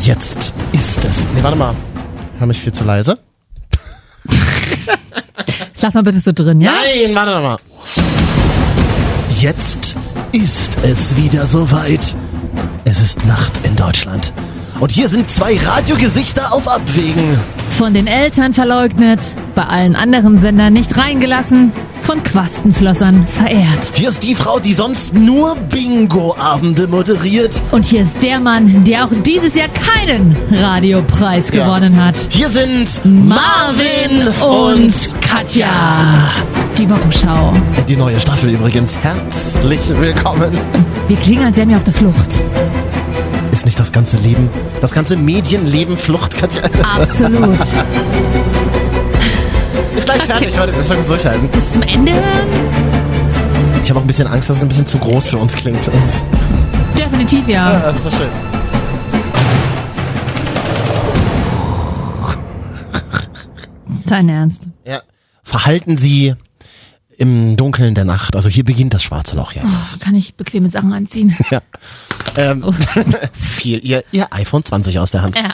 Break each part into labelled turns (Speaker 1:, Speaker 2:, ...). Speaker 1: Jetzt ist es. Nee, warte mal. Hör mich viel zu leise?
Speaker 2: Das lass mal bitte so drin, ja?
Speaker 1: Nein, warte doch mal. Jetzt ist es wieder soweit. Es ist Nacht in Deutschland. Und hier sind zwei Radiogesichter auf Abwägen.
Speaker 2: Von den Eltern verleugnet, bei allen anderen Sendern nicht reingelassen, von Quastenflossern verehrt.
Speaker 1: Hier ist die Frau, die sonst nur Bingo-Abende moderiert.
Speaker 2: Und hier ist der Mann, der auch dieses Jahr keinen Radiopreis
Speaker 1: Ja.
Speaker 2: gewonnen hat.
Speaker 1: Hier sind
Speaker 2: Marvin und Katja. Die Wochenschau.
Speaker 1: Die neue Staffel übrigens. Herzlich willkommen.
Speaker 2: Wir klingen, als wären wir auf der Flucht.
Speaker 1: Ist nicht das ganze Leben, das ganze Medienleben Flucht, Katja?
Speaker 2: Absolut.
Speaker 1: Ist gleich fertig, warte, wir müssen kurz durchhalten.
Speaker 2: Bis zum Ende hören?
Speaker 1: Ich habe auch ein bisschen Angst, dass es ein bisschen zu groß für uns klingt. Das
Speaker 2: Definitiv ja.
Speaker 1: Ah, ist so schön.
Speaker 2: Dein Ernst.
Speaker 1: Ja. Verhalten Sie im Dunkeln der Nacht. Also hier beginnt das schwarze Loch ja.
Speaker 2: Oh, kann ich bequeme Sachen anziehen?
Speaker 1: ja. Ähm,
Speaker 2: Oh.
Speaker 1: fiel ihr, ihr iPhone 20 aus der Hand.
Speaker 2: Ja.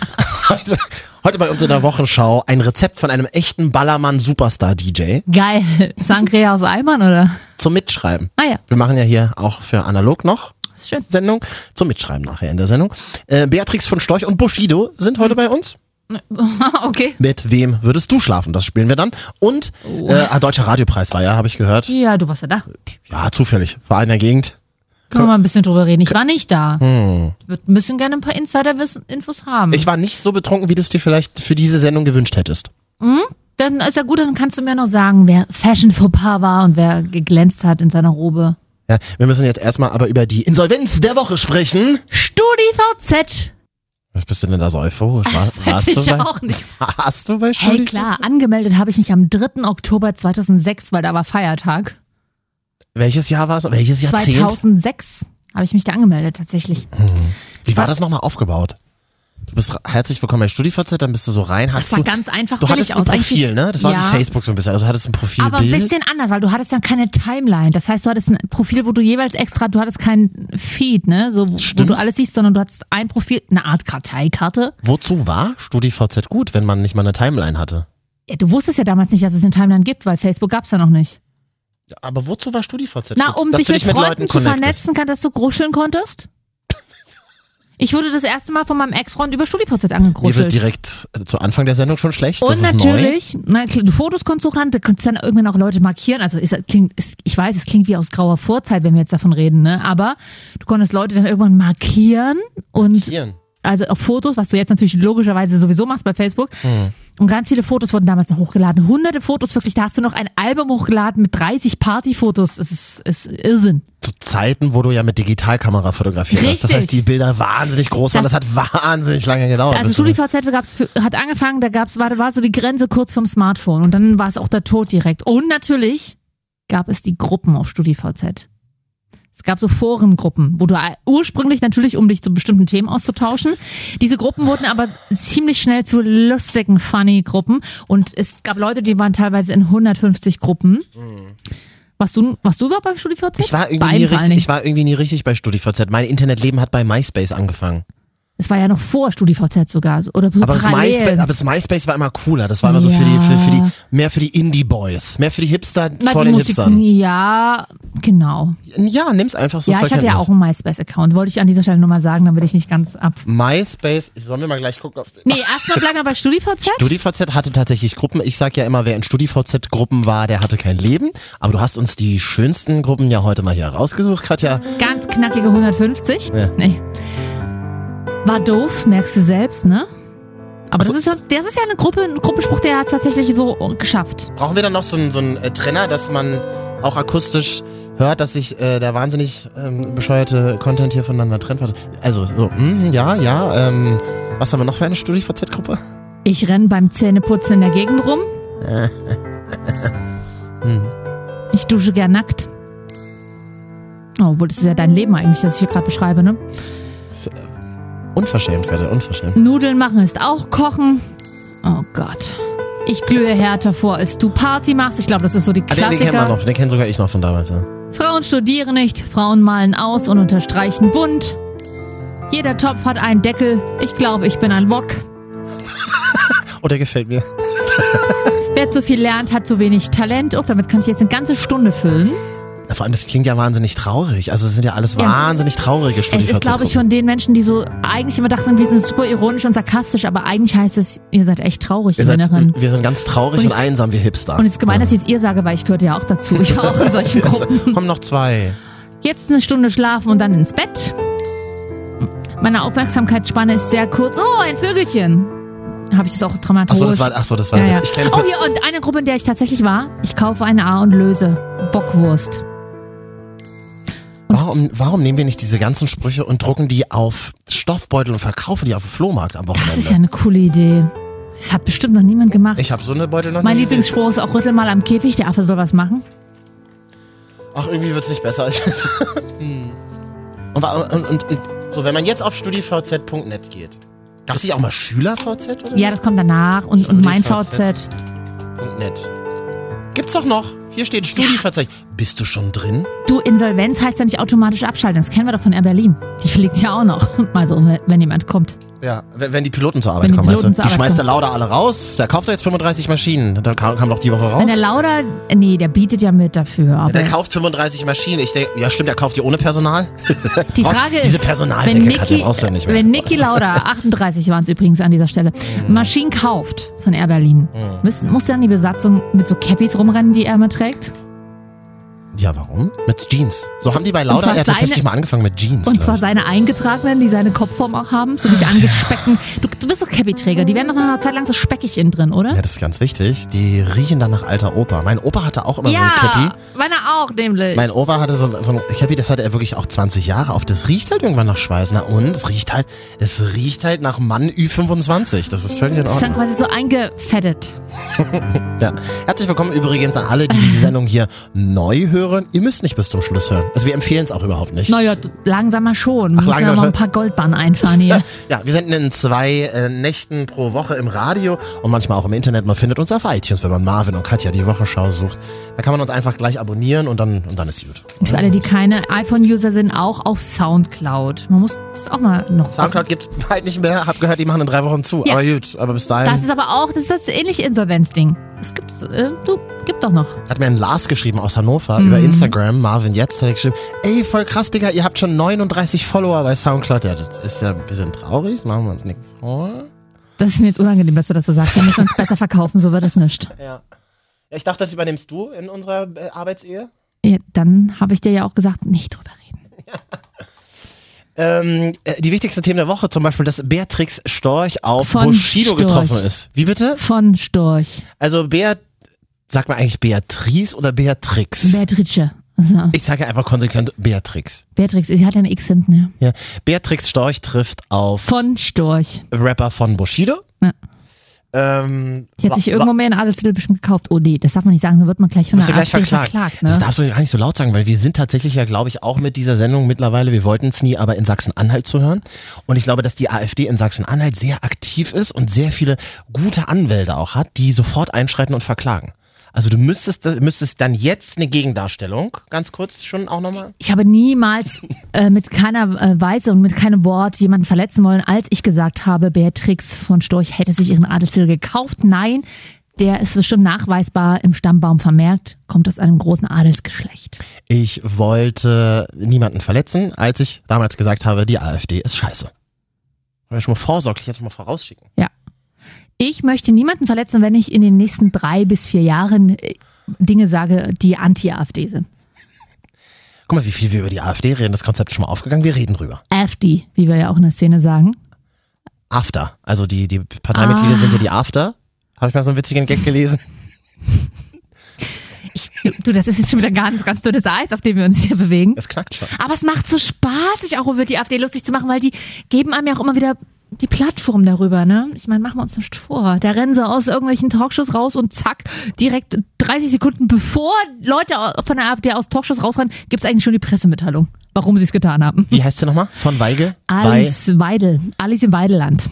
Speaker 1: Heute, heute bei uns in der Wochenschau ein Rezept von einem echten Ballermann-Superstar-DJ
Speaker 2: Geil. Sangria aus Eimern, oder?
Speaker 1: zum Mitschreiben.
Speaker 2: Ah ja,
Speaker 1: Wir machen ja hier auch für analog noch
Speaker 2: ist schön.
Speaker 1: Sendung zum Mitschreiben nachher in der Sendung. Äh, Beatrix von Storch und Bushido sind heute bei uns.
Speaker 2: Ah, okay.
Speaker 1: Mit wem würdest du schlafen? Das spielen wir dann. Und
Speaker 2: Oh.
Speaker 1: äh, ah, deutscher Radiopreis war ja, habe ich gehört.
Speaker 2: Ja, du warst ja da.
Speaker 1: Ja, zufällig. War in der Gegend.
Speaker 2: Können wir mal ein bisschen drüber reden. Ich war nicht da. Ich würde ein bisschen gerne ein paar Insider-Infos haben.
Speaker 1: Hm. Ich war nicht so betrunken, wie du es dir vielleicht für diese Sendung gewünscht hättest.
Speaker 2: dann ist ja gut, dann kannst du mir noch sagen, wer Fashion Fauxpas war und wer geglänzt hat in seiner Robe.
Speaker 1: Ja, wir müssen jetzt erstmal aber über die Insolvenz der Woche sprechen.
Speaker 2: StudiVZ.
Speaker 1: Was bist du denn da so euphorisch? War,
Speaker 2: Weiß ich
Speaker 1: bei,
Speaker 2: auch nicht.
Speaker 1: Warst du bei
Speaker 2: Hey,
Speaker 1: StudiVZ?
Speaker 2: klar, angemeldet habe ich mich am 3. Oktober 2006, weil da war Feiertag.
Speaker 1: Welches Jahr war es? Welches Jahrzehnt?
Speaker 2: 2006 habe ich mich da angemeldet, tatsächlich.
Speaker 1: Wie war das nochmal aufgebaut? Du bist ra- herzlich willkommen bei StudiVZ, dann bist du so rein.
Speaker 2: Das
Speaker 1: Hast
Speaker 2: war
Speaker 1: du,
Speaker 2: ganz einfach.
Speaker 1: du hattest
Speaker 2: billig
Speaker 1: ein
Speaker 2: aus.
Speaker 1: Profil,
Speaker 2: Eigentlich-
Speaker 1: ne? Das war
Speaker 2: ja.
Speaker 1: wie Facebook so ein bisschen. Also hattest ein Profilbild.
Speaker 2: Aber ein bisschen anders, weil du hattest ja keine Timeline. Das heißt, du hattest ein Profil, wo du jeweils extra, du hattest keinen Feed, ne? So, wo
Speaker 1: Stimmt.
Speaker 2: du alles siehst, sondern du hattest ein Profil, eine Art Karteikarte.
Speaker 1: Wozu war StudiVZ gut, wenn man nicht mal eine Timeline hatte?
Speaker 2: Ja, du wusstest ja damals nicht, dass es eine Timeline gibt, weil Facebook gab's ja noch nicht.
Speaker 1: Aber wozu war StudiVZ
Speaker 2: Na,
Speaker 1: gut?
Speaker 2: um
Speaker 1: Dass
Speaker 2: dich
Speaker 1: du
Speaker 2: mit
Speaker 1: dich mit
Speaker 2: Freunden
Speaker 1: Leuten
Speaker 2: zu
Speaker 1: connectest.
Speaker 2: vernetzen, kann, dass du gruscheln konntest? Ich wurde das erste Mal von meinem Ex-Freund über StudiVZ
Speaker 1: Mir wird
Speaker 2: angegruschelt.
Speaker 1: direkt äh, zu Anfang der Sendung schon schlecht. das
Speaker 2: Und
Speaker 1: ist neu.
Speaker 2: natürlich, na, klar, du Fotos konntest hochladen, da konntest dann irgendwann auch Leute markieren. Also ist, klingt, ist, ich weiß, es klingt wie aus grauer Vorzeit, wenn wir jetzt davon reden, ne? Aber du konntest Leute dann irgendwann markieren und
Speaker 1: Tieren.
Speaker 2: also auf Fotos, was du jetzt natürlich logischerweise sowieso machst bei Facebook.
Speaker 1: Hm.
Speaker 2: Und ganz viele Fotos wurden damals noch hochgeladen. Hunderte Fotos, wirklich, da hast du noch ein Album hochgeladen mit 30 Partyfotos. Das ist, ist Irrsinn.
Speaker 1: Zu Zeiten, wo du ja mit Digitalkamera fotografiert hast. Das
Speaker 2: Richtig.
Speaker 1: heißt, die Bilder wahnsinnig groß waren. Das
Speaker 2: Das-
Speaker 1: hat wahnsinnig lange gedauert.
Speaker 2: Also
Speaker 1: bis du-
Speaker 2: StudiVZ gab's für, hat angefangen, da gab's, war, war so die Grenze kurz vom Smartphone und dann war es auch der Tod direkt. Und natürlich gab es die Gruppen auf StudiVZ. Es gab so Forengruppen, wo du ursprünglich natürlich, um dich zu bestimmten Themen auszutauschen. Diese Gruppen wurden aber ziemlich schnell zu lustigen, funny Gruppen. Und es gab Leute, die waren teilweise in 150 Gruppen. Warst, du, warst du überhaupt beim StudiVZ?
Speaker 1: Mhm. ich war,
Speaker 2: Bei
Speaker 1: irgendwie nie
Speaker 2: einem vor allen
Speaker 1: richtig, ich
Speaker 2: Dingen.
Speaker 1: war irgendwie nie richtig bei StudiVZ. Mein Internetleben hat bei MySpace angefangen.
Speaker 2: Es war ja noch vor StudiVZ sogar. so- Oder so
Speaker 1: Aber das,
Speaker 2: parallel.
Speaker 1: MySpace, aber das MySpace war immer cooler. Das war immer so für die,
Speaker 2: Ja.
Speaker 1: für, für die, mehr für die Indie-Boys. Mehr für die Hipster
Speaker 2: Na,
Speaker 1: vor
Speaker 2: die
Speaker 1: den
Speaker 2: Musik-
Speaker 1: Hipstern.
Speaker 2: Ja, genau.
Speaker 1: Ja, nimm's einfach so
Speaker 2: ja,
Speaker 1: zur
Speaker 2: ich hatte ja
Speaker 1: Kenntnis.
Speaker 2: auch einen MySpace-Account. Wollte ich an dieser Stelle nur mal sagen, damit ich nicht ganz ab.
Speaker 1: MySpace, ich soll mir mal gleich gucken, ob
Speaker 2: Nee, erstmal bleiben wir bei StudiVZ.
Speaker 1: StudiVZ hatte tatsächlich Gruppen. Ich sag ja immer, wer in StudiVZ-Gruppen war, der hatte kein Leben. Aber du hast uns die schönsten Gruppen ja heute mal hier rausgesucht, Katja.
Speaker 2: ganz knackige 150.
Speaker 1: Ja.
Speaker 2: Nee. War doof, merkst du selbst, ne? Aber
Speaker 1: Ach so.
Speaker 2: das, ist ja, das ist ja eine Gruppe, ein Gruppenspruch, der hat es tatsächlich so geschafft.
Speaker 1: Brauchen wir dann noch so einen, so einen äh, Trenner, dass man auch akustisch hört, dass sich äh, der wahnsinnig ähm, bescheuerte Content hier voneinander trennt? Warte, Also, so, mm, ja, ja. Ähm, was haben wir noch für eine StudiVZ-Gruppe?
Speaker 2: Ich renn beim Zähneputzen in der Gegend rum.
Speaker 1: Hm.
Speaker 2: Ich dusche gern nackt. Oh, Obwohl, das ist ja dein Leben eigentlich, das ich hier gerade beschreibe, ne?
Speaker 1: Unverschämt, Katja, unverschämt.
Speaker 2: Nudeln machen ist auch Kochen. Oh Gott. Ich glühe härter vor, als du Party machst. Ich glaube, das ist so die
Speaker 1: Ah, den, den kennen wir
Speaker 2: Klassiker.
Speaker 1: noch, den kennen sogar ich noch von damals. Ja.
Speaker 2: Frauen studieren nicht, Frauen malen aus und unterstreichen bunt. Jeder Topf hat einen Deckel. Ich glaube, ich bin ein Wok.
Speaker 1: Oh, der gefällt mir.
Speaker 2: Wer zu viel lernt, hat zu wenig Talent. Oh, damit kann ich jetzt eine ganze Stunde füllen.
Speaker 1: Ja, Vor allem, das klingt ja wahnsinnig traurig. Also, es sind ja alles
Speaker 2: Ja.
Speaker 1: wahnsinnig traurige
Speaker 2: Es ist, glaube ich,
Speaker 1: Studienverzeichnissen.
Speaker 2: von den Menschen, die so eigentlich immer dachten, wir sind super ironisch und sarkastisch, aber eigentlich heißt es, ihr seid echt traurig
Speaker 1: Ihr
Speaker 2: im Inneren.
Speaker 1: seid, äh, wir sind ganz traurig
Speaker 2: Und
Speaker 1: und,
Speaker 2: es-
Speaker 1: einsam, wir Hipster.
Speaker 2: Und es ist gemein, dass ich jetzt ihr sage, weil ich gehörte ja auch dazu. Ich war auch in solchen Gruppen.
Speaker 1: Kommen äh, noch zwei.
Speaker 2: Jetzt eine Stunde schlafen und dann ins Bett. Meine Aufmerksamkeitsspanne ist sehr kurz. Oh, ein Vögelchen. Habe ich das auch dramatisch.
Speaker 1: Achso, das war, ach so, das war
Speaker 2: ja,
Speaker 1: der
Speaker 2: ja.
Speaker 1: Witz. Ich kenne das
Speaker 2: Oh, hier, und eine Gruppe, in der ich tatsächlich war. Ich kaufe eine A und löse. Bockwurst.
Speaker 1: Warum, warum nehmen wir nicht diese ganzen Sprüche und drucken die auf Stoffbeutel und verkaufen die auf dem Flohmarkt am Wochenende?
Speaker 2: Das ist ja eine coole Idee. Das hat bestimmt noch niemand gemacht.
Speaker 1: ich habe so eine Beutel noch
Speaker 2: mein
Speaker 1: nie
Speaker 2: Lieblingsspruch ist auch Rüttel mal am Käfig, der Affe soll was machen.
Speaker 1: gesehen. Ach, irgendwie wird's nicht besser. Hm. und, wa- und, und, und so, wenn man jetzt auf studivz.net geht, gab es nicht auch mal SchülerVZ oder
Speaker 2: Ja, das kommt danach und, und mein
Speaker 1: StudiVZ.
Speaker 2: VZ.
Speaker 1: .net? Gibt's doch noch. Hier steht Studieverzeichnis. Bist du schon drin?
Speaker 2: Du, Insolvenz heißt ja nicht automatisch abschalten. Das kennen wir doch von Air Berlin. Die fliegt ja auch noch. Mal so, wenn jemand kommt.
Speaker 1: Ja, wenn, wenn die Piloten zur Arbeit
Speaker 2: Wenn die
Speaker 1: kommen, weißt du?
Speaker 2: Piloten zur
Speaker 1: Die
Speaker 2: Arbeit
Speaker 1: schmeißt der
Speaker 2: kommen.
Speaker 1: Lauda alle raus. Der kauft doch jetzt 35 Maschinen. Da kam, kam doch die Woche raus.
Speaker 2: Wenn der Lauder, nee, der bietet ja mit dafür. Aber
Speaker 1: Der kauft 35 Maschinen. Ich denke, ja stimmt, der kauft die ohne Personal.
Speaker 2: die
Speaker 1: Brauchst-
Speaker 2: Frage
Speaker 1: diese
Speaker 2: ist,
Speaker 1: Personaldecke
Speaker 2: wenn
Speaker 1: Katja,
Speaker 2: Niki,
Speaker 1: brauchst du ja nicht mehr. Mhm.
Speaker 2: wenn Niki Lauder, 38 waren es übrigens an dieser Stelle, Maschinen kauft von Air Berlin, müssen, muss dann die Besatzung mit so Cappies rumrennen, die er immer trägt?
Speaker 1: ja, warum? Mit Jeans. So haben die bei
Speaker 2: Und
Speaker 1: Lauda
Speaker 2: zwar
Speaker 1: ja tatsächlich
Speaker 2: seine-
Speaker 1: mal angefangen mit Jeans.
Speaker 2: Und
Speaker 1: glaub
Speaker 2: zwar
Speaker 1: ich.
Speaker 2: seine eingetragenen, die seine Kopfform auch haben, so diese angespeckten. Du, du bist doch Cappy-Träger, die werden doch nach einer Zeit lang so speckig innen drin, oder?
Speaker 1: ja, das ist ganz wichtig. Die riechen dann nach alter Opa. Mein Opa hatte auch immer so ein Cappy.
Speaker 2: meine auch, nämlich.
Speaker 1: Mein Opa hatte so, so ein Cappy, das hatte er wirklich auch 20 Jahre auf. Das riecht halt irgendwann nach Schweiß. Na und? Das riecht halt, das riecht halt nach Mann Ü25. Das ist völlig in
Speaker 2: ist dann
Speaker 1: Ordnung.
Speaker 2: quasi so eingefettet.
Speaker 1: Ja. Herzlich willkommen übrigens an alle, die die Sendung hier neu hören. Ihr müsst nicht bis zum Schluss hören. Also wir empfehlen es auch überhaupt nicht.
Speaker 2: Naja, d- langsamer schon. Wir
Speaker 1: Ach,
Speaker 2: müssen ja
Speaker 1: langsam
Speaker 2: mal
Speaker 1: schon.
Speaker 2: ein paar Goldbahnen einfahren hier.
Speaker 1: Ja, wir senden in zwei äh, Nächten pro Woche im Radio und manchmal auch im Internet. Man findet uns auf iTunes, wenn man Marvin und Katja die Wochenschau sucht. Da kann man uns einfach gleich abonnieren und dann, und dann ist gut.
Speaker 2: Und für alle, die keine iPhone-User sind, auch auf Soundcloud. Man muss das auch mal noch.
Speaker 1: Soundcloud gibt's bald nicht mehr. Hab gehört, die machen in drei Wochen zu.
Speaker 2: Ja.
Speaker 1: Aber gut, aber bis dahin
Speaker 2: Das ist aber auch, das ist das ähnliche Insolvenzding. Es gibt, äh, du, gibt doch noch.
Speaker 1: hat mir ein Lars geschrieben aus Hannover über Instagram, Marvin jetzt, der hat geschrieben, ey, voll krass, Digga, ihr habt schon 39 Follower bei Soundcloud. Ja, das ist ja ein bisschen traurig, machen wir uns nichts vor.
Speaker 2: Das ist mir jetzt unangenehm, dass du das so sagst. Wir müssen uns besser verkaufen, so wird das nicht.
Speaker 1: Ja. Ich dachte, das übernimmst du in unserer äh, Arbeitsehe.
Speaker 2: Ja, dann habe ich dir ja auch gesagt, nicht drüber reden.
Speaker 1: ähm, äh, die wichtigsten Themen der Woche, zum Beispiel, dass Beatrix Storch auf
Speaker 2: Von
Speaker 1: Bushido
Speaker 2: Storch.
Speaker 1: getroffen ist. Wie bitte?
Speaker 2: Von Storch.
Speaker 1: Also Beat, sagt man eigentlich Beatrice oder Beatrix?
Speaker 2: Beatrice. Also,
Speaker 1: ich sage einfach konsequent Beatrix.
Speaker 2: Beatrix, sie hat ja ein X hinten. Ja.
Speaker 1: Ja. Beatrix Storch trifft auf
Speaker 2: Von Storch.
Speaker 1: Rapper von Bushido.
Speaker 2: Ja.
Speaker 1: Ähm,
Speaker 2: Die hat
Speaker 1: wa-
Speaker 2: sich
Speaker 1: wa-
Speaker 2: irgendwo mehr in Adelstitel bestimmt gekauft. Oh nee, das darf man nicht sagen, dann wird man gleich von
Speaker 1: Wirst du
Speaker 2: der
Speaker 1: gleich
Speaker 2: AfD
Speaker 1: verklagt.
Speaker 2: verklagt.
Speaker 1: Das
Speaker 2: ne?
Speaker 1: darfst du gar nicht so laut sagen, weil wir sind tatsächlich ja, glaube ich, auch mit dieser Sendung mittlerweile, wir wollten es nie, aber in Sachsen-Anhalt zu hören. Und ich glaube, dass die AfD in Sachsen-Anhalt sehr aktiv ist und sehr viele gute Anwälte auch hat, die sofort einschreiten und verklagen. Also du müsstest, müsstest dann jetzt eine Gegendarstellung, ganz kurz schon auch nochmal.
Speaker 2: Ich habe niemals äh, mit keiner äh, Weise und mit keinem Wort jemanden verletzen wollen, als ich gesagt habe, Beatrix von Storch hätte sich ihren Adelstitel gekauft. Nein, der ist bestimmt nachweisbar im Stammbaum vermerkt, kommt aus einem großen Adelsgeschlecht.
Speaker 1: Ich wollte niemanden verletzen, als ich damals gesagt habe, die AfD ist scheiße. Wollen wir schon mal vorsorglich jetzt mal vorausschicken.
Speaker 2: Ich möchte niemanden verletzen, wenn ich in den nächsten drei bis vier Jahren äh, Dinge sage, die anti-AfD sind.
Speaker 1: Guck mal, wie viel wir über die AfD reden. Das Konzept ist schon mal aufgegangen. Wir reden drüber.
Speaker 2: AfD, wie wir ja auch in der Szene sagen.
Speaker 1: After. Also die, die Parteimitglieder
Speaker 2: Ah.
Speaker 1: sind ja die After. Habe ich mal so einen witzigen Gag gelesen.
Speaker 2: Ich, du, das ist jetzt schon wieder ganz, ganz dünnes Eis, auf dem wir uns hier bewegen.
Speaker 1: Das knackt schon.
Speaker 2: Aber es macht so Spaß, sich auch über die AfD lustig zu machen, weil die geben einem ja auch immer wieder die Plattform darüber, ne? Ich meine, machen wir uns nicht vor. Da rennen sie aus irgendwelchen Talkshows raus und zack, direkt 30 Sekunden bevor Leute von der AfD aus Talkshows rausrennen, gibt's eigentlich schon die Pressemitteilung, warum sie es getan haben.
Speaker 1: Wie heißt sie nochmal? Von Weigel?
Speaker 2: Alice Weidel, Alice im Weideland.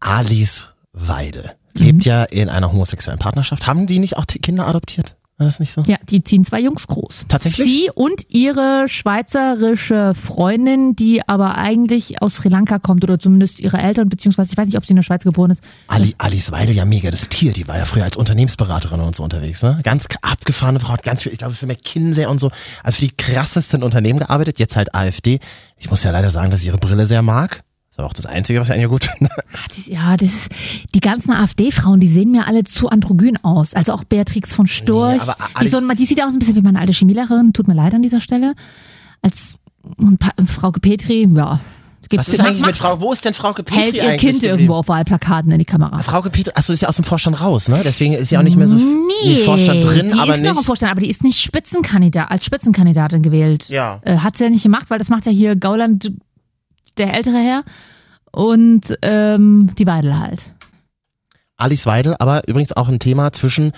Speaker 1: Bei Alice Weidel. Lebt ja in einer homosexuellen Partnerschaft. Haben die nicht auch die Kinder adoptiert? War das nicht so?
Speaker 2: Ja, die ziehen zwei Jungs groß.
Speaker 1: Tatsächlich?
Speaker 2: Sie und ihre schweizerische Freundin, die aber eigentlich aus Sri Lanka kommt oder zumindest ihre Eltern, beziehungsweise ich weiß nicht, ob sie in der Schweiz geboren ist.
Speaker 1: Ali, Alice Weidel, ja mega, das Tier, die war ja früher als Unternehmensberaterin und so unterwegs, ne? Ganz k- abgefahrene Frau, hat ganz viel, ich glaube für McKinsey und so, also für die krassesten Unternehmen gearbeitet, jetzt halt AfD. Ich muss ja leider sagen, dass ich ihre Brille sehr mag. Ist aber auch das Einzige, was ich an ihr gut finde.
Speaker 2: Ach, das, ja, das ist, die ganzen AfD-Frauen, die sehen mir alle zu androgyn aus. Also auch Beatrix von Storch.
Speaker 1: Nee, aber A-
Speaker 2: die,
Speaker 1: Alice-
Speaker 2: so, die sieht ja auch so ein bisschen wie meine alte Chemielehrerin, tut mir leid an dieser Stelle. Als und Pa- Frauke Petri, ja. Gibt's
Speaker 1: Was ist
Speaker 2: macht-
Speaker 1: eigentlich mit
Speaker 2: macht's.
Speaker 1: Frau, wo ist denn Frau Petri
Speaker 2: hält ihr
Speaker 1: eigentlich
Speaker 2: Kind
Speaker 1: geblieben?
Speaker 2: irgendwo auf Wahlplakaten in die Kamera.
Speaker 1: Frau Petri, achso, ist ja aus dem Vorstand raus, ne? Deswegen ist sie auch nicht mehr so nee, im Vorstand drin,
Speaker 2: die
Speaker 1: aber
Speaker 2: ist
Speaker 1: nicht.
Speaker 2: noch im Vorstand, aber die ist nicht Spitzenkandidat, als Spitzenkandidatin gewählt.
Speaker 1: ja.
Speaker 2: Äh, hat sie ja nicht gemacht, weil das macht ja hier Gauland, der ältere Herr, und ähm, die Weidel halt.
Speaker 1: Alice Weidel, aber übrigens auch ein Thema zwischen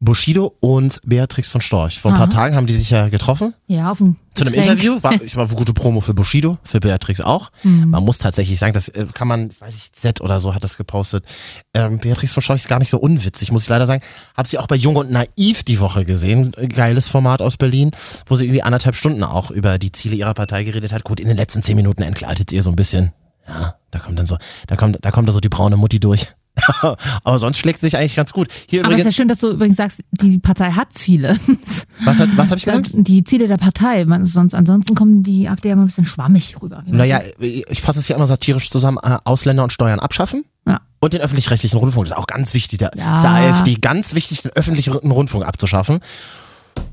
Speaker 1: Bushido und Beatrix von Storch. Vor ein
Speaker 2: Aha.
Speaker 1: paar Tagen haben die sich ja getroffen
Speaker 2: Ja, auf dem
Speaker 1: zu einem
Speaker 2: Getränk.
Speaker 1: Interview. War, ich war gute Promo für Bushido, für Beatrix auch.
Speaker 2: Mhm.
Speaker 1: Man muss tatsächlich sagen, das äh, kann man, weiß ich, Z oder so hat das gepostet. Ähm, Beatrix von Storch ist gar nicht so unwitzig, muss ich leider sagen. Hab sie auch bei Jung und Naiv die Woche gesehen. Äh, Geiles Format aus Berlin, wo sie irgendwie anderthalb Stunden auch über die Ziele ihrer Partei geredet hat. Gut, in den letzten zehn Minuten entgleitet ihr so ein bisschen. Ja, da kommt dann so, da kommt, da kommt da so die braune Mutti durch. Aber sonst schlägt sie sich eigentlich ganz gut. Hier
Speaker 2: Aber es ist ja
Speaker 1: übrigens,
Speaker 2: schön, dass du übrigens sagst, die Partei hat Ziele.
Speaker 1: was, hat- was habe ich gesagt?
Speaker 2: die Ziele der Partei. Man, sonst, ansonsten kommen die AfD immer ein bisschen schwammig rüber. wie man
Speaker 1: Naja, äh,
Speaker 2: sagt.
Speaker 1: ich fasse es ja immer satirisch zusammen, äh, Ausländer und Steuern abschaffen.
Speaker 2: Ja.
Speaker 1: Und den öffentlich-rechtlichen Rundfunk, das ist auch ganz wichtig, da
Speaker 2: Ja.
Speaker 1: ist der AfD ganz wichtig, den öffentlichen Rundfunk abzuschaffen.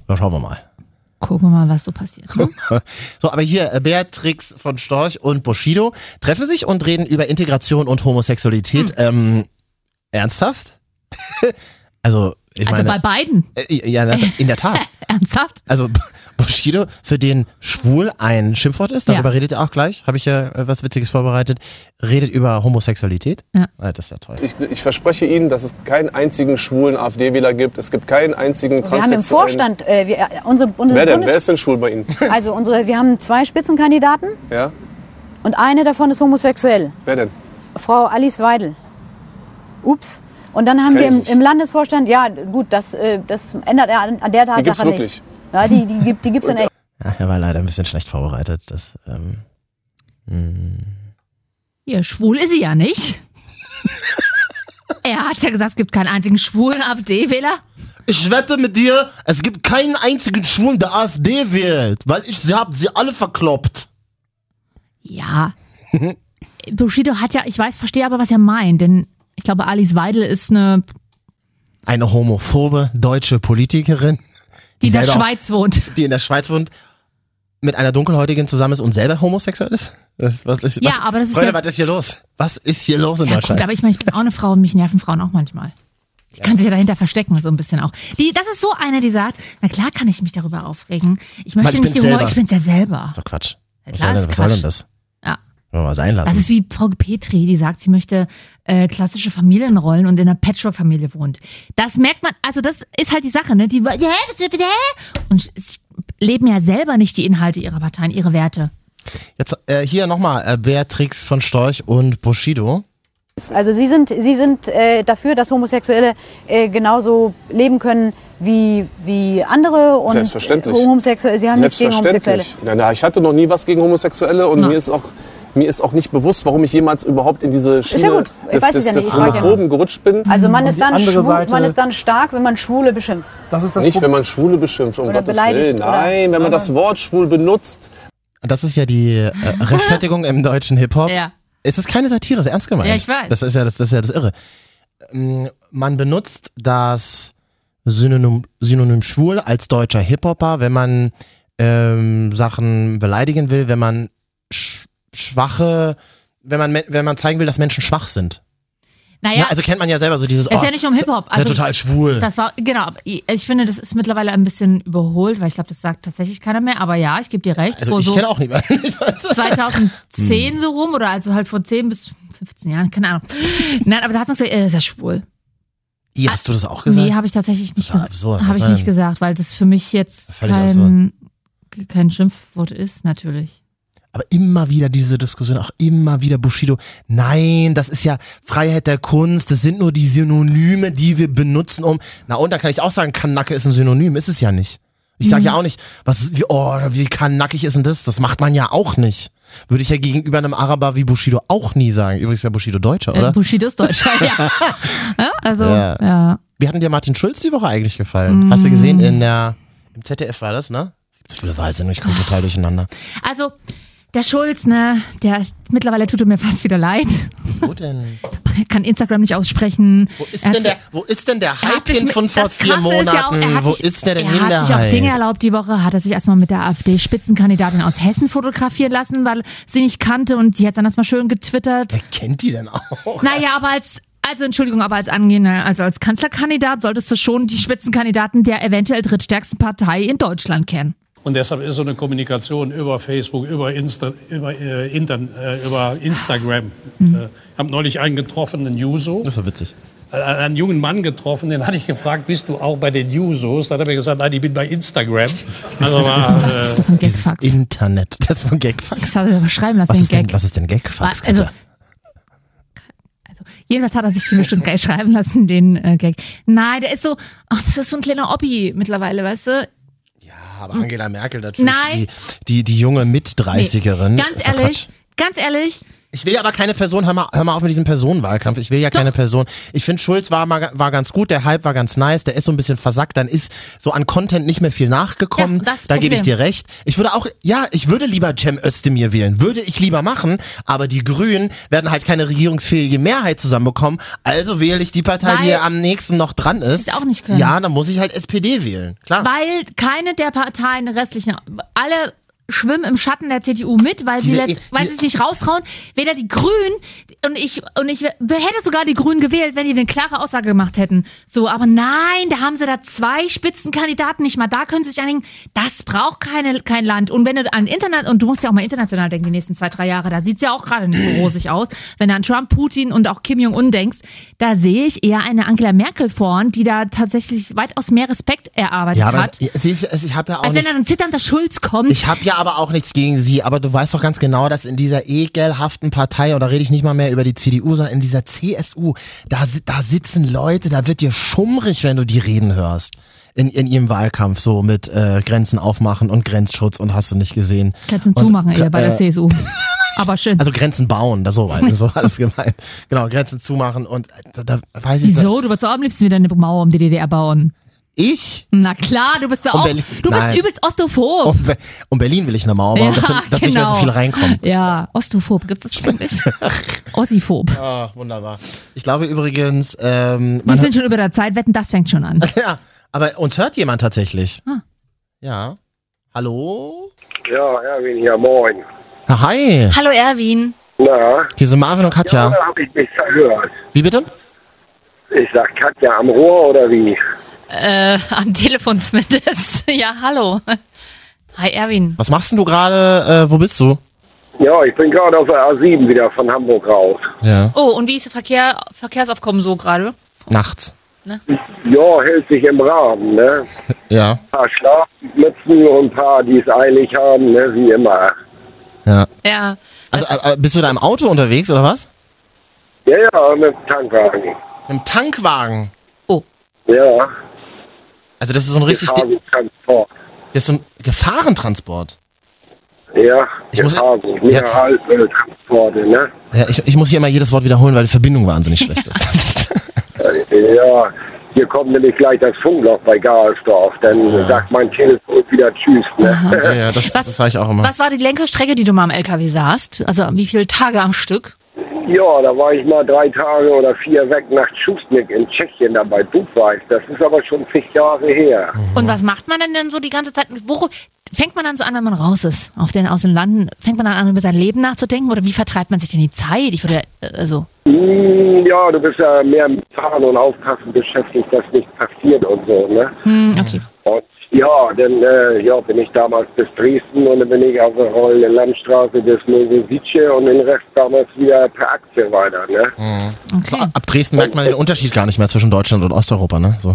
Speaker 1: Ja, schauen wir mal.
Speaker 2: Gucken wir mal, was so passiert. Ne?
Speaker 1: So, aber hier, äh, Beatrix von Storch und Bushido treffen sich und reden über Integration und Homosexualität.
Speaker 2: Hm.
Speaker 1: Ähm, ernsthaft? also, ich
Speaker 2: Also bei
Speaker 1: meine,
Speaker 2: beiden.
Speaker 1: äh, ja, in der Tat.
Speaker 2: Ernsthaft?
Speaker 1: Also B- Bushido, für den schwul ein Schimpfwort ist, darüber
Speaker 2: Ja.
Speaker 1: redet er auch gleich, habe ich ja äh, was Witziges vorbereitet, redet über Homosexualität.
Speaker 2: Ja.
Speaker 1: Ah, das ist ja toll.
Speaker 3: Ich, ich verspreche Ihnen, dass es keinen einzigen schwulen AfD-Wähler gibt. Es gibt keinen einzigen
Speaker 4: Wir haben im
Speaker 3: Transsexuellen.
Speaker 4: Vorstand, äh, wir, unsere, unsere
Speaker 3: Wer denn? Wer
Speaker 4: Bundes
Speaker 3: ist denn schwul bei Ihnen?
Speaker 4: also unsere, wir haben zwei Spitzenkandidaten
Speaker 3: Ja?
Speaker 4: und eine davon ist homosexuell,
Speaker 3: Wer denn?
Speaker 4: Frau Alice Weidel. Ups. Und dann haben
Speaker 3: Kenn
Speaker 4: wir
Speaker 3: ich
Speaker 4: im,
Speaker 3: nicht.
Speaker 4: im Landesvorstand, ja gut, das, äh, das ändert ja an, an der Tatsache
Speaker 3: gibt's wirklich?
Speaker 4: nichts. Ja, die, die gibt die gibt's in echt.
Speaker 1: Ja, er war leider ein bisschen schlecht vorbereitet. Das, ähm,
Speaker 2: Ja, schwul ist sie ja nicht. er hat ja gesagt, es gibt keinen einzigen schwulen AfD-Wähler.
Speaker 1: ich wette mit dir, es gibt keinen einzigen Schwulen, der AfD wählt, weil ich sie habe sie alle verkloppt.
Speaker 2: Ja. Bushido hat ja, ich weiß, verstehe aber, was er meint, denn ich glaube, Alice Weidel ist eine,
Speaker 1: Eine homophobe deutsche Politikerin,
Speaker 2: die in der
Speaker 1: Selber.
Speaker 2: Schweiz wohnt.
Speaker 1: die in der Schweiz wohnt, mit einer dunkelhäutigen zusammen ist und selber homosexuell ist. Was, was ist
Speaker 2: Ja,
Speaker 1: was,
Speaker 2: aber das ist
Speaker 1: Freunde,
Speaker 2: ja-
Speaker 1: was ist hier los? Was ist hier los in
Speaker 2: Ja,
Speaker 1: Deutschland?
Speaker 2: gut, aber ich meine, ich bin auch eine Frau und mich nerven Frauen auch manchmal. Die kann sich ja dahinter verstecken, so ein bisschen auch. Die, das ist so eine, die sagt, na klar kann ich mich darüber aufregen. Ich möchte
Speaker 1: ich bin's
Speaker 2: nicht den Humor,
Speaker 1: selber.
Speaker 2: ich bin's ja selber.
Speaker 1: So Quatsch. Was
Speaker 2: Klar,
Speaker 1: soll, denn,
Speaker 2: ist
Speaker 1: was soll
Speaker 2: Quatsch.
Speaker 1: denn das?
Speaker 2: Ja.
Speaker 1: Wollen wir mal sein lassen.
Speaker 2: Das ist wie Frau Petri, die sagt, sie möchte äh, klassische Familienrollen und in einer Patchwork-Familie wohnt. Das merkt man, also das ist halt die Sache, ne? Die, und es leben ja selber nicht die Inhalte ihrer Parteien, ihre Werte.
Speaker 1: Jetzt äh, hier nochmal äh, Beatrix von Storch und Bushido.
Speaker 4: Also sie sind, sie sind äh, dafür, dass Homosexuelle äh, genauso leben können wie, wie andere und
Speaker 3: Selbstverständlich.
Speaker 4: äh, Homosexuelle, sie haben nichts gegen Homosexuelle.
Speaker 3: Selbstverständlich. Na, na, ich hatte noch nie was gegen Homosexuelle und
Speaker 2: Na.
Speaker 3: mir ist auch mir ist auch nicht bewusst, warum ich jemals überhaupt in diese
Speaker 4: ja
Speaker 3: Schiene
Speaker 4: gut. Ich
Speaker 3: des,
Speaker 4: weiß es
Speaker 3: des,
Speaker 4: ja nicht.
Speaker 3: des
Speaker 4: Ich frag ja
Speaker 3: Homophoben gerutscht bin.
Speaker 4: Also man
Speaker 5: Und
Speaker 4: ist,
Speaker 5: die
Speaker 4: dann
Speaker 5: andere
Speaker 4: schwul,
Speaker 5: Seite-
Speaker 4: man ist dann stark, wenn man Schwule beschimpft.
Speaker 5: Das ist das
Speaker 3: nicht,
Speaker 5: Problem.
Speaker 3: wenn man Schwule beschimpft, um
Speaker 4: Oder
Speaker 3: Gottes
Speaker 4: beleidigt,
Speaker 3: Willen.
Speaker 4: oder-
Speaker 3: Nein, wenn man das Wort schwul benutzt.
Speaker 1: Das ist ja die äh, Rechtfertigung im deutschen Hip-Hop.
Speaker 2: Ja.
Speaker 1: Es ist keine Satire, es ist ernst gemeint.
Speaker 2: Ja, ich weiß.
Speaker 1: Das ist ja das, das, ist ja das Irre. Ähm, Man benutzt das Synonym, Synonym schwul als deutscher Hip-Hopper, wenn man ähm, Sachen beleidigen will, wenn man sch schwache, wenn man, men- wenn man zeigen will, dass Menschen schwach sind.
Speaker 2: Naja,
Speaker 1: Ne? Also kennt man ja selber so dieses.
Speaker 2: Es ist ja nicht nur im Hip-Hop,
Speaker 1: Also,
Speaker 2: also-
Speaker 1: total schwul.
Speaker 2: das war, genau, aber ich ich finde, das ist mittlerweile ein bisschen überholt, weil ich glaube, das sagt tatsächlich keiner mehr, aber ja, ich gebe dir recht.
Speaker 1: also
Speaker 2: Vor
Speaker 1: ich
Speaker 2: so
Speaker 1: kenne auch Hm. niemanden. Ich weiß.
Speaker 2: 2010 so rum oder also halt vor 10 bis 15 Jahren, keine Ahnung. Nein, aber da hat man gesagt, äh, ist ja schwul.
Speaker 1: Ih, Hast du das auch gesagt?
Speaker 2: Nee, habe ich tatsächlich nicht
Speaker 1: Das war
Speaker 2: gesagt.
Speaker 1: absurd. Was
Speaker 2: Habe ich
Speaker 1: war
Speaker 2: nicht
Speaker 1: denn-
Speaker 2: gesagt, weil das für mich jetzt
Speaker 1: Völlig
Speaker 2: kein, kein Schimpfwort ist, natürlich.
Speaker 1: Aber immer wieder diese Diskussion, auch immer wieder Bushido. Nein, das ist ja Freiheit der Kunst. Das sind nur die Synonyme, die wir benutzen, um. Na und da kann ich auch sagen, Kanacke ist ein Synonym. Ist es ja nicht. Ich sage ja auch nicht, was, ist- wie, oh, wie kanackig ist denn das? Das macht man ja auch nicht. Würde ich ja gegenüber einem Araber wie Bushido auch nie sagen. Übrigens ist ja Bushido Deutscher,
Speaker 2: Äh,
Speaker 1: oder?
Speaker 2: Bushido ist Deutscher, ja. ja. Also,
Speaker 1: Ja.
Speaker 2: ja.
Speaker 1: Wie hat denn dir Martin Schulz die Woche eigentlich gefallen? Hast du gesehen, in der, im ZDF war das, ne? Es gibt so viele Wahlsendungen, ich komme total durcheinander.
Speaker 2: Also, der Schulz, ne, der mittlerweile tut er mir fast wieder leid.
Speaker 1: Wieso denn?
Speaker 2: Er kann Instagram nicht aussprechen.
Speaker 1: Wo ist,
Speaker 2: Er hat
Speaker 1: denn der,
Speaker 2: sich-
Speaker 1: wo ist denn der
Speaker 2: er hat
Speaker 1: Hype
Speaker 2: sich
Speaker 1: hin
Speaker 2: mit-
Speaker 1: von vor
Speaker 2: das
Speaker 1: vier
Speaker 2: Krasse ist ja auch,
Speaker 1: Monaten?
Speaker 2: er hat
Speaker 1: wo
Speaker 2: sich-
Speaker 1: ist der denn
Speaker 2: er
Speaker 1: hin, der
Speaker 2: hat sich auch
Speaker 1: Hype?
Speaker 2: Dinge erlaubt die Woche, hat er sich erstmal mit der AfD-Spitzenkandidatin aus Hessen fotografiert lassen, weil sie nicht kannte und sie hat dann erstmal schön getwittert.
Speaker 1: Wer kennt die denn auch?
Speaker 2: Naja, aber als, also Entschuldigung, aber als angehender, also als Kanzlerkandidat solltest du schon die Spitzenkandidaten der eventuell drittstärksten Partei in Deutschland kennen.
Speaker 5: Und deshalb ist so eine Kommunikation über Facebook, über, Insta, über, äh, Intern, äh, über Instagram. Äh, ich habe neulich einen getroffen, einen Juso,
Speaker 1: Das war witzig.
Speaker 5: äh, einen jungen Mann getroffen, den hatte ich gefragt, bist du auch bei den Jusos? Dann hat er mir gesagt, nein, ich bin bei Instagram. Also war, äh,
Speaker 2: Das ist doch ein
Speaker 1: Dieses
Speaker 2: Gagfax.
Speaker 1: Internet, das war ein
Speaker 2: Das
Speaker 1: Gagfax.
Speaker 2: hat er doch schreiben lassen,
Speaker 1: Was
Speaker 2: den
Speaker 1: ist, denn,
Speaker 2: Gag.
Speaker 1: was ist denn Gagfax?
Speaker 2: Also,
Speaker 1: Katja?
Speaker 2: also, jedenfalls hat er sich bestimmt geil schreiben lassen, den äh, Gag. Nein, der ist so, ach, das ist so ein kleiner Oppi mittlerweile, weißt du?
Speaker 1: Aber Angela Merkel natürlich,
Speaker 2: Nein.
Speaker 1: Die, die, die junge
Speaker 2: Nee,
Speaker 1: Mit-30erin.
Speaker 2: Ganz
Speaker 1: ist doch
Speaker 2: ehrlich, ganz ehrlich,
Speaker 1: Ich will ja aber keine Person, hör mal, hör mal auf mit diesem Personenwahlkampf. Ich will ja keine Person. Ich finde, Schulz war, mal, war ganz gut, der Hype war ganz nice, der ist so ein bisschen versackt, dann ist so an Content nicht mehr viel nachgekommen.
Speaker 2: Ja, das ist
Speaker 1: da
Speaker 2: das
Speaker 1: gebe ich
Speaker 2: Problem.
Speaker 1: dir recht. Ich würde auch, ja, ich würde lieber Cem Özdemir wählen, würde ich lieber machen, aber die Grünen werden halt keine regierungsfähige Mehrheit zusammenbekommen, also wähle ich die Partei, die
Speaker 2: Weil-
Speaker 1: am nächsten noch dran ist.
Speaker 2: es auch nicht können.
Speaker 1: Ja, dann muss ich halt SPD wählen, klar.
Speaker 2: weil keine der Parteien, der restlichen, alle schwimmen im Schatten der CDU mit, weil sie,
Speaker 1: Diese-
Speaker 2: letzt, weil sie
Speaker 1: die-
Speaker 2: sich raustrauen. Weder die Grünen und ich und ich wer hätte sogar die Grünen gewählt, wenn die eine klare Aussage gemacht hätten. So, aber nein, da haben sie da zwei Spitzenkandidaten nicht mal. Da können sie sich einigen. Das braucht keine, kein Land. Und wenn du an Internet und du musst ja auch mal international denken die nächsten zwei drei Jahre, da sieht's ja auch gerade nicht so rosig aus. Wenn du an Trump, Putin und auch Kim Jong Un denkst, da sehe ich eher eine Angela Merkel vorn, die da tatsächlich weitaus mehr Respekt erarbeitet
Speaker 1: ja, aber
Speaker 2: hat.
Speaker 1: ich, ich, ich habe ja auch
Speaker 2: Als wenn
Speaker 1: nicht,
Speaker 2: dann ein zitternder Schulz kommt.
Speaker 1: Ich habe ja aber auch nichts gegen sie, aber du weißt doch ganz genau, dass in dieser ekelhaften Partei, und da rede ich nicht mal mehr über die CDU, sondern in dieser CSU, da, si- da sitzen Leute, da wird dir schummrig, wenn du die reden hörst. In, in ihrem Wahlkampf so mit äh, Grenzen aufmachen und Grenzschutz und hast du nicht gesehen.
Speaker 2: Kannst du
Speaker 1: Und,
Speaker 2: zumachen, eher bei
Speaker 1: äh,
Speaker 2: der CSU. Aber schön.
Speaker 1: Also Grenzen bauen, das so war, so war das gemeint. Genau, Grenzen zumachen und da, da weiß ich
Speaker 2: Wieso? Du würdest doch am liebsten wieder eine Mauer um die DDR bauen.
Speaker 1: Ich?
Speaker 2: Na klar, du bist ja
Speaker 1: Um
Speaker 2: auch.
Speaker 1: Berlin-
Speaker 2: Du bist
Speaker 1: Nein.
Speaker 2: übelst ostophob.
Speaker 1: Um, Be- um Berlin will ich eine Mauer bauen, dass, dass nicht mehr so
Speaker 2: genau.
Speaker 1: viele reinkommen.
Speaker 2: Ja, ostophob gibt es eigentlich. Ossiphob.
Speaker 1: Ah, wunderbar. Ich glaube übrigens, ähm,
Speaker 2: Wir
Speaker 1: man
Speaker 2: sind schon über der Zeit, wetten, das fängt schon an.
Speaker 1: Ja, aber uns hört jemand tatsächlich.
Speaker 2: Ah.
Speaker 1: Ja. Hallo?
Speaker 6: Ja, Erwin hier, moin.
Speaker 1: Ah, Hi,
Speaker 2: Hallo Erwin.
Speaker 6: Na,
Speaker 1: hier sind Marvin und Katja.
Speaker 6: da hab ich mich verhört.
Speaker 1: Wie bitte?
Speaker 6: Ich sag Katja am Rohr oder wie?
Speaker 2: Äh, am Telefon zumindest. Ja, hallo. Hi Erwin.
Speaker 1: Was machst denn du gerade? Äh, wo bist du?
Speaker 6: Ja, ich bin gerade auf der A7 wieder von Hamburg raus.
Speaker 1: Ja.
Speaker 2: Oh, und wie ist der Verkehr, Verkehrsaufkommen so gerade?
Speaker 1: Nachts.
Speaker 6: Ja, hält sich im Rahmen, ne?
Speaker 1: Ja.
Speaker 6: Ein paar Schlafmützen und ein paar, die es eilig haben, ne? Wie immer.
Speaker 1: Ja.
Speaker 2: Ja.
Speaker 1: Also äh, äh, bist du da im Auto unterwegs oder was?
Speaker 6: Ja, ja, mit dem Tankwagen.
Speaker 1: Im Tankwagen.
Speaker 2: Oh.
Speaker 6: Ja,
Speaker 1: Also das ist so ein richtig di-
Speaker 6: Gefahrguttransport.
Speaker 1: das ist so ein Gefahrentransport.
Speaker 6: Ja,
Speaker 1: Ich muss-
Speaker 6: Gefahrgut.
Speaker 1: Ja.
Speaker 6: Mineralöltransporte, ne?
Speaker 1: Ja, ich, ich muss hier immer jedes Wort wiederholen, weil die Verbindung wahnsinnig schlecht ist.
Speaker 6: Ja, hier kommt nämlich gleich das Funkloch bei Garsdorf. Dann sagt mein Telefon wieder Tschüss, ne?
Speaker 1: ja, ja, das,
Speaker 2: Was-
Speaker 1: das sage ich auch immer.
Speaker 2: Was war die längste Strecke, die du mal am LKW saßt? Also wie viele Tage am Stück?
Speaker 6: Ja, da war ich mal drei Tage oder vier weg nach Schustnik in Tschechien, da bei Budweis. Das ist aber schon zig Jahre her.
Speaker 2: Und was macht man denn, denn so die ganze Zeit? Wo fängt man dann so an, wenn man raus ist auf den, aus den Landen? Fängt man dann an, über sein Leben nachzudenken? Oder wie vertreibt man sich denn die Zeit? Ich würde, äh, also,
Speaker 6: Hm, ja, du bist ja mehr mit Fahren und Aufpassen beschäftigt, dass nichts passiert und so, ne?
Speaker 2: hm, okay.
Speaker 6: Und ja, dann äh, ja, bin ich damals bis Dresden und dann bin ich auf der Rolle Landstraße bis Novosice und den Rest damals wieder per Aktie weiter, ne?
Speaker 2: okay. äh,
Speaker 1: Ab Dresden merkt man den Unterschied gar nicht mehr zwischen Deutschland und Osteuropa, ne? So.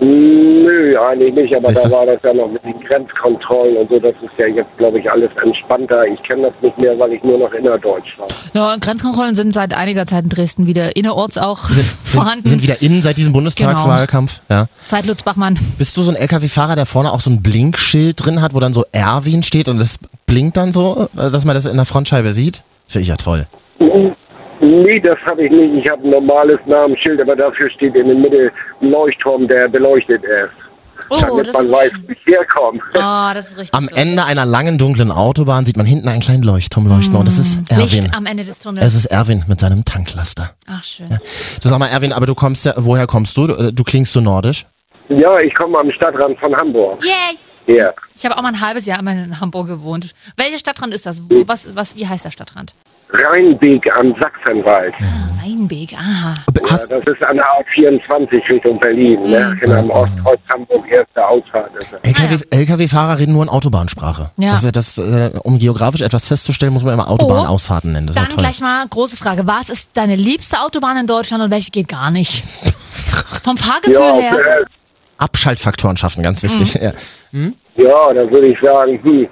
Speaker 6: Hm, Nö, eigentlich nicht, aber
Speaker 1: Siehst du?
Speaker 6: da war das ja noch mit den Grenzkontrollen und so. Das ist ja jetzt, glaube ich, alles entspannter. Ich kenne das nicht mehr, weil ich nur noch innerdeutsch war.
Speaker 2: Ja, und Grenzkontrollen sind seit einiger Zeit in Dresden wieder innerorts auch
Speaker 1: Sind, sind,
Speaker 2: vorhanden. Genau.
Speaker 1: sind wieder innen seit diesem Bundestagswahlkampf. Ja.
Speaker 2: seit Lutz Bachmann.
Speaker 1: Bist du so ein LKW-Fahrer, der vorne auch so ein Blinkschild drin hat, wo dann so Erwin steht und das blinkt dann so, äh, dass man das in der Frontscheibe sieht? Finde ich ja toll.
Speaker 6: Nee, das habe ich nicht. Ich habe ein normales Namensschild, aber dafür steht in der Mitte ein Leuchtturm, der beleuchtet ist.
Speaker 2: Oh,
Speaker 6: damit
Speaker 2: das
Speaker 6: man
Speaker 2: ist,
Speaker 6: weiß, wo ich herkomme.
Speaker 2: oh, das ist richtig.
Speaker 1: Am
Speaker 2: so.
Speaker 1: Ende einer langen, dunklen Autobahn sieht man hinten einen kleinen Leuchtturm leuchten und das ist Erwin.
Speaker 2: Mm. Licht am Ende des Tunnels.
Speaker 1: Es ist Erwin mit seinem Tanklaster.
Speaker 2: Ach, schön.
Speaker 1: Du sag mal, Erwin, aber du kommst ja, woher kommst du? Du, äh, du klingst so nordisch.
Speaker 6: Ja, ich komme am Stadtrand von Hamburg.
Speaker 2: Yay!
Speaker 6: Ja.
Speaker 2: Ich habe auch mal ein halbes Jahr immer in Hamburg gewohnt. Welcher Stadtrand ist das? Wo, was, was, wie heißt der Stadtrand?
Speaker 6: Rheinweg am Sachsenwald.
Speaker 2: Rheinweg, aha.
Speaker 1: B-
Speaker 6: Ja,
Speaker 1: Hast, Mhm.
Speaker 6: das ist an der A24 Richtung Berlin, ne? Genau, am Ostkreuz Hamburg, erste Ausfahrt ist das.
Speaker 1: LKW, LKW-Fahrer reden nur in Autobahnsprache.
Speaker 2: Ah, Ja.
Speaker 1: Das, ist ja das, äh, um geografisch etwas festzustellen, muss man immer Autobahnausfahrten nennen. Das ist ja
Speaker 2: Dann
Speaker 1: toll.
Speaker 2: gleich mal große Frage. Was ist deine liebste Autobahn in Deutschland und welche geht gar nicht? Vom Fahrgefühl
Speaker 6: Ja,
Speaker 2: her.
Speaker 6: äh,
Speaker 1: Abschaltfaktoren schaffen, ganz wichtig.
Speaker 2: Mhm.
Speaker 1: Ja.
Speaker 6: ja, da würde ich sagen, hm,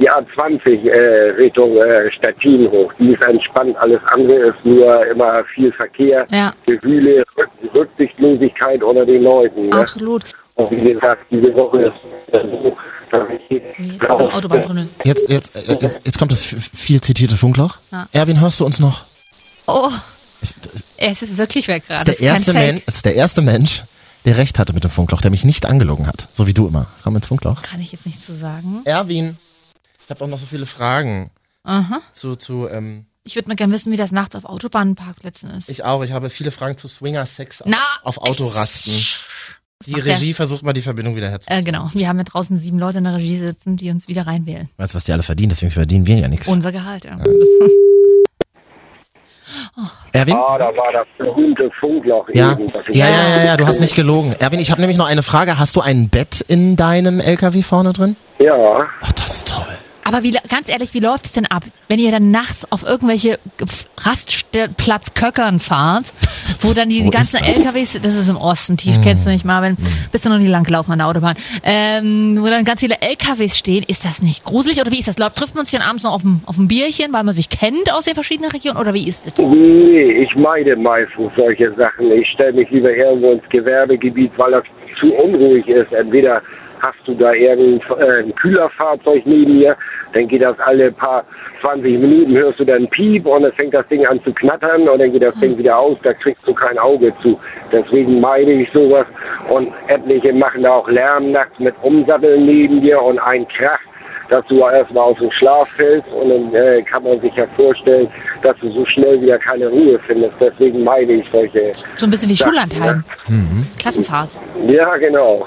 Speaker 6: die A20 äh, Richtung äh, Stettin hoch, die ist entspannt, alles andere ist nur immer viel Verkehr,
Speaker 2: Ja.
Speaker 6: Gewühle, Rück Rücksichtslosigkeit unter den Leuten. Ne?
Speaker 2: Absolut.
Speaker 6: Und wie gesagt, diese Woche ist äh, so, dass ich
Speaker 2: Wie Jetzt ist am Autobahntunnel.
Speaker 1: Jetzt, jetzt, äh, jetzt, jetzt kommt das f- viel zitierte Funkloch.
Speaker 2: Ja.
Speaker 1: Erwin, hörst du uns noch?
Speaker 2: Oh,
Speaker 1: Ist, äh, ist,
Speaker 2: es ist wirklich weg gerade.
Speaker 1: der
Speaker 2: Es kein
Speaker 1: erste
Speaker 2: Fake.
Speaker 1: Men, ist der erste Mensch, der recht hatte mit dem Funkloch, der mich nicht angelogen hat. So wie du immer. Komm ins Funkloch.
Speaker 2: Kann ich jetzt nicht zu sagen.
Speaker 1: Erwin, ich habe auch noch so viele Fragen
Speaker 2: Aha.
Speaker 1: zu, zu ähm,
Speaker 2: Ich würde mal gerne wissen, wie das nachts auf Autobahnparkplätzen ist.
Speaker 1: ich auch, ich habe viele Fragen zu Swinger-Sex
Speaker 2: Na,
Speaker 1: auf Autorasten. Die
Speaker 2: macht der?
Speaker 1: Regie versucht mal die Verbindung wieder herzustellen.
Speaker 2: Äh, genau. Wir haben ja draußen sieben Leute in der Regie sitzen, die uns wieder reinwählen.
Speaker 1: Weißt du, was die alle verdienen? Deswegen verdienen wir ja nichts.
Speaker 2: Unser Gehalt, ja.
Speaker 1: Erwin?
Speaker 6: Ah, da war das berühmte Funkloch
Speaker 1: Ja.
Speaker 6: eben. was ich-
Speaker 1: ja, ja, ja, ja, du hast nicht gelogen. Erwin, ich habe nämlich noch eine Frage. Hast du ein Bett in deinem LKW vorne drin?
Speaker 6: Ja,
Speaker 1: Ach, das ist toll.
Speaker 2: Aber wie, ganz ehrlich, wie läuft es denn ab, wenn ihr dann nachts auf irgendwelche Rastplatzköckern fahrt, wo dann die
Speaker 1: Wo
Speaker 2: ganzen
Speaker 1: ist das? Hm.
Speaker 2: LKWs, das ist im Osten tief, kennst du nicht, Marvin, bist du noch nie langgelaufen an der Autobahn, ähm, wo dann ganz viele LKWs stehen, ist das nicht gruselig oder wie ist das? Läuft, trifft man sich dann abends noch auf dem, auf dem Bierchen, weil man sich kennt aus den verschiedenen Regionen oder wie ist das?
Speaker 6: nee, ich meide meistens solche Sachen. Ich stelle mich lieber irgendwo ins Gewerbegebiet, weil das zu unruhig ist. Entweder hast du da irgendein äh, ein Kühlerfahrzeug neben dir, dann geht das alle paar 20 Minuten, hörst du dann Piep und dann fängt das Ding an zu knattern und dann geht das Ding wieder aus, da kriegst du kein Auge zu. Deswegen meide ich sowas und etliche machen da auch Lärm nachts mit Umsatteln neben dir und ein Krach. dass du erstmal aus dem Schlaf fällst und dann äh, kann man sich ja vorstellen, dass du so schnell wieder keine Ruhe findest. Deswegen meine ich solche.
Speaker 2: So ein bisschen wie Schullandheim.
Speaker 1: Mhm.
Speaker 2: Klassenfahrt.
Speaker 6: Ja, genau.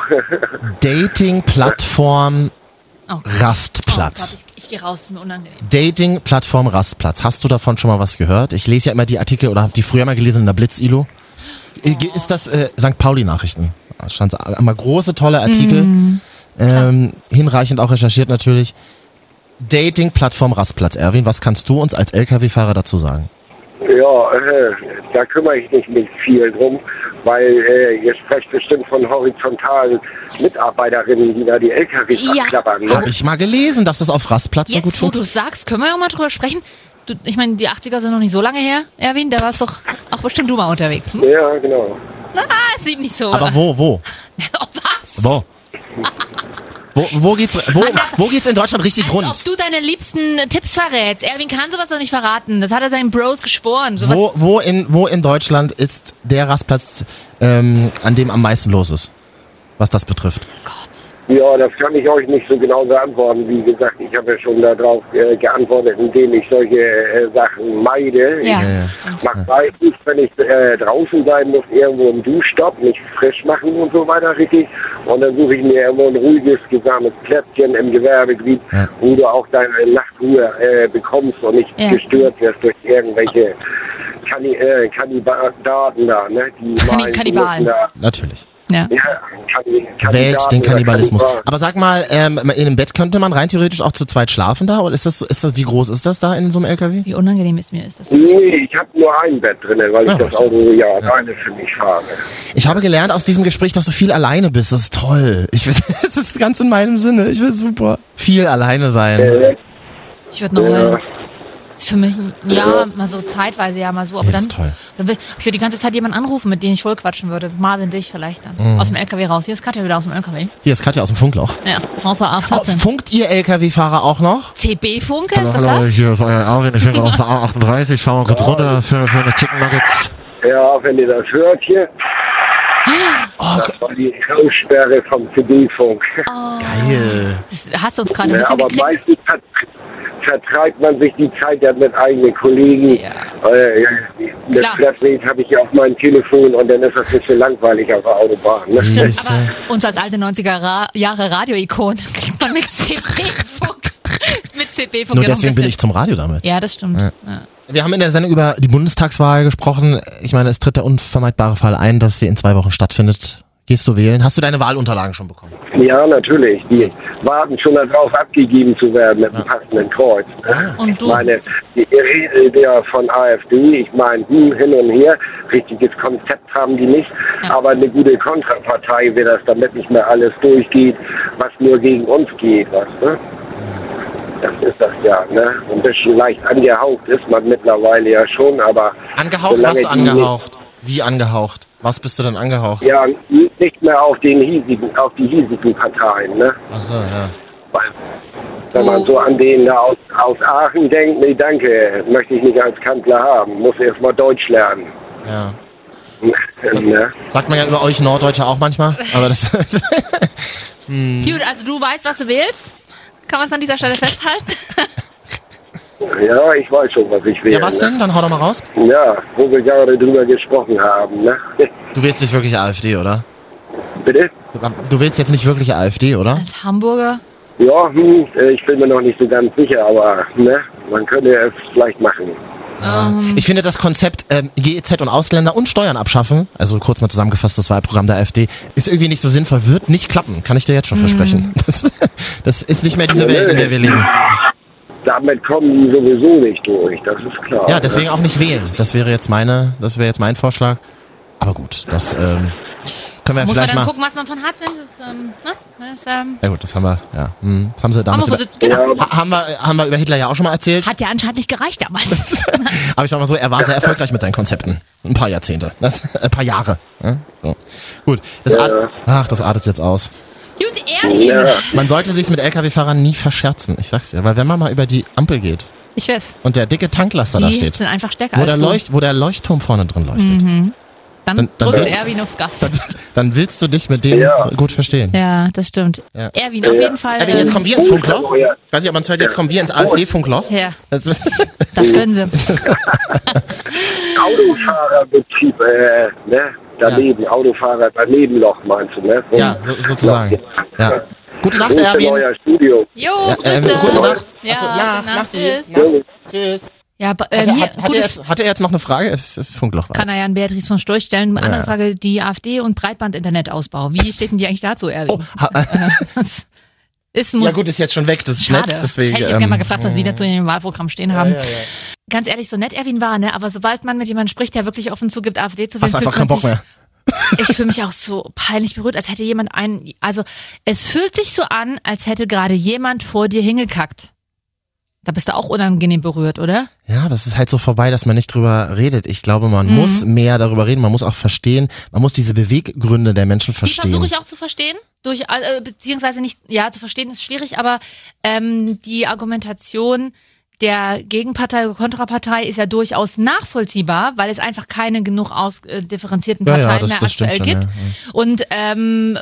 Speaker 1: Dating-Plattform
Speaker 2: Oh, Gott.
Speaker 1: Rastplatz.
Speaker 2: Oh Gott, ich ich gehe raus, ist mir unangenehm.
Speaker 1: Dating-Plattform Rastplatz. Hast du davon schon mal was gehört? Ich lese ja immer die Artikel oder habe die früher mal gelesen in der Blitz-Ilo. Äh, ge- Ist das äh, St. Pauli-Nachrichten? Da Stand immer große, tolle Artikel. Ähm, hinreichend auch recherchiert natürlich. Dating-Plattform Rastplatz. Erwin, was kannst du uns als Lkw-Fahrer dazu sagen?
Speaker 6: Ja, äh, da kümmere ich mich nicht viel drum, weil äh, ihr sprecht bestimmt von horizontalen Mitarbeiterinnen, die da die LKWs
Speaker 2: Ja.
Speaker 6: abklappern. Ne?
Speaker 1: Habe ich mal gelesen, dass das auf Rastplatz so gut
Speaker 2: Jetzt, wo du
Speaker 1: funktioniert.
Speaker 2: es sagst, können wir ja mal drüber sprechen. Du, ich meine, die 80er sind noch nicht so lange her, Erwin. Da warst doch auch bestimmt du mal unterwegs. Hm?
Speaker 6: Ja, genau.
Speaker 2: Ah, es sieht nicht so.
Speaker 1: Aber wo, wo?
Speaker 2: Oh, was?
Speaker 1: Wo? Wo, wo, geht's, wo, wo geht's in Deutschland richtig rund?
Speaker 2: Als Also, ob du deine liebsten äh, Tipps verrätst. Erwin kann sowas doch nicht verraten. Das hat er seinen Bros geschworen. Sowas,
Speaker 1: Wo, wo, in, wo in Deutschland ist der Rastplatz, ähm, an dem am meisten los ist, was das betrifft?
Speaker 2: Gott.
Speaker 6: Ja, das kann ich euch nicht so genau beantworten. Wie gesagt, ich habe ja schon darauf äh, geantwortet, indem ich solche äh, Sachen meide.
Speaker 2: Ja,
Speaker 1: Ja, ja.
Speaker 2: stimmt.
Speaker 6: Mach meistens, wenn ich äh, draußen sein muss, irgendwo im Duschstopp, mich frisch machen und so weiter, richtig. Und dann suche ich mir irgendwo ein ruhiges, gesamtes Plätzchen im Gewerbegebiet,
Speaker 1: Ja.
Speaker 6: wo du auch deine Nachtruhe äh, bekommst und nicht
Speaker 2: Ja.
Speaker 6: gestört wirst durch irgendwelche Kanni äh, Kannibaten da, ne? Die
Speaker 2: Kanni-
Speaker 6: meinen, die
Speaker 2: Kannibalen.
Speaker 6: müssen da
Speaker 1: Natürlich.
Speaker 2: Ja.
Speaker 6: Ja, kann, kann
Speaker 1: Wählt
Speaker 6: ich
Speaker 1: den
Speaker 6: sagen,
Speaker 1: Kannibalismus.
Speaker 6: kann ich sagen.
Speaker 1: Aber sag mal, ähm, in einem Bett könnte man rein theoretisch auch zu zweit schlafen da? Oder ist das, ist das, wie groß ist das da in so einem LKW?
Speaker 2: Wie unangenehm es mir ist. Das
Speaker 6: Nee, ich habe nur ein Bett drinnen, weil ich
Speaker 1: Ja,
Speaker 6: das
Speaker 1: richtig.
Speaker 6: Auto ja alleine für mich fahre.
Speaker 1: Ich habe gelernt aus diesem Gespräch, dass du viel alleine bist. Das ist toll. Ich will, das ist ganz in meinem Sinne. Ich will super. Viel alleine sein.
Speaker 6: Äh,
Speaker 2: Ich würde noch
Speaker 6: Ja.
Speaker 2: mal. Ist für mich, ein- ja, mal so zeitweise, ja, mal so. Aber
Speaker 1: Nee, das
Speaker 2: dann,
Speaker 1: ist toll.
Speaker 2: dann will, ich würde die ganze Zeit jemanden anrufen, mit dem ich voll quatschen würde. Marvin, dich vielleicht dann.
Speaker 1: Mhm.
Speaker 2: Aus dem LKW raus. Hier ist Katja wieder aus dem LKW.
Speaker 1: Hier ist Katja aus dem Funkloch.
Speaker 2: Ja, außer
Speaker 1: Oh,
Speaker 2: A14.
Speaker 1: funkt ihr LKW-Fahrer auch noch?
Speaker 2: CB-Funke, ist das
Speaker 7: hallo,
Speaker 2: das?
Speaker 7: hier ist euer Arvin. Ich bin gerade auf der A38. Ich fahre mal kurz runter für, für eine Chicken Nuggets.
Speaker 6: ja, wenn ihr das hört hier,
Speaker 2: Ah.
Speaker 1: Oh,
Speaker 6: das war die Raussperre vom CB-Funk.
Speaker 1: geil.
Speaker 2: Das hast du uns gerade ein
Speaker 6: Ja,
Speaker 2: bisschen
Speaker 6: aber
Speaker 2: gekriegt.
Speaker 6: meistens vert vertreibt man sich die Zeit ja mit eigenen Kollegen.
Speaker 2: Ja.
Speaker 6: Äh, das
Speaker 2: Klar.
Speaker 6: Flatrate habe ich ja auf meinem Telefon und dann ist das nicht so langweilig auf der Autobahn. Ne?
Speaker 2: Stimmt,
Speaker 1: Siehste.
Speaker 2: aber uns als alte 90er Ra Jahre Radio-Ikon kriegt man mit CB-Funk. mit CB-Funk.
Speaker 1: Nur
Speaker 2: ja noch ein
Speaker 1: deswegen bin ich
Speaker 2: bisschen.
Speaker 1: zum Radio damals.
Speaker 2: Ja, das stimmt. Ja.
Speaker 1: Wir haben in der Sendung über die Bundestagswahl gesprochen. Ich meine, es tritt der unvermeidbare Fall ein, dass sie in zwei Wochen stattfindet. Gehst du wählen? Hast du deine Wahlunterlagen schon bekommen?
Speaker 6: Ja, natürlich. Die warten schon darauf, abgegeben zu werden mit dem passenden Kreuz. ne?
Speaker 1: Ah.
Speaker 2: Und
Speaker 6: Ich
Speaker 2: du?
Speaker 6: meine, die Rede der von AfD, ich meine, hm, hin und her, richtiges Konzept haben die nicht,
Speaker 2: Ja.
Speaker 6: aber eine gute Kontrapartei wäre das, damit nicht mehr alles durchgeht, was nur gegen uns geht. Was, ne? Das ist das ja. Ne? Ein bisschen leicht angehaucht ist man mittlerweile ja schon, aber...
Speaker 1: Angehaucht?
Speaker 6: solange
Speaker 1: Was
Speaker 6: die
Speaker 1: angehaucht? Wie angehaucht? Was bist du denn angehaucht?
Speaker 6: Nicht, ja, nicht mehr auf, den hiesigen, auf die hiesigen Parteien, ne?
Speaker 1: Achso, ja.
Speaker 6: Weil, Wenn man so an den da aus, aus Aachen denkt, nee, danke, möchte ich nicht als Kanzler haben, muss erst mal Deutsch lernen.
Speaker 1: ja.
Speaker 6: ne?
Speaker 1: Sagt man ja über euch Norddeutsche auch manchmal. Aber das,
Speaker 2: Gut, also du weißt, was du willst. Kann man es an dieser Stelle festhalten?
Speaker 6: Ja, ich weiß schon, was ich will.
Speaker 1: ja, was denn? Dann hau doch mal raus.
Speaker 6: Ne? Ja, wo wir gerade drüber gesprochen haben. Ne?
Speaker 1: Du wählst nicht wirklich AfD, oder?
Speaker 6: Bitte?
Speaker 1: Du wählst jetzt nicht wirklich AfD, oder?
Speaker 2: Als Hamburger
Speaker 6: Ja, hm, äh, ich bin mir noch nicht so ganz sicher, aber ne, man könnte es vielleicht machen.
Speaker 1: Ich finde das Konzept ähm, GEZ und Ausländer und Steuern abschaffen, also kurz mal zusammengefasst das Wahlprogramm der AfD, ist irgendwie nicht so sinnvoll, wird nicht klappen, kann ich dir jetzt
Speaker 2: Mhm.
Speaker 1: schon versprechen. Das, das ist nicht mehr diese Welt, in der wir leben.
Speaker 6: Damit kommen die sowieso nicht durch, das ist klar.
Speaker 1: Ja, deswegen
Speaker 6: ne?
Speaker 1: auch nicht wählen. Das wäre jetzt meine, das wäre jetzt mein Vorschlag. Aber gut, das ähm, können wir ja
Speaker 2: muss man
Speaker 1: vielleicht
Speaker 2: dann
Speaker 1: mal.
Speaker 2: gucken, was man von hat, wenn es ähm, ne? Wenn es, ähm,
Speaker 1: Ja gut, das haben wir. Ja, hm, das haben sie damals.
Speaker 2: Hamburg
Speaker 1: Über,
Speaker 2: besitzt- genau.
Speaker 6: Ja,
Speaker 1: ha- haben wir haben wir über Hitler ja auch schon mal erzählt.
Speaker 2: Hat ja anscheinend nicht gereicht damals.
Speaker 1: Aber ich sag mal so, er war sehr erfolgreich mit seinen Konzepten. Ein paar Jahrzehnte, das, ein paar Jahre. Ja, so. Gut, das
Speaker 6: Ja.
Speaker 1: ar- ach, das artet jetzt aus.
Speaker 2: Gut, ehrlich.
Speaker 6: ja.
Speaker 1: Man sollte sich mit LKW-Fahrern nie verscherzen, ich sag's dir. Weil wenn man mal über die Ampel geht
Speaker 2: Ich weiß.
Speaker 1: und der dicke Tanklaster da
Speaker 2: Die
Speaker 1: steht,
Speaker 2: sind einfach stärker
Speaker 1: wo
Speaker 2: als
Speaker 1: der,
Speaker 2: du.
Speaker 1: Leucht, wo der Leuchtturm vorne drin leuchtet,
Speaker 2: Mhm. Dann,
Speaker 1: dann- dann
Speaker 2: drückt
Speaker 1: willst-
Speaker 2: Erwin aufs Gas.
Speaker 1: dann willst du dich mit dem
Speaker 6: Ja.
Speaker 1: gut verstehen.
Speaker 2: Ja, das stimmt.
Speaker 1: Ja.
Speaker 2: Erwin, auf
Speaker 6: Ja.
Speaker 2: jeden Fall.
Speaker 1: Erwin, jetzt
Speaker 2: ähm,
Speaker 1: kommen wir ins
Speaker 6: Oh,
Speaker 1: Funkloch.
Speaker 6: ja.
Speaker 1: Ich weiß nicht, ob man es hört, jetzt kommen wir ins AfD-Funkloch.
Speaker 2: Ja.
Speaker 1: Das,
Speaker 2: das können sie.
Speaker 6: Autofahrerbetrieb, äh, ne? Daneben, Autofahrer daneben Loch meinst du, ne?
Speaker 1: ja, so, sozusagen. Ja. Gute Nacht,
Speaker 6: Grüße in
Speaker 1: Erwin.
Speaker 6: euer Studio.
Speaker 2: Jo,
Speaker 1: Ja,
Speaker 2: Grüße. Äh,
Speaker 1: Erwin, gute Nacht.
Speaker 2: Ja,
Speaker 1: Achso,
Speaker 2: Nacht, Nacht,
Speaker 1: Nachti.
Speaker 2: tschüss.
Speaker 1: Nacht. Tschüss.
Speaker 2: Ja, aber, äh,
Speaker 1: Hatte,
Speaker 2: mir,
Speaker 1: hat, hatte, er
Speaker 2: gutes,
Speaker 1: jetzt, hatte er jetzt noch eine Frage? Es ist Funkloch.
Speaker 2: kann er ja an Beatrice von Storch stellen. Andere Frage, die AfD und Breitbandinternetausbau. Wie steht denn die eigentlich dazu, Erwin?
Speaker 1: Oh, ha,
Speaker 2: Das ist ein
Speaker 1: ja gut, ist jetzt schon weg, das
Speaker 2: Schade.
Speaker 1: Netz, deswegen. ähm,
Speaker 2: Hätte ich jetzt gerne mal gefragt, was Sie dazu in dem Wahlprogramm stehen haben.
Speaker 1: ja, ja.
Speaker 2: Ganz ehrlich, so nett Erwin war, ne? aber sobald man mit jemandem spricht, der wirklich offen zugibt, AfD zu
Speaker 1: Hast
Speaker 2: wählen,
Speaker 1: einfach keinen
Speaker 2: fühlt man
Speaker 1: Bock
Speaker 2: sich,
Speaker 1: mehr.
Speaker 2: ich fühle mich auch so peinlich berührt, als hätte jemand einen, also es fühlt sich so an, als hätte gerade jemand vor dir hingekackt. Da bist du auch unangenehm berührt, oder?
Speaker 1: Ja, aber es ist halt so vorbei, dass man nicht drüber redet. Ich glaube, man muss
Speaker 2: Mhm.
Speaker 1: mehr darüber reden, man muss auch verstehen, man muss diese Beweggründe der Menschen
Speaker 2: Die
Speaker 1: verstehen.
Speaker 2: versuche ich auch zu verstehen. Durch, äh, beziehungsweise nicht, ja, zu verstehen ist schwierig, aber ähm, die Argumentation der Gegenpartei oder Kontrapartei ist ja durchaus nachvollziehbar, weil es einfach keine genug ausdifferenzierten
Speaker 1: Ja, ja,
Speaker 2: Parteien
Speaker 1: das-
Speaker 2: mehr
Speaker 1: das stimmt
Speaker 2: aktuell
Speaker 1: schon,
Speaker 2: gibt. Und ähm,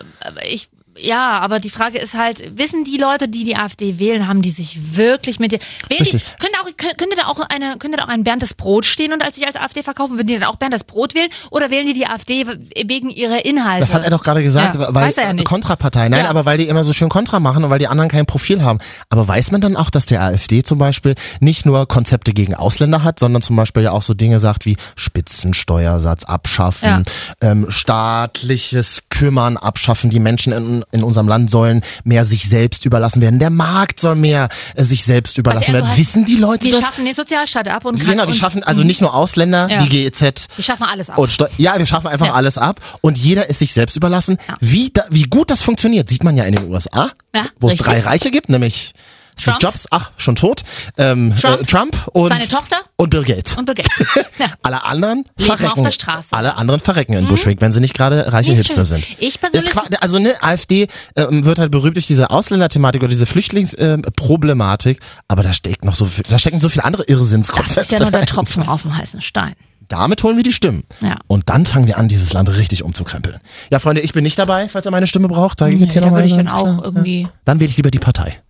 Speaker 2: ich, ja, aber die Frage ist halt, wissen die Leute, die die AfD wählen, haben die sich wirklich mit dir. Wählen die,
Speaker 1: Richtig.
Speaker 2: könnte, auch, könnte, da auch eine, könnte da auch ein Bernd das Brot stehen und als sich als AfD verkaufen, würden die dann auch Bernd das Brot wählen? Oder wählen die die AfD wegen ihrer Inhalte?
Speaker 1: Das hat er doch gerade gesagt,
Speaker 2: Ja,
Speaker 1: weil
Speaker 2: weiß er ja nicht.
Speaker 1: Kontrapartei. Nein,
Speaker 2: Ja.
Speaker 1: aber weil die immer so schön Kontra machen und weil die anderen kein Profil haben. Aber weiß man dann auch, dass der AfD zum Beispiel nicht nur Konzepte gegen Ausländer hat, sondern zum Beispiel ja auch so Dinge sagt wie Spitzensteuersatz abschaffen, ähm, staatliches Kümmern abschaffen, die Menschen in, in unserem Land sollen mehr sich selbst überlassen werden, der Markt soll mehr äh, sich selbst überlassen
Speaker 2: er
Speaker 1: werden.
Speaker 2: hat-
Speaker 1: Wissen die Leute
Speaker 2: Wir
Speaker 1: das?
Speaker 2: schaffen den Sozialstaat ab und
Speaker 1: Genau, wir
Speaker 2: und, mhm.
Speaker 1: schaffen also nicht nur Ausländer,
Speaker 2: Ja.
Speaker 1: die GEZ,
Speaker 2: Wir schaffen alles ab.
Speaker 1: und Steu ja, wir schaffen einfach
Speaker 2: Ja.
Speaker 1: alles ab und jeder ist sich selbst überlassen.
Speaker 2: Ja.
Speaker 1: Wie, da, wie gut das funktioniert, sieht man ja in den USA,
Speaker 2: Ja,
Speaker 1: wo es
Speaker 2: richtig.
Speaker 1: drei Reiche gibt, nämlich Steve
Speaker 2: Trump.
Speaker 1: Jobs, ach, schon tot, ähm,
Speaker 2: Trump.
Speaker 1: Äh, Trump und,
Speaker 2: Seine Tochter.
Speaker 1: und Bill Gates.
Speaker 2: Und Bill Gates. Ja.
Speaker 1: alle anderen
Speaker 2: Leben auf
Speaker 1: verrecken.
Speaker 2: der Straße.
Speaker 1: Alle anderen verrecken in Bushwick, wenn sie nicht gerade reiche
Speaker 2: Nee, ist
Speaker 1: Hipster
Speaker 2: schön.
Speaker 1: sind.
Speaker 2: Ich persönlich-
Speaker 1: Ist qua- also ne, AfD ähm, wird halt berühmt durch diese Ausländerthematik oder diese Flüchtlingsproblematik, ähm, aber da steckt noch so viel, da stecken so viele andere
Speaker 2: Das
Speaker 1: Irrsinnskonzepte.
Speaker 2: ist ja nur der Tropfen auf dem heißen Stein.
Speaker 1: Damit holen wir die Stimmen.
Speaker 2: Ja.
Speaker 1: Und dann fangen wir an, dieses Land richtig umzukrempeln. Ja, Freunde, ich bin nicht dabei, falls ihr meine Stimme braucht. Sage ich jetzt hier
Speaker 2: da
Speaker 1: nochmal.
Speaker 2: würde ich dann
Speaker 1: ganz
Speaker 2: auch
Speaker 1: klar.
Speaker 2: irgendwie. Ah,
Speaker 1: Dann wähle ich lieber die Partei.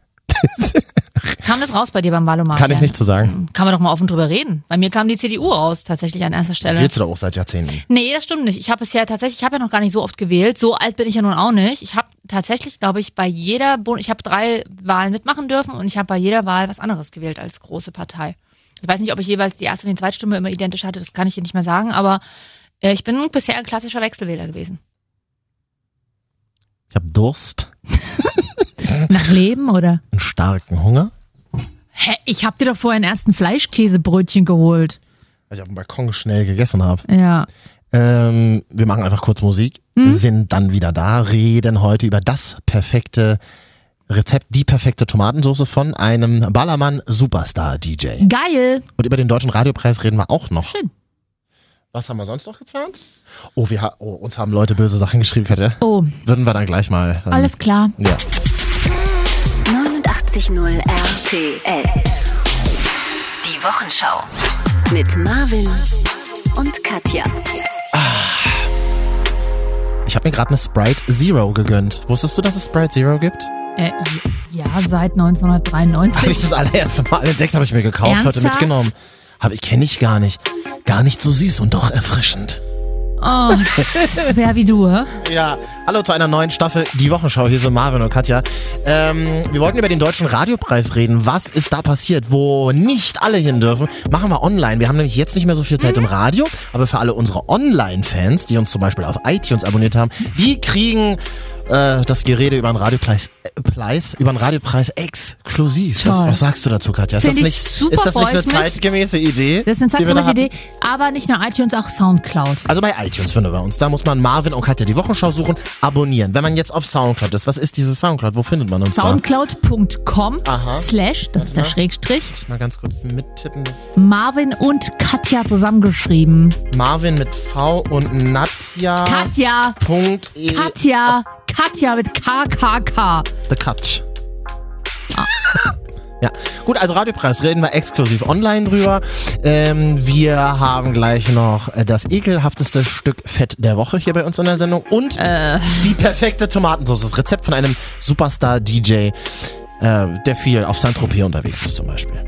Speaker 2: Kam das raus bei dir beim Wahlomat?
Speaker 1: Kann ich nicht zu sagen.
Speaker 2: Kann man doch mal offen drüber reden. Bei mir kam die CDU raus, tatsächlich an erster Stelle.
Speaker 1: Willst du doch auch seit Jahrzehnten.
Speaker 2: Nee, das stimmt nicht. Ich habe es ja tatsächlich, ich habe ja noch gar nicht so oft gewählt. So alt bin ich ja nun auch nicht. Ich habe tatsächlich, glaube ich, bei jeder, Bund- ich habe drei Wahlen mitmachen dürfen und ich habe bei jeder Wahl was anderes gewählt als große Partei. Ich weiß nicht, ob ich jeweils die erste und die Zweitstimme immer identisch hatte, das kann ich dir nicht mehr sagen, aber äh, ich bin bisher ein klassischer Wechselwähler gewesen.
Speaker 1: Ich habe Durst,
Speaker 2: Nach Leben oder?
Speaker 1: einen starken Hunger,
Speaker 2: Hä, ich habe dir doch vorher einen ersten Fleischkäsebrötchen geholt.
Speaker 1: weil ich auf dem Balkon schnell gegessen habe.
Speaker 2: Ja.
Speaker 1: Ähm, wir machen einfach kurz Musik,
Speaker 2: Hm?
Speaker 1: sind dann wieder da, reden heute über das perfekte Rezept, die perfekte Tomatensoße von einem Ballermann-Superstar-DJ.
Speaker 2: Geil.
Speaker 1: Und über den Deutschen Radiopreis reden wir auch noch.
Speaker 2: Schön.
Speaker 1: Was haben wir sonst noch geplant? Oh, wir ha oh, uns haben Leute böse Sachen geschrieben, Katja.
Speaker 2: Oh,
Speaker 1: Würden wir dann gleich mal. Ähm,
Speaker 2: alles klar.
Speaker 1: Ja.
Speaker 8: 89.0 RTL. Die Wochenschau. Mit Marvin und Katja.
Speaker 1: Ich habe mir gerade eine Sprite Zero gegönnt. Wusstest du, dass es Sprite Zero gibt?
Speaker 2: Äh, ja,
Speaker 1: Habe
Speaker 2: seit
Speaker 1: ich
Speaker 2: 1993.
Speaker 1: das allererste Mal entdeckt, habe ich mir gekauft, heute
Speaker 2: Ernsthaft?
Speaker 1: mitgenommen. Hab ich kenne ich gar nicht. Gar nicht so süß und doch erfrischend.
Speaker 2: Oh, wer wie du, hä?
Speaker 1: Ja, hallo zu einer neuen Staffel Die Wochenschau. Hier sind Marvin und Katja. Ähm, wir wollten über den Deutschen Radiopreis reden. Was ist da passiert, wo nicht alle hin dürfen? Machen wir online. Wir haben nämlich jetzt nicht mehr so viel Zeit im
Speaker 2: Mhm.
Speaker 1: Radio, aber für alle unsere Online-Fans, die uns zum Beispiel auf iTunes abonniert haben, die kriegen äh, das Gerede über den Radiopreis, äh, Preis, über den Radiopreis exklusiv. Was,
Speaker 2: Toll.
Speaker 1: was sagst du dazu, Katja? Ist
Speaker 2: Find
Speaker 1: das
Speaker 2: ich
Speaker 1: nicht,
Speaker 2: super,
Speaker 1: ist das nicht eine
Speaker 2: freut mich.
Speaker 1: zeitgemäße Idee?
Speaker 2: Das ist eine
Speaker 1: die wir da
Speaker 2: zeitgemäße
Speaker 1: hatten?
Speaker 2: Idee, aber nicht nur iTunes, auch Soundcloud.
Speaker 1: Also bei iTunes finden wir uns. Da muss man Marvin und Katja die Wochenschau suchen, abonnieren. Wenn man jetzt auf Soundcloud ist, was ist dieses Soundcloud? Wo findet man uns
Speaker 2: Soundcloud.com
Speaker 1: Aha.
Speaker 2: slash, das ist der Schrägstrich,
Speaker 1: da? Mal ganz kurz mittippen. Das
Speaker 2: Marvin und Katja zusammengeschrieben.
Speaker 1: Marvin mit V und Nadja.
Speaker 2: Katja,
Speaker 1: Punkt e
Speaker 2: Katja, Katja mit KKK.
Speaker 1: The Katsch. Ja, gut, also Radiopreis reden wir exklusiv online drüber. Ähm, wir haben gleich noch äh, das ekelhafteste Stück Fett der Woche hier bei uns in der Sendung und die perfekte Tomatensauce, das Rezept von einem Superstar-DJ, äh, der viel auf Saint-Tropez unterwegs ist zum Beispiel.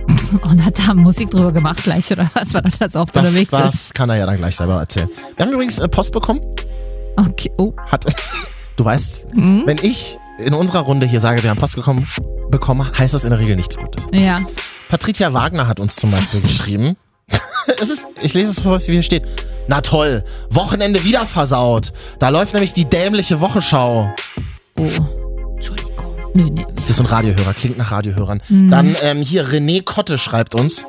Speaker 2: Und hat da Musik drüber gemacht gleich, oder was? Weil er das auch
Speaker 1: Das,
Speaker 2: unterwegs ist.
Speaker 1: das kann er ja dann gleich selber erzählen. Wir haben übrigens äh, Post bekommen.
Speaker 2: Okay, oh,
Speaker 1: Hat, du weißt, wenn ich in unserer Runde hier sage, wir haben Post bekommen, bekommen heißt das in der Regel nichts Gutes.
Speaker 2: ja.
Speaker 1: Patricia Wagner hat uns zum Beispiel geschrieben. es ist, ich lese es vor, was hier steht. Na toll, Wochenende wieder versaut. Da läuft nämlich die dämliche Wochenschau.
Speaker 2: Oh, Entschuldigung. Nö, nee,
Speaker 1: Das sind Radiohörer, klingt nach Radiohörern. Dann ähm, hier René Kotte schreibt uns.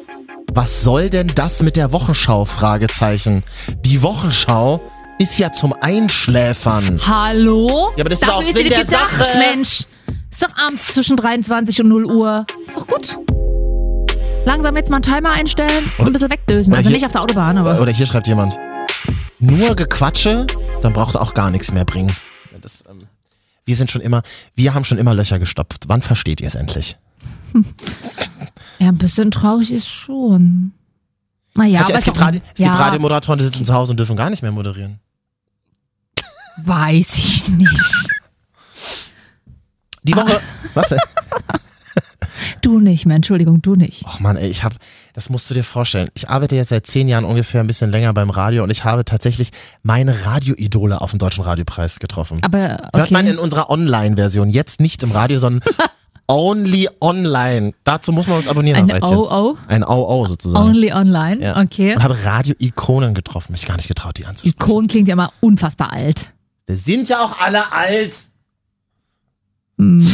Speaker 1: Was soll denn das mit der Wochenschau? Fragezeichen. Die Wochenschau ist ja zum Einschläfern.
Speaker 2: Hallo?
Speaker 1: Ja, aber das ist
Speaker 2: Dafür
Speaker 1: auch
Speaker 2: sie
Speaker 1: Sinn
Speaker 2: dir
Speaker 1: der
Speaker 2: gedacht,
Speaker 1: Sache.
Speaker 2: Mensch. Ist doch abends zwischen 23 und 0 Uhr. Ist doch gut. Langsam jetzt mal einen Timer einstellen und ein bisschen wegdösen.
Speaker 1: Oder
Speaker 2: Also
Speaker 1: hier-
Speaker 2: nicht auf der Autobahn,
Speaker 1: Äh,
Speaker 2: aber.
Speaker 1: Oder hier schreibt jemand. Nur Gequatsche, dann braucht er auch gar nichts mehr bringen. Ja, Das, ähm, wir sind schon immer, wir haben schon immer Löcher gestopft. Wann versteht ihr es endlich?
Speaker 2: Ja, ein bisschen traurig ist schon.
Speaker 1: Katja,
Speaker 2: Naja, aber
Speaker 1: Also es gibt,
Speaker 2: doch-
Speaker 1: Radio, es
Speaker 2: ja,
Speaker 1: gibt Radiomoderatoren, die sitzen zu Hause und dürfen gar nicht mehr moderieren.
Speaker 2: Weiß ich nicht.
Speaker 1: die Woche.
Speaker 2: Ah.
Speaker 1: Was denn?
Speaker 2: Du nicht mehr, Entschuldigung, du nicht.
Speaker 1: Och Mann, ey, ich habe, das musst du dir vorstellen. Ich arbeite jetzt seit zehn Jahren ungefähr ein bisschen länger beim Radio und ich habe tatsächlich meine Radioidole auf dem Deutschen Radiopreis getroffen.
Speaker 2: Aber
Speaker 1: Hört man in
Speaker 2: okay.
Speaker 1: unserer Online-Version. Jetzt nicht im Radio, sondern only online. Dazu muss man uns abonnieren.
Speaker 2: Eine
Speaker 1: ab weit jetzt.
Speaker 2: OO?
Speaker 1: Ein OO sozusagen.
Speaker 2: Only online,
Speaker 1: Ja.
Speaker 2: okay.
Speaker 1: Und habe Radio-Ikonen getroffen. Mich gar nicht getraut, die anzusprechen.
Speaker 2: Ikonen klingt ja immer unfassbar alt.
Speaker 1: Die sind ja auch alle alt.
Speaker 2: Hm.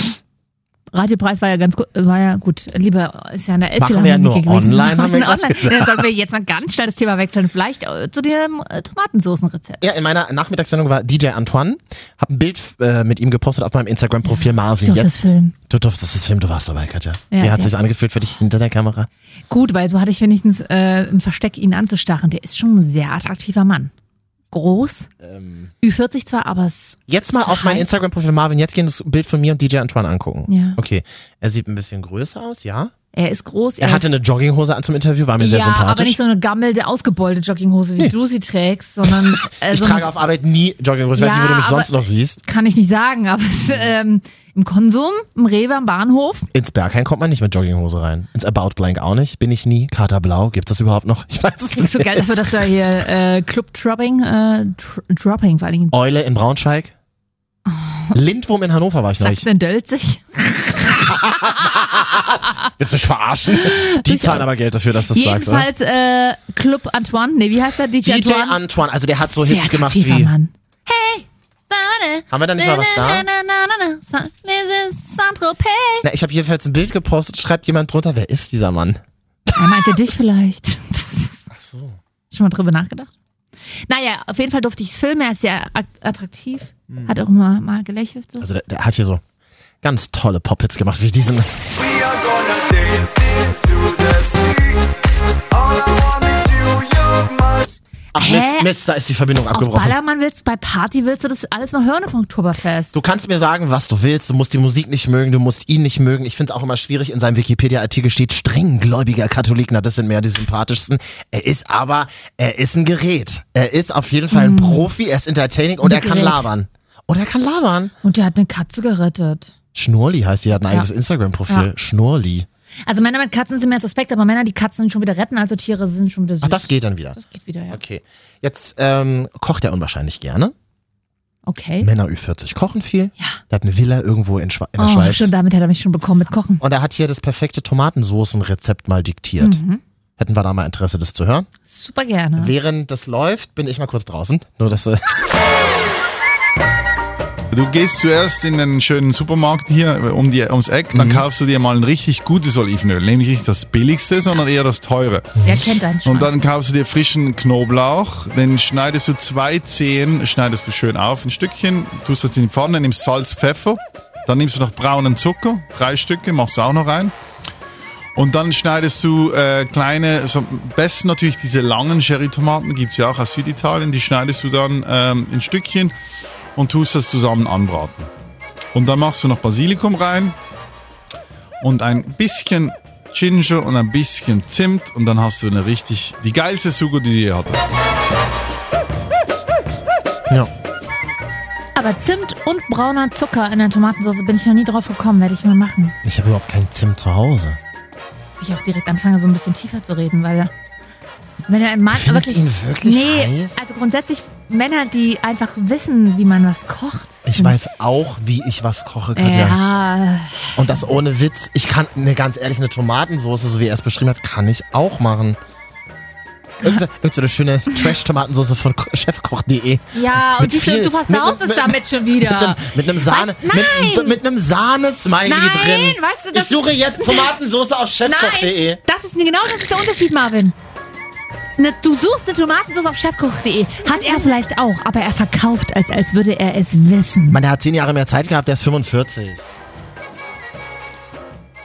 Speaker 2: Radiopreis war ja ganz gut, war ja gut. Lieber ist ja eine Elf
Speaker 1: Machen wir ja nur online, haben wir gerade
Speaker 2: online. Dann sollten wir jetzt mal ganz schnell das Thema wechseln. Vielleicht äh, zu dem äh, Tomatensoßenrezept.
Speaker 1: Ja, in meiner Nachmittagssendung war DJ Antoine. Hab ein Bild äh, mit ihm gepostet auf meinem Instagram-Profil Marvin.
Speaker 2: Doch,
Speaker 1: Jetzt.
Speaker 2: das Film.
Speaker 1: Du durftest das Film, du warst dabei, Katja.
Speaker 2: Ja,
Speaker 1: Wie hat
Speaker 2: ja.
Speaker 1: sich's angefühlt für dich hinter der Kamera?
Speaker 2: Gut, weil so hatte ich wenigstens äh, ein Versteck, ihn anzustachen. Der ist schon ein sehr attraktiver Mann. Groß,
Speaker 1: Ähm.
Speaker 2: Ü40 zwar, aber es
Speaker 1: Jetzt mal
Speaker 2: Das
Speaker 1: auf mein
Speaker 2: heißt-
Speaker 1: Instagram-Profil Marvin Jetzt gehen, das Bild von mir und DJ Antoine angucken.
Speaker 2: Ja.
Speaker 1: Okay, er sieht ein bisschen größer aus, ja.
Speaker 2: Er ist groß.
Speaker 1: Er hatte
Speaker 2: ist,
Speaker 1: eine Jogginghose an zum Interview, war mir sehr
Speaker 2: ja,
Speaker 1: sympathisch.
Speaker 2: aber nicht so eine gammelte, ausgebeulte Jogginghose, wie du sie trägst, sondern äh,
Speaker 1: ich
Speaker 2: so
Speaker 1: trage auf Arbeit nie Jogginghose. Ich weiß
Speaker 2: Ja,
Speaker 1: nicht, wo du mich
Speaker 2: aber-
Speaker 1: sonst noch siehst.
Speaker 2: kann ich nicht sagen, aber es, ähm, im Konsum, im Rewe, am Bahnhof,
Speaker 1: Ins Berghain kommt man nicht mit Jogginghose rein. Ins About Blank auch nicht. Bin ich nie. Kater Blau. Gibt's das überhaupt noch? Ich weiß es nicht.
Speaker 2: kriegst du Geld dafür, dass du hier äh, Club Dropping, äh, Dr Dropping vor allen Dingen,
Speaker 1: Eule in Braunschweig. Lindwurm in Hannover war ich neulich.
Speaker 2: Sachsen-Dölzig.
Speaker 1: Willst du mich verarschen? Die zahlen aber Geld dafür, dass du das sagst, oder?
Speaker 2: Jedenfalls äh, Club Antoine, nee, wie heißt der? DJ,
Speaker 1: DJ
Speaker 2: Antoine.
Speaker 1: Antoine, also der hat so
Speaker 2: Sehr
Speaker 1: Hits gemacht
Speaker 2: attraktiver
Speaker 1: wie.
Speaker 2: Mann. Hey, Sonne.
Speaker 1: Haben wir da nicht mal was da?
Speaker 2: Na, na, na, na, na, Sa- Wir sind Saint-Tropez.
Speaker 1: Na, ich habe jedenfalls ein Bild gepostet, schreibt jemand drunter, wer ist dieser Mann?
Speaker 2: Er meinte dich vielleicht.
Speaker 1: Ach so.
Speaker 2: Schon mal drüber nachgedacht? Naja, auf jeden Fall durfte ich es filmen. Er ist sehr ak- attraktiv. Hat auch mal, mal gelächelt. So.
Speaker 1: Hm. Also der, der hat hier so ganz tolle Pop-Hits gemacht, wie diesen. Ach Mist,
Speaker 2: Hä?
Speaker 1: Mist, da ist die Verbindung
Speaker 2: Auf
Speaker 1: abgebrochen.
Speaker 2: Ballermann willst du, bei Party willst du das alles noch hören vom Oktoberfest.
Speaker 1: Du kannst mir sagen, was du willst. Du musst die Musik nicht mögen, du musst ihn nicht mögen. Ich finde es auch immer schwierig. In seinem Wikipedia-Artikel steht strenggläubiger Katholik. Na, das sind mehr die sympathischsten. Er ist aber, er ist ein Gerät. Er ist auf jeden Fall ein Profi, er ist entertaining und
Speaker 2: Mhm. Ein
Speaker 1: er kann
Speaker 2: Gerät.
Speaker 1: labern. Und er kann labern.
Speaker 2: Und der hat eine Katze gerettet.
Speaker 1: Schnurli heißt die, hat ein eigenes
Speaker 2: Ja.
Speaker 1: Instagram-Profil.
Speaker 2: Ja.
Speaker 1: Schnurli.
Speaker 2: Also Männer mit Katzen sind mehr suspekt, aber Männer, die Katzen schon wieder retten, also Tiere sind schon wieder süß.
Speaker 1: Ach, das geht dann wieder.
Speaker 2: Das geht wieder, ja.
Speaker 1: Okay. Jetzt ähm, kocht er unwahrscheinlich gerne.
Speaker 2: Okay.
Speaker 1: Männer Ü40 kochen viel.
Speaker 2: Hm? Ja.
Speaker 1: Er hat eine Villa irgendwo in, Schwe in der
Speaker 2: Oh,
Speaker 1: Schweiz.
Speaker 2: schon damit hat er mich schon bekommen mit Kochen.
Speaker 1: Und er hat hier das perfekte Tomatensoßenrezept mal diktiert.
Speaker 2: Mhm.
Speaker 1: Hätten wir da mal Interesse, das zu hören.
Speaker 2: Super gerne.
Speaker 1: Während das läuft, bin ich mal kurz draußen. Nur, dass äh,
Speaker 9: Du gehst zuerst in einen schönen Supermarkt hier um die, ums Eck, dann kaufst du dir mal ein richtig gutes Olivenöl. Nämlich nicht das billigste, sondern eher das teure.
Speaker 2: Der kennt einen schon.
Speaker 9: Und dann kaufst du dir frischen Knoblauch, den schneidest du zwei Zehen, schneidest du schön auf, ein Stückchen, tust das in die Pfanne, nimmst Salz, Pfeffer, dann nimmst du noch braunen Zucker, drei Stücke, machst du auch noch rein. Und dann schneidest du äh, kleine, so, am besten natürlich diese langen Cherrytomaten, gibt's ja auch aus Süditalien, die schneidest du dann ähm, in Stückchen und tust das zusammen anbraten. Und dann machst du noch Basilikum rein und ein bisschen Ginger und ein bisschen Zimt und dann hast du eine richtig, die geilste Sugo, die du je hattest.
Speaker 1: ja.
Speaker 2: Aber Zimt und brauner Zucker in der Tomatensauce bin ich noch nie drauf gekommen, werde ich mal machen.
Speaker 1: ich habe überhaupt kein Zimt zu Hause.
Speaker 2: ich auch direkt anfange, so ein bisschen tiefer zu reden, weil wenn er ein Mann
Speaker 1: Du findest
Speaker 2: wirklich,
Speaker 1: ihn wirklich
Speaker 2: nee,
Speaker 1: heiß?
Speaker 2: also grundsätzlich Männer, die einfach wissen, wie man was kocht.
Speaker 1: Ich
Speaker 2: sind-
Speaker 1: weiß auch, wie ich was koche, Katja.
Speaker 2: Hm. Ja,
Speaker 1: Und das ohne Witz. Ich kann, ne, ganz ehrlich, eine Tomatensauce, so wie er es beschrieben hat, kann ich auch machen. Irgendeine irgendeine schöne Trash-Tomatensauce von Ko- chefkoch.de.
Speaker 2: ja und
Speaker 1: Mit
Speaker 2: siehst
Speaker 1: viel-
Speaker 2: du, du versaust
Speaker 1: mit-
Speaker 2: es
Speaker 1: mit-
Speaker 2: damit schon
Speaker 1: Mit einem,
Speaker 2: wieder.
Speaker 1: mit einem Sahne,
Speaker 2: Was? Nein!
Speaker 1: mit, mit einem Sahne-Smiley
Speaker 2: Nein,
Speaker 1: drin.
Speaker 2: weißt du,
Speaker 1: ich
Speaker 2: das-
Speaker 1: suche jetzt Tomatensauce auf chefkoch.de.
Speaker 2: Nein, das ist genau das ist der Unterschied, Marvin. Ne, du suchst eine Tomatensauce auf chefkoch.de. Hat er vielleicht auch, aber er verkauft, als, als würde er es wissen.
Speaker 1: Mann, der hat zehn Jahre mehr Zeit gehabt, der ist 45.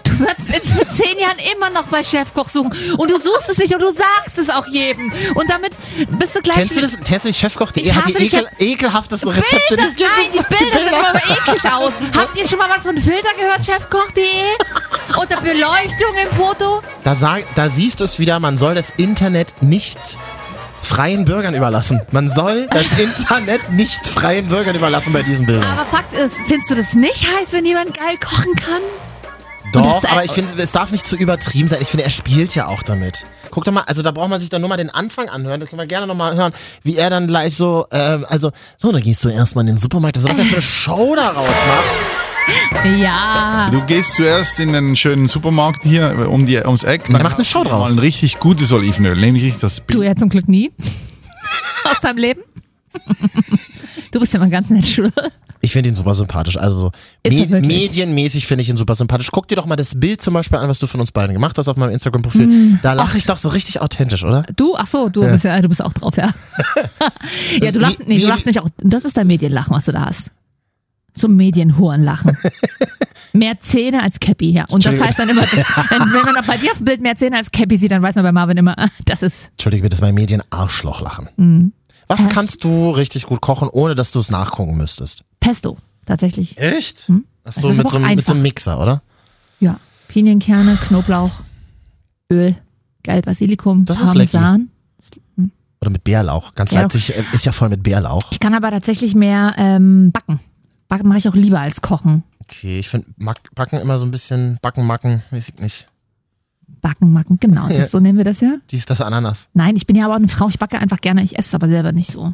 Speaker 2: Du wirst in für zehn Jahren immer noch bei Chefkoch suchen. Und du suchst es nicht und du sagst es auch jedem. Und damit bist du gleich.
Speaker 1: Kennst du
Speaker 2: wieder-
Speaker 1: das? Kennst du die chefkoch.de?
Speaker 2: Ich
Speaker 1: Hat die
Speaker 2: hasse die
Speaker 1: ekel, ekelhaftesten Rezepte.
Speaker 2: Bilder,
Speaker 1: die es gibt.
Speaker 2: nein, die Bilder sehen immer eklig aus. Habt ihr schon mal was von Filter gehört, chefkoch.de? Unter Beleuchtung im Foto?
Speaker 1: Da, sag, da siehst du es wieder, man soll das Internet nicht freien Bürgern überlassen. Man soll das Internet nicht freien Bürgern überlassen bei diesen Bildern.
Speaker 2: Aber Fakt ist, findest du das nicht heiß, wenn jemand geil kochen kann?
Speaker 1: Doch,
Speaker 2: das-
Speaker 1: aber ich finde, es darf nicht zu übertrieben sein. Ich finde, er spielt ja auch damit. Guck doch mal, also da braucht man sich dann nur mal den Anfang anhören. Da können wir gerne nochmal hören, wie er dann gleich so, ähm, also, so, dann gehst du erstmal in den Supermarkt. Das ist was er für eine Show daraus macht. Ah.
Speaker 2: Ja.
Speaker 9: Du gehst zuerst in den schönen Supermarkt hier um die, ums Eck. Dann
Speaker 1: macht eine Show
Speaker 9: hast du
Speaker 1: draus.
Speaker 9: Mal ein richtig gutes Olivenöl, nämlich das
Speaker 2: Du
Speaker 9: Bild.
Speaker 2: ja zum Glück nie. Aus deinem Leben. Du bist ja mal ganz nett, Schule.
Speaker 1: Ich finde ihn super sympathisch. Also, so
Speaker 2: Ist
Speaker 1: me
Speaker 2: er wirklich?
Speaker 1: medienmäßig finde ich ihn super sympathisch. Guck dir doch mal das Bild zum Beispiel an, was du von uns beiden gemacht hast auf meinem Instagram-Profil.
Speaker 2: Hm.
Speaker 1: Da lache ich doch so richtig authentisch, oder?
Speaker 2: Du? Ach so, du bist ja, du bist auch drauf, ja. ja, du
Speaker 1: Wie-
Speaker 2: lachst, nee,
Speaker 1: wie-
Speaker 2: du lachst nicht auch. Das ist dein Medienlachen, was du da hast. Zum Medienhurenlachen. mehr Zähne als Cappy, ja. Und das
Speaker 1: Entschuldigung.
Speaker 2: heißt dann immer, das, wenn, wenn man auch bei dir auf dem Bild mehr Zähne als Cappy sieht, dann weiß man bei Marvin immer, ah, das ist.
Speaker 1: Entschuldige bitte, das ist mein Medien-Arschloch-Lachen. Was
Speaker 2: Hm. Echt?
Speaker 1: kannst du richtig gut kochen, ohne dass du es nachgucken müsstest?
Speaker 2: Pesto, tatsächlich.
Speaker 1: Echt? Ach so,
Speaker 2: Hm. Das ist
Speaker 1: mit
Speaker 2: aber
Speaker 1: so,
Speaker 2: auch
Speaker 1: einem- mit so einem
Speaker 2: einfach.
Speaker 1: Mixer, oder?
Speaker 2: Ja. Pinienkerne, Knoblauch, Öl, geil Basilikum,
Speaker 1: Das ist
Speaker 2: Parmesan.
Speaker 1: Oder mit Bärlauch. Ganz
Speaker 2: Bärlauch.
Speaker 1: Leipzig äh, ist ja voll mit Bärlauch.
Speaker 2: Ich kann aber tatsächlich mehr ähm, backen. Backen mache ich auch lieber als kochen.
Speaker 1: Okay, ich finde Backen immer so ein bisschen Backen, Macken, weiß ich nicht.
Speaker 2: Backen, macken, genau.
Speaker 1: Ja.
Speaker 2: Das, so nennen wir das ja.
Speaker 1: Dies, das Ananas.
Speaker 2: Nein, ich bin ja aber auch eine Frau. Ich backe einfach gerne. Ich esse es aber selber nicht so.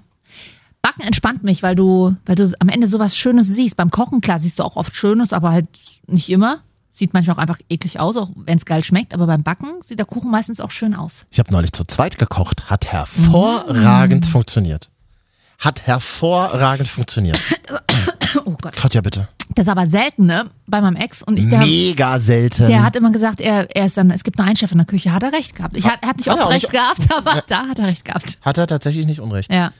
Speaker 2: Backen entspannt mich, weil du, weil du am Ende sowas Schönes siehst. Beim Kochen, klar, siehst du auch oft Schönes, aber halt nicht immer. Sieht manchmal auch einfach eklig aus, auch wenn es geil schmeckt. Aber beim Backen sieht der Kuchen meistens auch schön aus.
Speaker 1: Ich habe neulich zu zweit gekocht, hat hervorragend
Speaker 2: Mm.
Speaker 1: funktioniert. Hat hervorragend funktioniert.
Speaker 2: Oh Gott.
Speaker 1: Katja, bitte.
Speaker 2: Das ist aber selten, ne? Bei meinem Ex und ich, der,
Speaker 1: Mega selten.
Speaker 2: der hat immer gesagt, er, er ist dann, es gibt nur einen Chef in der Küche. Hat er recht gehabt. Ich, hat, er hat nicht
Speaker 1: Ah. Hat er
Speaker 2: oft
Speaker 1: auch
Speaker 2: recht
Speaker 1: nicht-
Speaker 2: gehabt, aber da hat er recht gehabt.
Speaker 1: hat er tatsächlich nicht unrecht.
Speaker 2: Ja.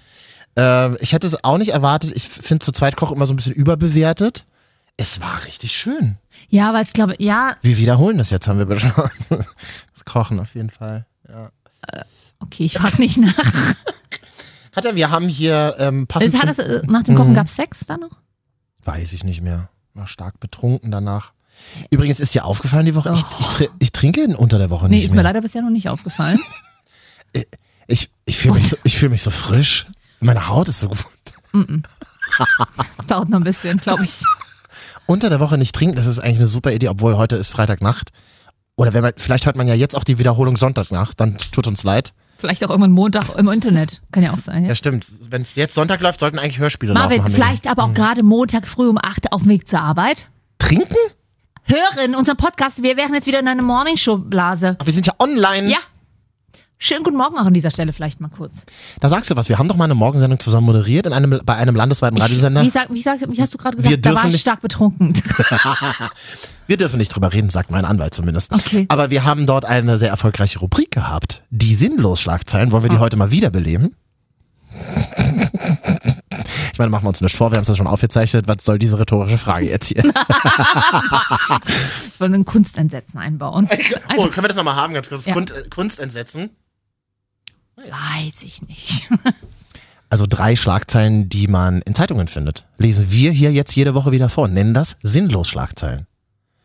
Speaker 1: Ähm, ich hätte es auch nicht erwartet. Ich finde zu zweit kochen immer so ein bisschen überbewertet. Es war richtig schön.
Speaker 2: Ja, weil ich glaube, ja,
Speaker 1: Wir wiederholen das jetzt, haben wir beschlossen. Das Kochen auf jeden Fall.
Speaker 2: okay, ich frag nicht nach.
Speaker 1: Katja, wir haben hier ähm, passend
Speaker 2: Es hat
Speaker 1: zum-
Speaker 2: das, äh, nach dem
Speaker 1: Mhm.
Speaker 2: Kochen gab's Sex dann noch?
Speaker 1: Weiß ich nicht mehr. War stark betrunken danach. Übrigens ist dir aufgefallen die Woche, ich, ich, tr- ich trinke in- unter der Woche
Speaker 2: Oh. Nee,
Speaker 1: nicht
Speaker 2: ist mir
Speaker 1: mehr.
Speaker 2: leider bisher noch nicht aufgefallen.
Speaker 1: ich ich fühle mich, so, ich fühl mich so frisch. Meine Haut ist so gut.
Speaker 2: Das dauert noch ein bisschen, glaube ich.
Speaker 1: Unter der Woche nicht trinken, das ist eigentlich eine super Idee, obwohl heute ist Freitagnacht. Oder wenn man, vielleicht hört man ja jetzt auch die Wiederholung Sonntagnacht, dann tut uns leid.
Speaker 2: Vielleicht auch irgendwann Montag im Internet. Kann ja auch sein. Ja.
Speaker 1: Ja, stimmt. Wenn es jetzt Sonntag läuft, sollten eigentlich Hörspiele laufen.
Speaker 2: Marvin,
Speaker 1: haben wir Mhm.
Speaker 2: vielleicht aber auch gerade Montag früh um 8 auf dem Weg zur Arbeit.
Speaker 1: gesagt. Trinken?
Speaker 2: Hören unseren Podcast. Wir wären jetzt wieder in einer Morningshow-Blase.
Speaker 1: Aber wir sind ja online.
Speaker 2: Ja. Schönen guten Morgen auch an dieser Stelle vielleicht mal kurz.
Speaker 1: Da sagst du was. Wir haben doch mal eine Morgensendung zusammen moderiert in einem, bei einem landesweiten Radiosender.
Speaker 2: Wie, sag, wie, sag, wie hast du gerade gesagt?
Speaker 1: Wir
Speaker 2: da war
Speaker 1: dürfen
Speaker 2: ich
Speaker 1: nicht-
Speaker 2: stark betrunken.
Speaker 1: Wir dürfen nicht drüber reden, sagt mein Anwalt zumindest.
Speaker 2: Okay.
Speaker 1: Aber wir haben dort eine sehr erfolgreiche Rubrik gehabt. Die Sinnlos-Schlagzeilen. Wollen wir die
Speaker 2: Ah.
Speaker 1: heute mal wiederbeleben? Ich meine, machen wir uns nicht vor, wir haben es ja schon aufgezeichnet. Was soll diese rhetorische Frage jetzt hier?
Speaker 2: Ich wollte ein Kunstentsetzen einbauen.
Speaker 1: oh,
Speaker 2: Also,
Speaker 1: können wir das nochmal haben, ganz kurz?
Speaker 2: Ja.
Speaker 1: Kunst, Kunstentsetzen.
Speaker 2: weiß ich nicht.
Speaker 1: Also drei Schlagzeilen, die man in Zeitungen findet. Lesen wir hier jetzt jede Woche wieder vor. Nennen das Sinnlos-Schlagzeilen.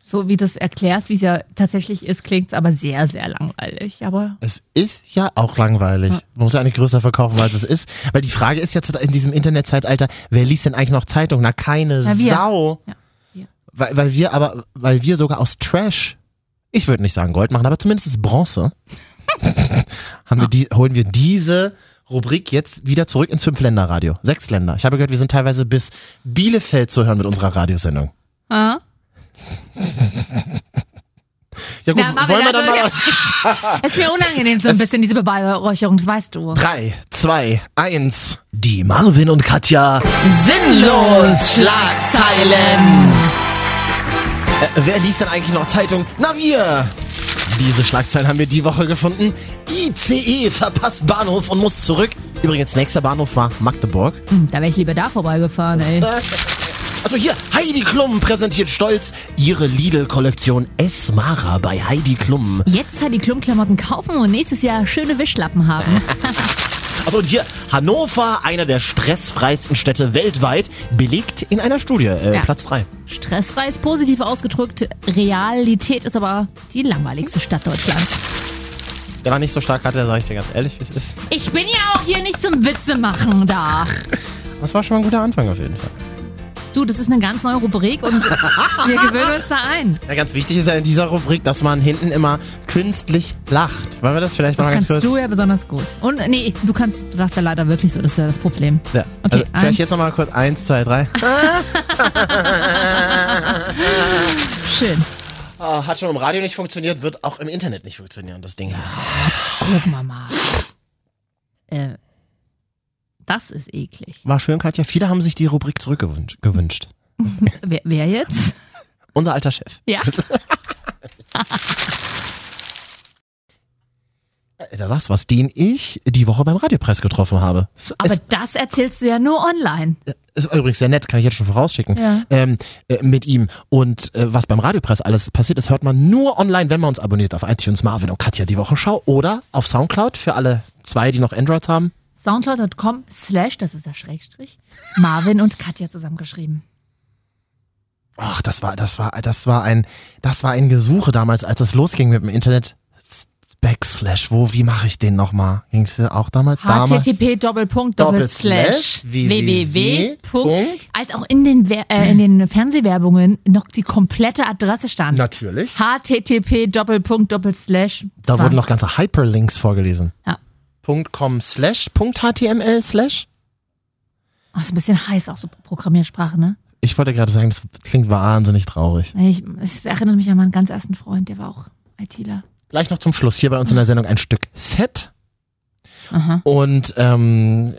Speaker 2: So wie du es erklärst, wie es ja tatsächlich ist, klingt es aber sehr, sehr langweilig. Aber
Speaker 1: Es ist ja auch langweilig. Man muss ja eigentlich größer verkaufen, als es ist. Weil die Frage ist ja zu- in diesem Internetzeitalter, wer liest denn eigentlich noch Zeitung? Na, keine
Speaker 2: Na, wir.
Speaker 1: Sau.
Speaker 2: Ja, wir.
Speaker 1: Weil, weil wir aber, weil wir sogar aus Trash, ich würde nicht sagen Gold machen, aber zumindest Bronze, haben wir die, holen wir diese Rubrik jetzt wieder zurück ins Fünfländerradio. Sechs Länder. Ich habe gehört, wir sind teilweise bis Bielefeld zu hören mit unserer Radiosendung.
Speaker 2: Ah.
Speaker 1: Ja gut,
Speaker 2: Ja, Marvin,
Speaker 1: wollen wir dann
Speaker 2: also,
Speaker 1: mal...
Speaker 2: Ah. es ist mir unangenehm so ein bisschen diese Beweihräucherung, das weißt du.
Speaker 1: Drei, zwei, eins. Die Marvin und Katja...
Speaker 2: Sinnlos Schlagzeilen.
Speaker 1: Äh, Wer liest denn eigentlich noch Zeitung? Na wir! Diese Schlagzeilen haben wir die Woche gefunden. ICE verpasst Bahnhof und muss zurück. Übrigens, nächster Bahnhof war Magdeburg.
Speaker 2: Hm, da wäre ich lieber da vorbeigefahren, ey.
Speaker 1: Also hier, Heidi Klum präsentiert stolz ihre Lidl-Kollektion Esmara bei Heidi Klum.
Speaker 2: Jetzt halt die Klumpklamotten kaufen und nächstes Jahr schöne Wischlappen haben.
Speaker 1: Also und hier, Hannover, einer der stressfreisten Städte weltweit, belegt in einer Studie äh,
Speaker 2: Ja.
Speaker 1: Platz 3.
Speaker 2: Stressfrei ist positiv ausgedrückt, Realität ist aber die langweiligste Stadt Deutschlands.
Speaker 1: der war nicht so stark hatte, sage ich dir ganz ehrlich, wie es ist.
Speaker 2: Ich bin ja auch hier nicht zum Witze machen da.
Speaker 1: Aber es war schon mal ein guter Anfang auf jeden Fall.
Speaker 2: Du, das ist eine ganz neue Rubrik und wir gewöhnen uns da ein.
Speaker 1: Ja, ganz wichtig ist ja in dieser Rubrik, dass man hinten immer künstlich lacht. Wollen wir das vielleicht
Speaker 2: Das
Speaker 1: noch ganz
Speaker 2: kannst
Speaker 1: kurz?
Speaker 2: du ja besonders gut. Und äh, nee, du kannst, du darfst ja leider wirklich so, das ist ja das Problem.
Speaker 1: Ja. also,
Speaker 2: eins.
Speaker 1: vielleicht jetzt nochmal kurz. Eins, zwei, drei.
Speaker 2: Schön.
Speaker 1: Ah, hat schon im Radio nicht funktioniert, wird auch im Internet nicht funktionieren, das Ding.
Speaker 2: Guck mal mal. Äh, das ist eklig.
Speaker 1: War schön, Katja. Viele haben sich die Rubrik zurückgewünscht.
Speaker 2: Wer, wer jetzt?
Speaker 1: Unser alter Chef.
Speaker 2: Ja.
Speaker 1: Äh, Da sagst du was, den ich die Woche beim Radiopreis getroffen habe.
Speaker 2: Aber das erzählst du ja nur online.
Speaker 1: Ist übrigens sehr nett, kann ich jetzt schon vorausschicken.
Speaker 2: Ja.
Speaker 1: Ähm, äh, mit ihm. Und äh, was beim Radiopreis alles passiert ist, hört man nur online, wenn man uns abonniert auf iTunes Marvin und Katja die Wochenschau oder auf Soundcloud für alle zwei, die noch Androids haben.
Speaker 2: Soundcloud.com slash, das ist der Schrägstrich, Marvin und Katja zusammengeschrieben.
Speaker 1: Ach, das war, das war, das war ein, das war ein Gesuche damals, als das losging mit dem Internet. Backslash, wo, wie mache ich den nochmal? Ging's dir auch damals? damals?
Speaker 2: http doppelpunkt
Speaker 1: Doppelslash
Speaker 2: doppelslash
Speaker 1: www.
Speaker 2: www. Als auch in den, Wer- äh, in den Fernsehwerbungen noch die komplette Adresse stand.
Speaker 1: Natürlich.
Speaker 2: http doppelpunkt doppelslash.
Speaker 1: Da wurden noch ganze Hyperlinks vorgelesen.
Speaker 2: Ja.
Speaker 1: .com slash, .html slash.
Speaker 2: Oh, ist ein bisschen heiß, auch so Programmiersprache, ne?
Speaker 1: Ich wollte gerade sagen, das klingt wahnsinnig traurig.
Speaker 2: Ich, es erinnert mich an meinen ganz ersten Freund, der war auch ITler.
Speaker 1: Gleich noch zum Schluss hier bei uns in der Sendung ein Stück Fett.
Speaker 2: Aha.
Speaker 1: Und ähm, äh,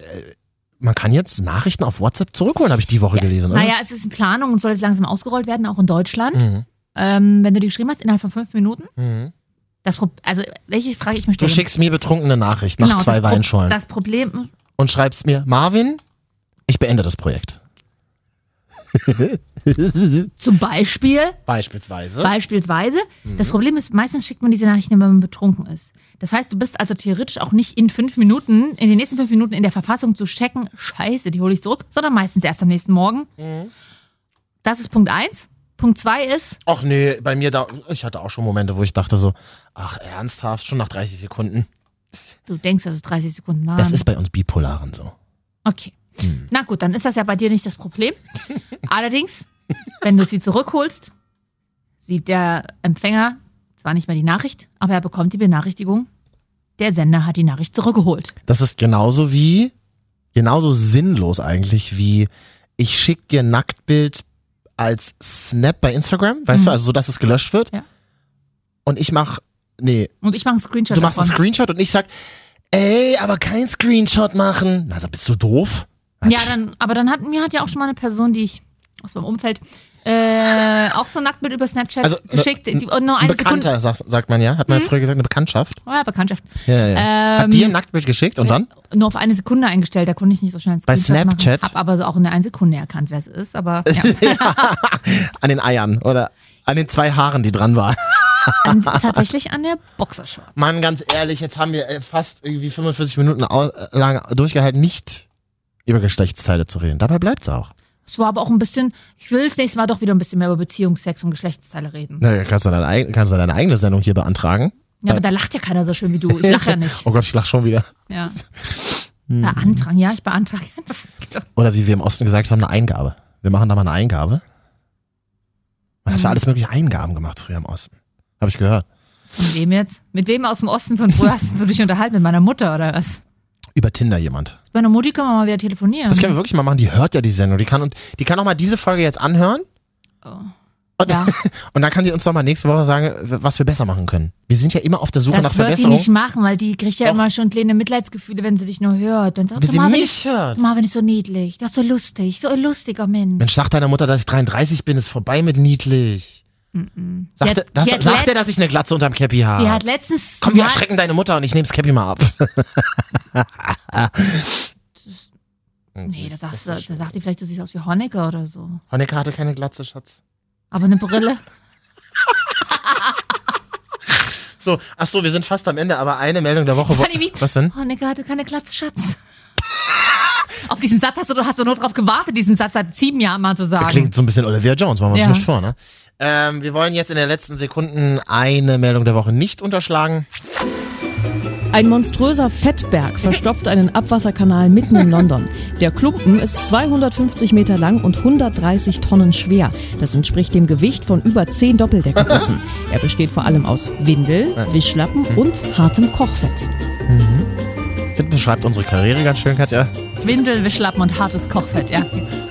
Speaker 1: man kann jetzt Nachrichten auf WhatsApp zurückholen, habe ich die Woche gelesen, oder?
Speaker 2: Naja, es ist in Planung und soll jetzt langsam ausgerollt werden, auch in Deutschland. Ähm, wenn du die geschrieben hast, innerhalb von fünf Minuten.
Speaker 1: Mhm.
Speaker 2: Das Pro also, welche Frage ich mir
Speaker 1: Du
Speaker 2: stelle.
Speaker 1: schickst mir betrunkene Nachricht nach
Speaker 2: Mhm. Genau,
Speaker 1: zwei
Speaker 2: das Pro-
Speaker 1: Weinschollen.
Speaker 2: Das Problem,
Speaker 1: und schreibst mir, Marvin, ich beende das Projekt.
Speaker 2: zum Beispiel,
Speaker 1: Beispielsweise.
Speaker 2: beispielsweise,
Speaker 1: Mhm.
Speaker 2: das Problem ist, meistens schickt man diese Nachrichten, wenn man betrunken ist. Das heißt, du bist also theoretisch auch nicht in fünf Minuten, in den nächsten fünf Minuten in der Verfassung zu checken, scheiße, die hole ich zurück, sondern meistens erst am nächsten Morgen.
Speaker 1: Mhm.
Speaker 2: Das ist Punkt eins. Punkt zwei ist,
Speaker 1: Ach nee, bei mir da, ich hatte auch schon Momente, wo ich dachte so, ach ernsthaft, schon nach 30 Sekunden.
Speaker 2: du denkst, dass es 30 Sekunden waren.
Speaker 1: Das ist Hm. bei uns Bipolaren so.
Speaker 2: Okay. Na gut, dann ist das ja bei dir nicht das Problem. Allerdings, wenn du sie zurückholst, sieht der Empfänger zwar nicht mehr die Nachricht, aber er bekommt die Benachrichtigung, der Sender hat die Nachricht zurückgeholt.
Speaker 1: Das ist genauso wie, genauso sinnlos eigentlich wie, ich schick dir ein Nacktbild als Snap bei Instagram, weißt du, also so, dass es gelöscht wird.
Speaker 2: Mhm. Ja.
Speaker 1: Und ich mach, nee,
Speaker 2: Und ich mache einen Screenshot
Speaker 1: du machst einen
Speaker 2: davon.
Speaker 1: Screenshot und ich sag, ey, aber kein Screenshot machen. Na, sag, bist du doof? Also,
Speaker 2: ja, dann, aber dann hat mir hat ja auch schon mal eine Person, die ich aus meinem Umfeld äh, auch so ein Nacktbild über Snapchat
Speaker 1: Also, ne-
Speaker 2: geschickt, die, und nur
Speaker 1: Ein
Speaker 2: eine
Speaker 1: Bekannter,
Speaker 2: Sekunde.
Speaker 1: sagt, sagt man ja. Hat man früher gesagt, eine Bekanntschaft.
Speaker 2: Oh ja, Bekanntschaft.
Speaker 1: Ja, ja, ja. Hat
Speaker 2: Ähm,
Speaker 1: dir ein Nacktbild geschickt und dann?
Speaker 2: Nur auf eine Sekunde eingestellt, da konnte ich nicht so schnell einen
Speaker 1: Bei
Speaker 2: Screenshot
Speaker 1: Snapchat?
Speaker 2: Machen. Hab aber so auch in der einen Sekunde erkannt, wer es ist, aber ja.
Speaker 1: An den Eiern oder an den zwei Haaren, die dran waren.
Speaker 2: an, tatsächlich an der Boxershort.
Speaker 1: Mann, ganz ehrlich, jetzt haben wir äh, fast irgendwie 45 Minuten au- äh, lang durchgehalten, nicht über Geschlechtsteile zu reden. Dabei bleibt's auch.
Speaker 2: Es war aber auch ein bisschen, ich will das nächste Mal doch wieder ein bisschen mehr über Beziehung, Sex und Geschlechtsteile reden.
Speaker 1: Na, kannst du deine, eig- kannst du deine eigene Sendung hier beantragen?
Speaker 2: Ja, aber da lacht ja keiner so schön wie du. Ich lache ja nicht.
Speaker 1: Oh Gott, ich lach schon wieder.
Speaker 2: Ja. Beantragen, ja, ich beantrage. Das geht doch.
Speaker 1: Oder wie wir im Osten gesagt haben, eine Eingabe. Wir machen da mal eine Eingabe. Man
Speaker 2: Mhm.
Speaker 1: hat für alles mögliche Eingaben gemacht früher im Osten. Habe ich gehört.
Speaker 2: Von wem jetzt? Mit wem aus dem Osten von früher hast du dich unterhalten? Mit meiner Mutter oder was?
Speaker 1: Über Tinder jemand.
Speaker 2: Mit meiner Mutti können wir mal wieder telefonieren.
Speaker 1: Das können wir wirklich mal machen. Die hört ja die Sendung. Die kann, und, die kann auch mal diese Folge jetzt anhören. Und,
Speaker 2: Oh. Ja.
Speaker 1: und dann kann die uns doch mal nächste Woche sagen, was wir besser machen können. Wir sind ja immer auf der Suche nach
Speaker 2: das wird die
Speaker 1: Verbesserung.
Speaker 2: nicht machen, weil die kriegt ja
Speaker 1: Doch.
Speaker 2: immer schon kleine Mitleidsgefühle, wenn sie dich nur hört. Dann sagt
Speaker 1: Wenn
Speaker 2: sie,
Speaker 1: sie
Speaker 2: Marvin,
Speaker 1: mich hört.
Speaker 2: ist- Marvin ist so niedlich, das ist so lustig, so ein lustiger Mensch.
Speaker 1: Mensch, sag deiner Mutter, dass ich 33 bin, ist vorbei mit niedlich. Sagt,
Speaker 2: Die
Speaker 1: er,
Speaker 2: hat-
Speaker 1: das,
Speaker 2: die hat
Speaker 1: sagt er,
Speaker 2: letzt-
Speaker 1: dass ich eine Glatze unterm Cappy habe?
Speaker 2: Die hat letztens.
Speaker 1: Komm, wir
Speaker 2: mal-
Speaker 1: erschrecken deine Mutter und ich nehme das Cappy mal ab.
Speaker 2: Nee, da, sagst, du- da sagt die vielleicht, du siehst aus wie Honecker oder so.
Speaker 1: Honecker hatte keine Glatze, Schatz.
Speaker 2: Aber eine Brille.
Speaker 1: So, ach so, wir sind fast am Ende, aber eine Meldung der Woche. wo-
Speaker 2: Fand ich wie-
Speaker 1: Was denn?
Speaker 2: Honecker hatte keine Glatze, Schatz. Auf diesen Satz hast du, hast du nur drauf gewartet, diesen Satz seit sieben Jahren mal zu sagen.
Speaker 1: Klingt so ein bisschen Olivia Jones, machen wir uns
Speaker 2: Ja.
Speaker 1: nicht vor, ne? Ähm, wir wollen jetzt in den letzten Sekunden eine Meldung der Woche nicht unterschlagen.
Speaker 10: Ein monströser Fettberg verstopft einen Abwasserkanal mitten in London. Der Klumpen ist 250 Meter lang und 130 Tonnen schwer. Das entspricht dem Gewicht von über 10 Doppeldeckerbussen. Er besteht vor allem aus Windeln, Wischlappen und hartem Kochfett.
Speaker 1: Das beschreibt unsere Karriere ganz schön, Katja.
Speaker 2: Swindel, Wischlappen und hartes Kochfett, ja.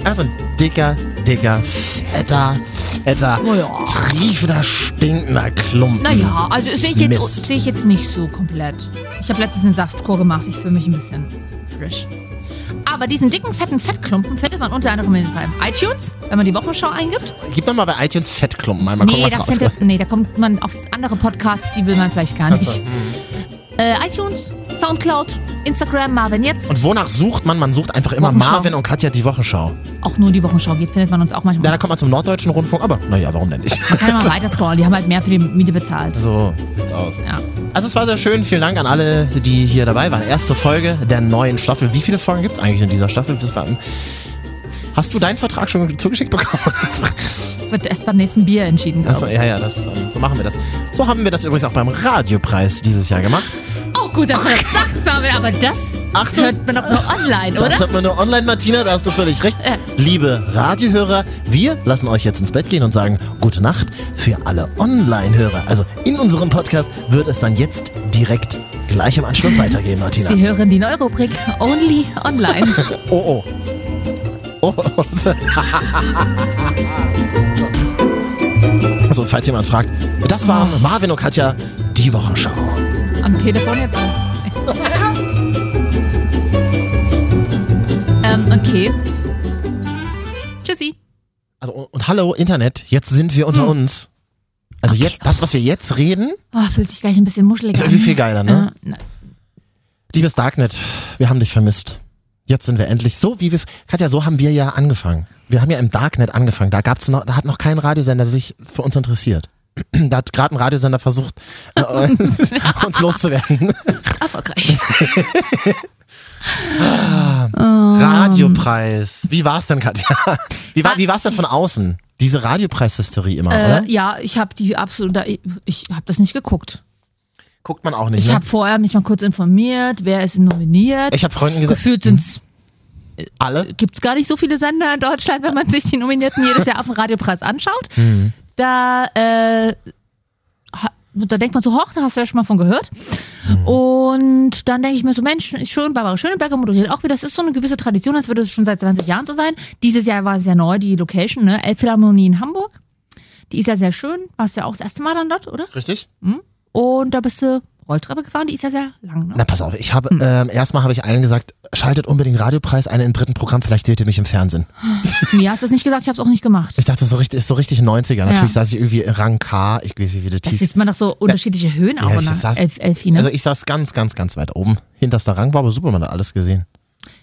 Speaker 1: Also ein dicker, dicker, fetter, fetter,
Speaker 2: Oh ja.
Speaker 1: triefender, stinkender Klumpen.
Speaker 2: Naja, also sehe ich,
Speaker 1: Hm. Mist.
Speaker 2: jetzt- sehe ich jetzt nicht so komplett. Ich habe letztens eine Saftkur gemacht. Ich fühle mich ein bisschen frisch. Aber diesen dicken, fetten Fettklumpen findet man unter anderem in beim iTunes, wenn man die Wochenschau eingibt.
Speaker 1: Gib doch mal bei iTunes Fettklumpen ein, mal gucken,
Speaker 2: nee,
Speaker 1: was
Speaker 2: da
Speaker 1: rauskommt.
Speaker 2: findet, nee, da kommt man auf andere Podcasts, die will man vielleicht gar nicht. Äh, iTunes, Soundcloud, Instagram, Marvin jetzt.
Speaker 1: Und wonach sucht man? Man sucht einfach immer
Speaker 2: Wochenschau.
Speaker 1: Marvin und Katja die Wochenschau.
Speaker 2: auch nur die Wochenschau gibt, findet man uns auch
Speaker 1: Ja,
Speaker 2: manchmal.
Speaker 1: dann kommt man zum Norddeutschen Rundfunk, aber naja, warum denn nicht?
Speaker 2: man kann ja mal weiter scrollen, die haben halt mehr für die Miete bezahlt.
Speaker 1: So sieht's aus.
Speaker 2: Ja.
Speaker 1: Also es war sehr schön. Vielen Dank an alle, die hier dabei waren. Erste Folge der neuen Staffel. Wie viele Folgen gibt's eigentlich in dieser Staffel? Das war- Hast du deinen Vertrag schon zugeschickt bekommen?
Speaker 2: Wird erst beim nächsten Bier entschieden,
Speaker 1: Achso,
Speaker 2: glaube ich.
Speaker 1: ja, ja, das, ähm, so machen wir das. So haben wir das übrigens auch beim Radiopreis dieses Jahr gemacht.
Speaker 2: Oh, gut, dass du das sagst, Marvin, aber das
Speaker 1: Achtung.
Speaker 2: hört man doch nur online,
Speaker 1: Das
Speaker 2: oder?
Speaker 1: hat man nur online, Martina, da hast du völlig recht.
Speaker 2: Ja.
Speaker 1: Liebe Radiohörer, wir lassen euch jetzt ins Bett gehen und sagen gute Nacht für alle Online-Hörer. Also in unserem Podcast wird es dann jetzt direkt gleich im Anschluss weitergehen, Martina.
Speaker 2: Sie hören die neue Rubrik Only Online.
Speaker 1: Oh, oh. Oh, oh. Also, und falls jemand fragt, das
Speaker 2: Oh.
Speaker 1: waren Marvin und Katja, die Wochenschau.
Speaker 2: Am Telefon jetzt auch. ähm, okay. Tschüssi.
Speaker 1: Also, und hallo Internet, jetzt sind wir unter
Speaker 2: Hm.
Speaker 1: uns. Also jetzt, das, was wir jetzt reden,
Speaker 2: Oh, fühlt sich gleich ein bisschen muschelig
Speaker 1: ist
Speaker 2: an.
Speaker 1: irgendwie viel geiler, ne?
Speaker 2: Ja, na,
Speaker 1: Liebes Darknet, wir haben dich vermisst. Jetzt sind wir endlich so, wie wir. Katja, so haben wir ja angefangen. Wir haben ja im Darknet angefangen. Da gab's noch, da hat noch kein Radiosender sich für uns interessiert. Da hat gerade ein Radiosender versucht, äh, uns, uns loszuwerden.
Speaker 2: erfolgreich. Oh.
Speaker 1: Radiopreis. Wie war's denn, Katja? Wie war, wie war's denn von außen? Diese Radiopreishysterie immer, oder?
Speaker 2: Äh, ja, ich habe die absolut. Ich, ich habe das nicht geguckt.
Speaker 1: Guckt man auch nicht.
Speaker 2: Ich
Speaker 1: ne?
Speaker 2: habe vorher mich mal kurz informiert, wer ist nominiert.
Speaker 1: ich habe Freunden gesagt,
Speaker 2: Gefühlt sind's
Speaker 1: alle.
Speaker 2: gibt es gar nicht so viele Sender in Deutschland, wenn man sich die Nominierten jedes Jahr auf dem Radiopreis anschaut.
Speaker 1: Mhm.
Speaker 2: Da, äh, ha- da denkt man so, hoch, da hast du ja schon mal von gehört.
Speaker 1: Mhm.
Speaker 2: Und dann denke ich mir so, Mensch, ist schön, Barbara Schöneberger moderiert auch wieder. Das ist so eine gewisse Tradition, als würde es schon seit 20 Jahren so sein. Dieses Jahr war es ja neu, die Location, ne? Elbphilharmonie in Hamburg. Die ist ja sehr schön. Warst ja auch das erste Mal dann dort, oder?
Speaker 1: Richtig?
Speaker 2: Und da bist du Rolltreppe gefahren, die ist ja sehr lang, ne?
Speaker 1: Na, pass auf, ich habe, ähm, erstmal habe ich allen gesagt, schaltet unbedingt Radiopreis ein im dritten Programm, vielleicht seht ihr mich im Fernsehen.
Speaker 2: Mir hast du das nicht gesagt, ich habe es auch nicht gemacht.
Speaker 1: Ich dachte, das ist so richtig, ist so richtig 90er. Natürlich
Speaker 2: Ja.
Speaker 1: saß ich irgendwie in Rang K, ich weiß nicht, wie der
Speaker 2: Das
Speaker 1: Tief.
Speaker 2: sieht man doch so unterschiedliche Höhen auch,
Speaker 1: ich
Speaker 2: ne?
Speaker 1: saß-
Speaker 2: Elf, Elfi, ne?
Speaker 1: Also ich saß ganz, ganz, ganz weit oben. Hinterster Rang war aber super, man hat alles gesehen.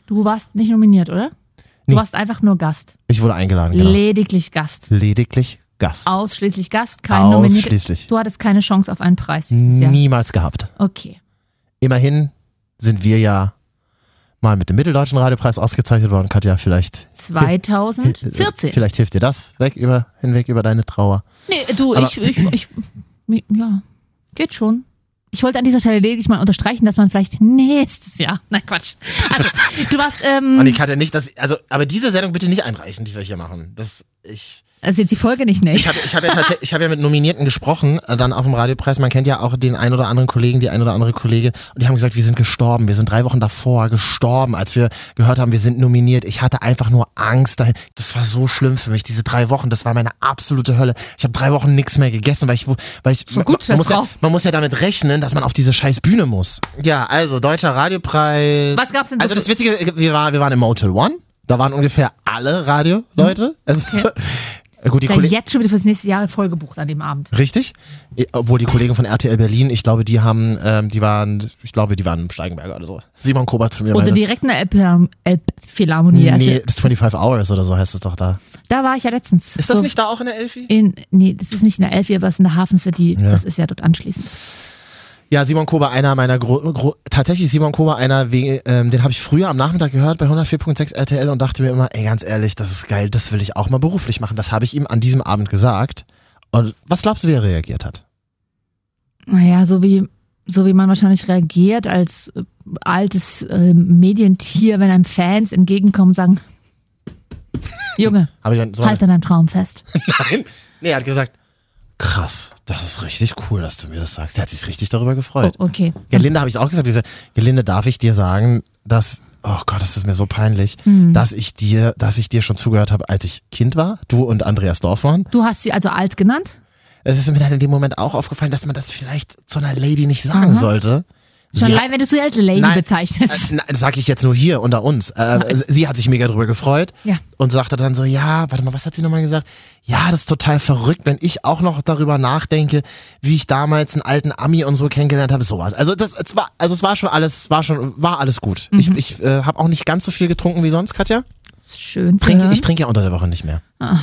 Speaker 2: Du warst nicht nominiert, oder? Du
Speaker 1: Nee.
Speaker 2: warst einfach nur Gast.
Speaker 1: Ich wurde eingeladen, genau.
Speaker 2: Lediglich Gast.
Speaker 1: Lediglich Gast.
Speaker 2: Ausschließlich Gast, kein nominiert.
Speaker 1: Ausschließlich.
Speaker 2: Du hattest keine Chance auf einen Preis dieses Jahr.
Speaker 1: Niemals gehabt.
Speaker 2: Okay.
Speaker 1: Immerhin sind wir ja mal mit dem Mitteldeutschen Radiopreis ausgezeichnet worden. Katja, vielleicht, Äh,
Speaker 2: 2014.
Speaker 1: vielleicht hilft dir das weg über, hinweg über deine Trauer.
Speaker 2: Nee, du,
Speaker 1: Aber-
Speaker 2: ich, ich, ich, mi- ja, geht schon. Ich wollte an dieser Stelle lediglich mal unterstreichen, dass man vielleicht nächstes Jahr, nein Quatsch, also, du warst,
Speaker 1: Und
Speaker 2: ähm,
Speaker 1: ich hatte nicht, das, also, aber diese Sendung bitte nicht einreichen, die wir hier machen. Das, ich,
Speaker 2: also jetzt die Folge nicht, ne?
Speaker 1: Ich habe ich hab ja, tatsä- ich hab ja mit Nominierten gesprochen, äh, dann auf dem Radiopreis. Man kennt ja auch den ein oder anderen Kollegen, die ein oder andere Kollegin. Und die haben gesagt, wir sind gestorben. Wir sind drei Wochen davor gestorben, als wir gehört haben, wir sind nominiert. Ich hatte einfach nur Angst dahin. Das war so schlimm für mich, diese drei Wochen. Das war meine absolute Hölle. Ich habe drei Wochen nichts mehr gegessen, weil ich. wo- Weil ich
Speaker 2: So gut
Speaker 1: man,
Speaker 2: für
Speaker 1: muss ja,
Speaker 2: Frau.
Speaker 1: man muss ja damit rechnen, dass man auf diese scheiß Bühne muss. Ja, also, deutscher Radiopreis.
Speaker 2: Was gab's denn so
Speaker 1: Also,
Speaker 2: für-
Speaker 1: das Witzige, wir, war, wir waren im Motel One. Da waren ungefähr alle Radio-Leute. Also, gut, die
Speaker 2: Sei
Speaker 1: Kollegen.
Speaker 2: jetzt schon wieder fürs nächste Jahr voll gebucht an dem Abend.
Speaker 1: Richtig. Eh, Obwohl die Kollegen von RTL Berlin, ich glaube, die haben, ähm, die waren, ich glaube, die waren im Steigenberger oder so. Simon Kobach zu mir
Speaker 2: Oder
Speaker 1: meinte,
Speaker 2: direkt eine Elbphilharm- Elbphilharmonie.
Speaker 1: nee,
Speaker 2: Also,
Speaker 1: das 25 Hours oder so heißt es doch da.
Speaker 2: da war ich ja letztens.
Speaker 1: Ist das
Speaker 2: So-
Speaker 1: nicht da auch in der Elfi?
Speaker 2: In, nee, das ist nicht in der Elfi, aber es ist in der Hafen City.
Speaker 1: Ja.
Speaker 2: Das ist ja dort anschließend.
Speaker 1: Ja, Simon Kober, einer meiner gro gro tatsächlich Simon Kober, einer, wegen, ähm, den habe ich früher am Nachmittag gehört bei 104.6 RTL und dachte mir immer, ey, ganz ehrlich, das ist geil, das will ich auch mal beruflich machen. Das habe ich ihm an diesem Abend gesagt. Und was glaubst du, wie er reagiert hat?
Speaker 2: Naja, so wie so wie man wahrscheinlich reagiert als äh, altes äh, Medientier, wenn einem Fans entgegenkommen und sagen, Junge,
Speaker 1: Hab ich an- so
Speaker 2: halt an deinem Traum fest.
Speaker 1: Nein. Nee, er hat gesagt, krass, das ist richtig cool, dass du mir das sagst. Er hat sich richtig darüber gefreut.
Speaker 2: Oh, Okay.
Speaker 1: Gelinde habe ich auch gesagt. Diese, Gelinde, darf ich dir sagen, dass, oh Gott, das ist mir so peinlich,
Speaker 2: Hm.
Speaker 1: dass ich dir, dass ich dir schon zugehört habe, als ich Kind war, du und Andreas Dorf waren.
Speaker 2: Du hast sie also alt genannt?
Speaker 1: Es ist mir dann in dem Moment auch aufgefallen, dass man das vielleicht zu einer Lady nicht sagen
Speaker 2: Aha.
Speaker 1: sollte.
Speaker 2: Schon
Speaker 1: Sie
Speaker 2: allein, wenn du sie als Lady
Speaker 1: Nein. Äh,
Speaker 2: bezeichnest.
Speaker 1: Na, das sag ich jetzt nur hier unter uns. Äh, sie hat sich mega drüber gefreut
Speaker 2: Ja.
Speaker 1: und sagte dann so, ja, warte mal, was hat sie nochmal gesagt? Ja, das ist total verrückt, wenn ich auch noch darüber nachdenke, wie ich damals einen alten Ami und so kennengelernt habe, sowas. Also das, es war, also es war schon alles, war schon, war alles gut. Ich,
Speaker 2: Mhm.
Speaker 1: ich äh, habe auch nicht ganz so viel getrunken wie sonst, Katja.
Speaker 2: Schön zu
Speaker 1: Trinke,
Speaker 2: hören.
Speaker 1: ich trinke ja unter der Woche nicht mehr.
Speaker 2: Ah.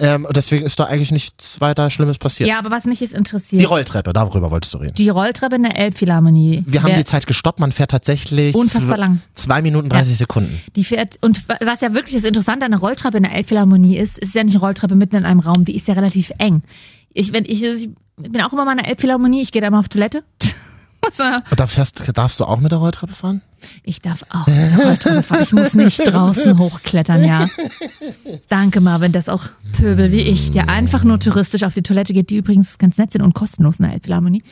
Speaker 1: Ähm, und deswegen ist da eigentlich nichts weiter Schlimmes passiert.
Speaker 2: Ja, aber was mich jetzt interessiert,
Speaker 1: Die
Speaker 2: die,
Speaker 1: Rolltreppe, darüber wolltest du reden.
Speaker 2: Rolltreppe in der Elbphilharmonie.
Speaker 1: Wir haben
Speaker 2: Wer-
Speaker 1: die Zeit gestoppt, man fährt tatsächlich
Speaker 2: Unfassbar
Speaker 1: zw-
Speaker 2: lang.
Speaker 1: zwei Minuten 30 Sekunden.
Speaker 2: Die fährt, und wa- was ja wirklich das Interessante an der Rolltreppe in der Elbphilharmonie ist, ist ja nicht eine Rolltreppe mitten in einem Raum, die ist ja relativ eng. Ich, wenn, ich, ich bin auch immer mal in der Elbphilharmonie, ich gehe da mal auf Toilette. Also,
Speaker 1: Und da fährst, darfst du auch mit der Rolltreppe fahren?
Speaker 2: ich darf auch auf der Rolltreppe fahren. Ich muss nicht draußen hochklettern, ja. Danke, Marvin, dass auch Pöbel wie ich, der einfach nur touristisch auf die Toilette geht, die übrigens ganz nett sind und kostenlos in der Elbphilharmonie,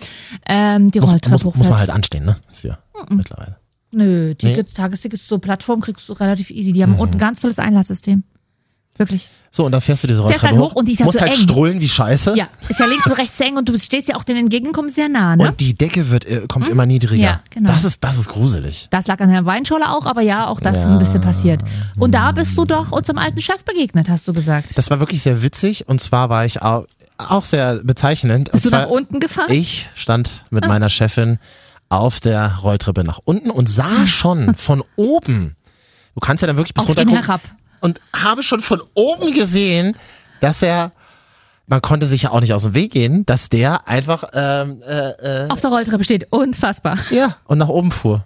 Speaker 2: ähm, die
Speaker 1: Muss,
Speaker 2: Rolltreppe
Speaker 1: muss,
Speaker 2: hochfährt.
Speaker 1: muss man halt anstehen, ne? Für mittlerweile.
Speaker 2: Nö, Tickets, Tagestickets zur Plattform kriegst du relativ easy. Die haben
Speaker 1: Mhm.
Speaker 2: unten ein ganz tolles Einlasssystem. Wirklich.
Speaker 1: So, und dann fährst du diese
Speaker 2: Fährst
Speaker 1: Rolltreppe
Speaker 2: halt hoch und die ist ja
Speaker 1: musst
Speaker 2: so
Speaker 1: halt
Speaker 2: eng.
Speaker 1: strullen wie Scheiße.
Speaker 2: Ja, ist ja links und rechts eng und du stehst ja auch dem entgegenkommen sehr nah, ne?
Speaker 1: Und die Decke wird, äh, kommt immer niedriger.
Speaker 2: Ja, genau.
Speaker 1: Das ist, das ist gruselig.
Speaker 2: das lag an der Weinschorle auch, aber ja, auch das ist ein bisschen passiert. Und da bist du doch unserem alten Chef begegnet, hast du gesagt.
Speaker 1: Das war wirklich sehr witzig und zwar war ich auch, auch sehr bezeichnend.
Speaker 2: Bist du
Speaker 1: und zwar,
Speaker 2: nach unten gefahren? Ah.
Speaker 1: Ich stand mit meiner Chefin auf der Rolltreppe nach unten und sah schon von oben. Du kannst ja dann wirklich bis
Speaker 2: Ah. Auf
Speaker 1: runter
Speaker 2: ihn
Speaker 1: gucken.
Speaker 2: herab.
Speaker 1: Und habe schon von oben gesehen, dass er, man konnte sich ja auch nicht aus dem Weg gehen, dass der einfach, ähm, äh, äh,
Speaker 2: Auf der Rolltreppe steht. Unfassbar.
Speaker 1: ja, und nach oben fuhr.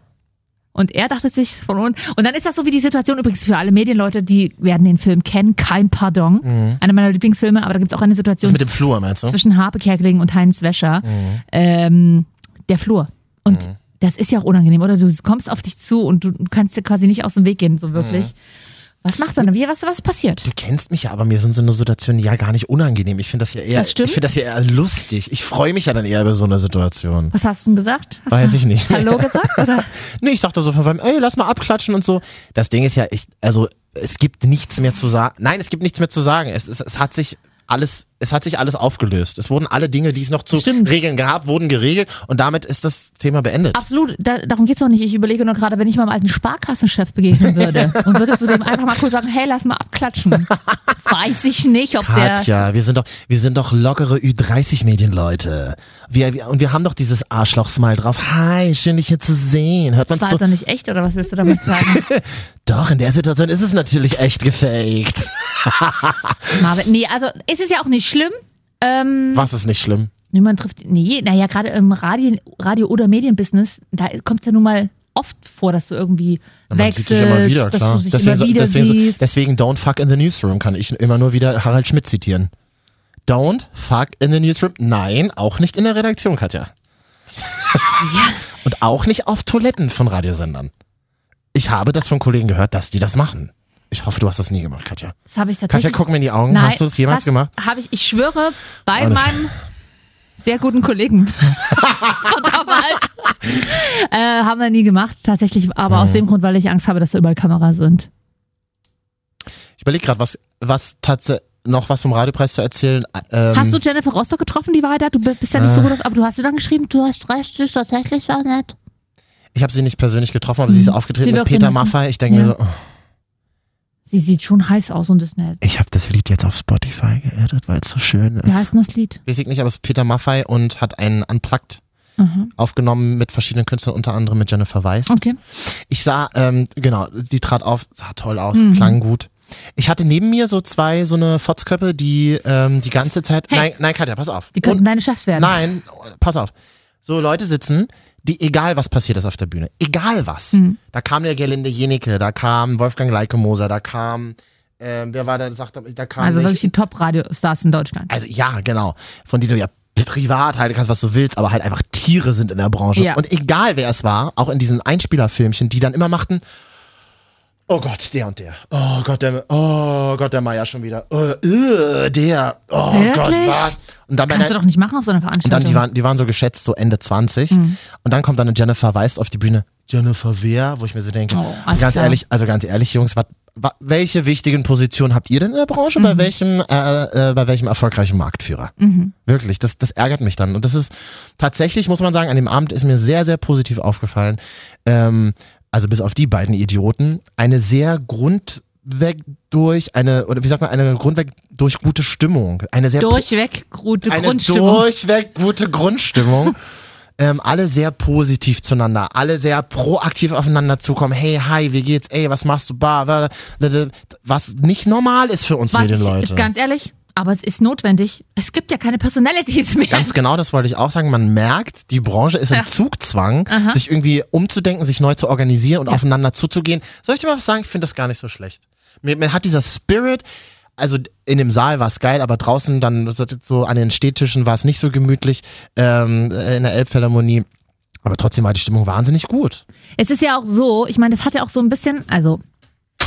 Speaker 2: Und er dachte sich von unten. Und dann ist das so wie die Situation übrigens für alle Medienleute, die werden den Film kennen. Kein Pardon. Einer meiner Lieblingsfilme, aber da gibt es auch eine
Speaker 1: Mhm. Das
Speaker 2: Situation
Speaker 1: mit dem Flur, meinst du?
Speaker 2: zwischen Harpe Kerkeling und Heinz Wäscher.
Speaker 1: Mhm.
Speaker 2: Ähm, der Flur. Und das ist ja auch unangenehm, oder? Du kommst auf dich zu und du kannst dir quasi nicht aus dem Weg gehen, so wirklich.
Speaker 1: Mhm.
Speaker 2: Was macht man? Wie, was, was ist passiert?
Speaker 1: Du kennst mich ja, aber mir sind so eine Situation ja gar nicht unangenehm. Ich finde das ja eher,
Speaker 2: Das stimmt.
Speaker 1: ich finde das ja eher lustig. Ich freue mich ja dann eher über so eine Situation.
Speaker 2: Was hast du denn gesagt? Hast
Speaker 1: Weiß
Speaker 2: du
Speaker 1: ich nicht.
Speaker 2: Hallo gesagt? Oder?
Speaker 1: Nee, ich dachte so von meinem, ey, lass mal abklatschen und so. Das Ding ist ja, ich, also es gibt nichts mehr zu sagen. Nein, es gibt nichts mehr zu sagen. Es, es, es hat sich alles, es hat sich alles aufgelöst. Es wurden alle Dinge, die es noch zu
Speaker 2: Stimmt.
Speaker 1: regeln gab, wurden geregelt und damit ist das Thema beendet.
Speaker 2: Absolut, da, darum geht's noch nicht. Ich überlege nur gerade, wenn ich meinem alten Sparkassenchef begegnen würde und würde zu dem einfach mal kurz sagen, hey, lass mal abklatschen. Weiß ich nicht, ob der...
Speaker 1: Katja, wir sind doch, wir sind doch lockere Ü30-Medienleute. Wir, wir, und wir haben doch dieses Arschloch-Smile drauf. Hi, schön dich hier zu sehen. Hört man's
Speaker 2: Das war
Speaker 1: doch.
Speaker 2: jetzt doch nicht echt, oder was willst du damit sagen?
Speaker 1: Doch, in der Situation ist es natürlich echt gefaked.
Speaker 2: Marvin, nee, also es ist ja auch nicht schlimm. Ähm,
Speaker 1: Was ist nicht schlimm?
Speaker 2: niemand trifft... Nee, naja, gerade im Radio, Radio- oder Medienbusiness, da kommt's ja nun mal oft vor, dass du irgendwie
Speaker 1: Man
Speaker 2: wechselst,
Speaker 1: sieht sich immer wieder,
Speaker 2: dass
Speaker 1: klar.
Speaker 2: du dich
Speaker 1: deswegen, so-
Speaker 2: immer wieder
Speaker 1: deswegen, so-
Speaker 2: siehst.
Speaker 1: deswegen Don't Fuck in the Newsroom kann ich immer nur wieder Harald Schmidt zitieren. Don't fuck in the newsroom. Nein, auch nicht in der Redaktion, Katja. Und auch nicht auf Toiletten von Radiosendern. Ich habe das von Kollegen gehört, dass die das machen. Ich hoffe, du hast das nie gemacht, Katja.
Speaker 2: Das habe ich
Speaker 1: Katja,
Speaker 2: tatsächlich...
Speaker 1: guck mir in die Augen.
Speaker 2: Nein,
Speaker 1: hast du es jemals
Speaker 2: das
Speaker 1: gemacht?
Speaker 2: Habe ich, ich schwöre, bei
Speaker 1: Alles.
Speaker 2: meinem sehr guten Kollegen von damals äh, haben wir nie gemacht. Tatsächlich, aber
Speaker 1: Mhm.
Speaker 2: aus dem Grund, weil ich Angst habe, dass da überall Kameras sind.
Speaker 1: Ich überlege gerade, was, was tatsächlich noch was vom Radiopreis zu erzählen. Ähm, Äh.
Speaker 2: hast du Jennifer Rostock getroffen, die war ja da? Du bi- bist ja nicht so gut, auf- aber du hast ihr dann geschrieben, du hast recht, tschüss, tatsächlich war nett.
Speaker 1: ich habe sie nicht persönlich getroffen, aber sie ist aufgetreten
Speaker 2: Mhm. Sie
Speaker 1: mit
Speaker 2: wirkt
Speaker 1: Peter
Speaker 2: in-
Speaker 1: Maffay. Ich denke
Speaker 2: Ja.
Speaker 1: mir so, oh,
Speaker 2: Sie sieht schon heiß aus und ist nett.
Speaker 1: ich habe das Lied jetzt auf Spotify geerdet, weil es so schön ist.
Speaker 2: Wie heißt denn das Lied?
Speaker 1: weiß ich nicht, aber es ist Peter Maffay und hat einen Unplugged
Speaker 2: Aha.
Speaker 1: aufgenommen mit verschiedenen Künstlern, unter anderem mit Jennifer Weiss.
Speaker 2: Okay.
Speaker 1: Ich sah, ähm, genau, die trat auf, sah toll aus,
Speaker 2: Mhm.
Speaker 1: klang gut. Ich hatte neben mir so zwei so eine Fotzköppe, die ähm, die ganze Zeit.
Speaker 2: Hey.
Speaker 1: Nein, nein, Katja, pass auf.
Speaker 2: Die könnten
Speaker 1: Und-
Speaker 2: deine Chefs werden.
Speaker 1: Nein, pass auf. So Leute sitzen, die egal was passiert ist auf der Bühne, egal was.
Speaker 2: Mhm.
Speaker 1: Da kam der Gerlinde Jenike, da kam Wolfgang Leikemoser, da kam, ähm, wer war da, sagt, da kam
Speaker 2: Also
Speaker 1: nicht- Äh,
Speaker 2: wirklich die Top-Radio-Stars in Deutschland.
Speaker 1: also ja, genau. Von die du ja privat halten kannst, was du willst, aber halt einfach Tiere sind in der Branche.
Speaker 2: Ja.
Speaker 1: Und egal wer es war, auch in diesen Einspielerfilmchen, die dann immer machten, oh Gott, der und der, oh Gott, der, oh Gott, der Meier schon wieder, oh, äh, der, oh Gott,
Speaker 2: Wirklich?
Speaker 1: was? Und dann, bei
Speaker 2: Kannst du
Speaker 1: einer,
Speaker 2: doch nicht machen auf so einer
Speaker 1: und
Speaker 2: Veranstaltung. Mhm.
Speaker 1: dann die, waren, die waren so geschätzt, so Ende 20. Und dann kommt dann eine Jennifer Weist auf die Bühne. Jennifer wer? Wo ich mir so denke,
Speaker 2: Oh, Alter.
Speaker 1: ganz ehrlich, also ganz ehrlich, Jungs, wat, wa- welche wichtigen Positionen habt ihr denn in der Branche?
Speaker 2: Mhm.
Speaker 1: Bei welchem, äh, äh, bei welchem erfolgreichen Marktführer? Wirklich, das, das ärgert mich dann. Und das ist tatsächlich, muss man sagen, an dem Abend ist mir sehr, sehr positiv aufgefallen. Ähm, also bis auf die beiden Idioten, eine sehr grundweg durch eine, oder wie sagt man, eine grundweg durch gute Stimmung. Eine sehr
Speaker 2: Durchweg gute
Speaker 1: eine
Speaker 2: Grundstimmung.
Speaker 1: durchweg gute Grundstimmung. ähm, alle sehr positiv zueinander, alle sehr proaktiv aufeinander zukommen. Hey, hi, wie geht's? Ey, was machst du? Ba, ba, da, da, da. Was nicht normal ist für uns
Speaker 2: Was ist
Speaker 1: Medienleute.
Speaker 2: ganz ehrlich, aber es ist notwendig. Es gibt ja keine Personalities mehr.
Speaker 1: Ganz genau, das wollte ich auch sagen. Man merkt, die Branche ist im
Speaker 2: Ja.
Speaker 1: Zugzwang,
Speaker 2: Aha.
Speaker 1: sich irgendwie umzudenken, sich neu zu organisieren und aufeinander zuzugehen. Soll ich dir mal was sagen? Ich finde das gar nicht so schlecht. Mir, mir hat dieser Spirit, also in dem Saal war es geil, aber draußen dann das hat jetzt so an den Stehtischen war es nicht so gemütlich ähm, in der Elbphilharmonie. Aber trotzdem war die Stimmung wahnsinnig gut.
Speaker 2: Es ist ja auch so, ich meine, das hat ja auch so ein bisschen, also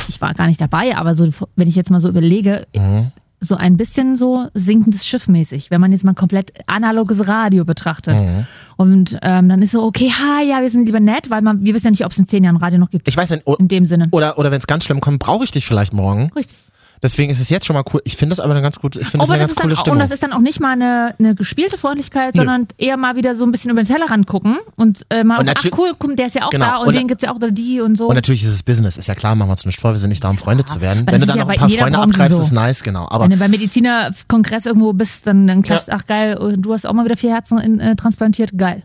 Speaker 2: ich war gar nicht dabei, aber so, wenn ich jetzt mal so überlege,
Speaker 1: Mhm.
Speaker 2: so ein bisschen so sinkendes Schiff mäßig, wenn man jetzt mal komplett analoges Radio betrachtet.
Speaker 1: Mhm.
Speaker 2: Und ähm, dann ist so, okay, ha, ja, wir sind lieber nett, weil man, wir wissen ja nicht, ob es in zehn Jahren Radio noch gibt.
Speaker 1: Ich weiß nicht, o-
Speaker 2: in dem Sinne.
Speaker 1: oder, oder wenn es ganz schlimm kommt, brauche ich dich vielleicht morgen.
Speaker 2: Richtig.
Speaker 1: Deswegen ist es jetzt schon mal cool. Ich finde das aber eine ganz gute, ich finde das
Speaker 2: Aber
Speaker 1: eine
Speaker 2: Oh,
Speaker 1: ganz
Speaker 2: das ist dann,
Speaker 1: coole
Speaker 2: auch- und
Speaker 1: Stimmung.
Speaker 2: das ist dann auch nicht mal eine, eine gespielte Freundlichkeit,
Speaker 1: Nö.
Speaker 2: sondern eher mal wieder so ein bisschen über den Tellerrand gucken und äh, mal,
Speaker 1: Und
Speaker 2: ach
Speaker 1: natür-
Speaker 2: cool, guck, der ist ja auch
Speaker 1: Genau.
Speaker 2: da und,
Speaker 1: Und-
Speaker 2: den gibt's ja auch da die und so.
Speaker 1: Und natürlich ist es Business, ist ja klar, machen wir uns nicht vor, wir sind nicht da, um Freunde zu werden.
Speaker 2: aber
Speaker 1: Wenn du dann
Speaker 2: das ist ja
Speaker 1: noch ein
Speaker 2: bei
Speaker 1: paar
Speaker 2: jeder
Speaker 1: Freunde
Speaker 2: Branche
Speaker 1: abgreifst,
Speaker 2: so.
Speaker 1: ist nice, genau. Aber
Speaker 2: Wenn du beim Medizinerkongress irgendwo bist, dann, dann klatscht, ach geil, du hast auch mal wieder vier Herzen in, äh, transplantiert, geil.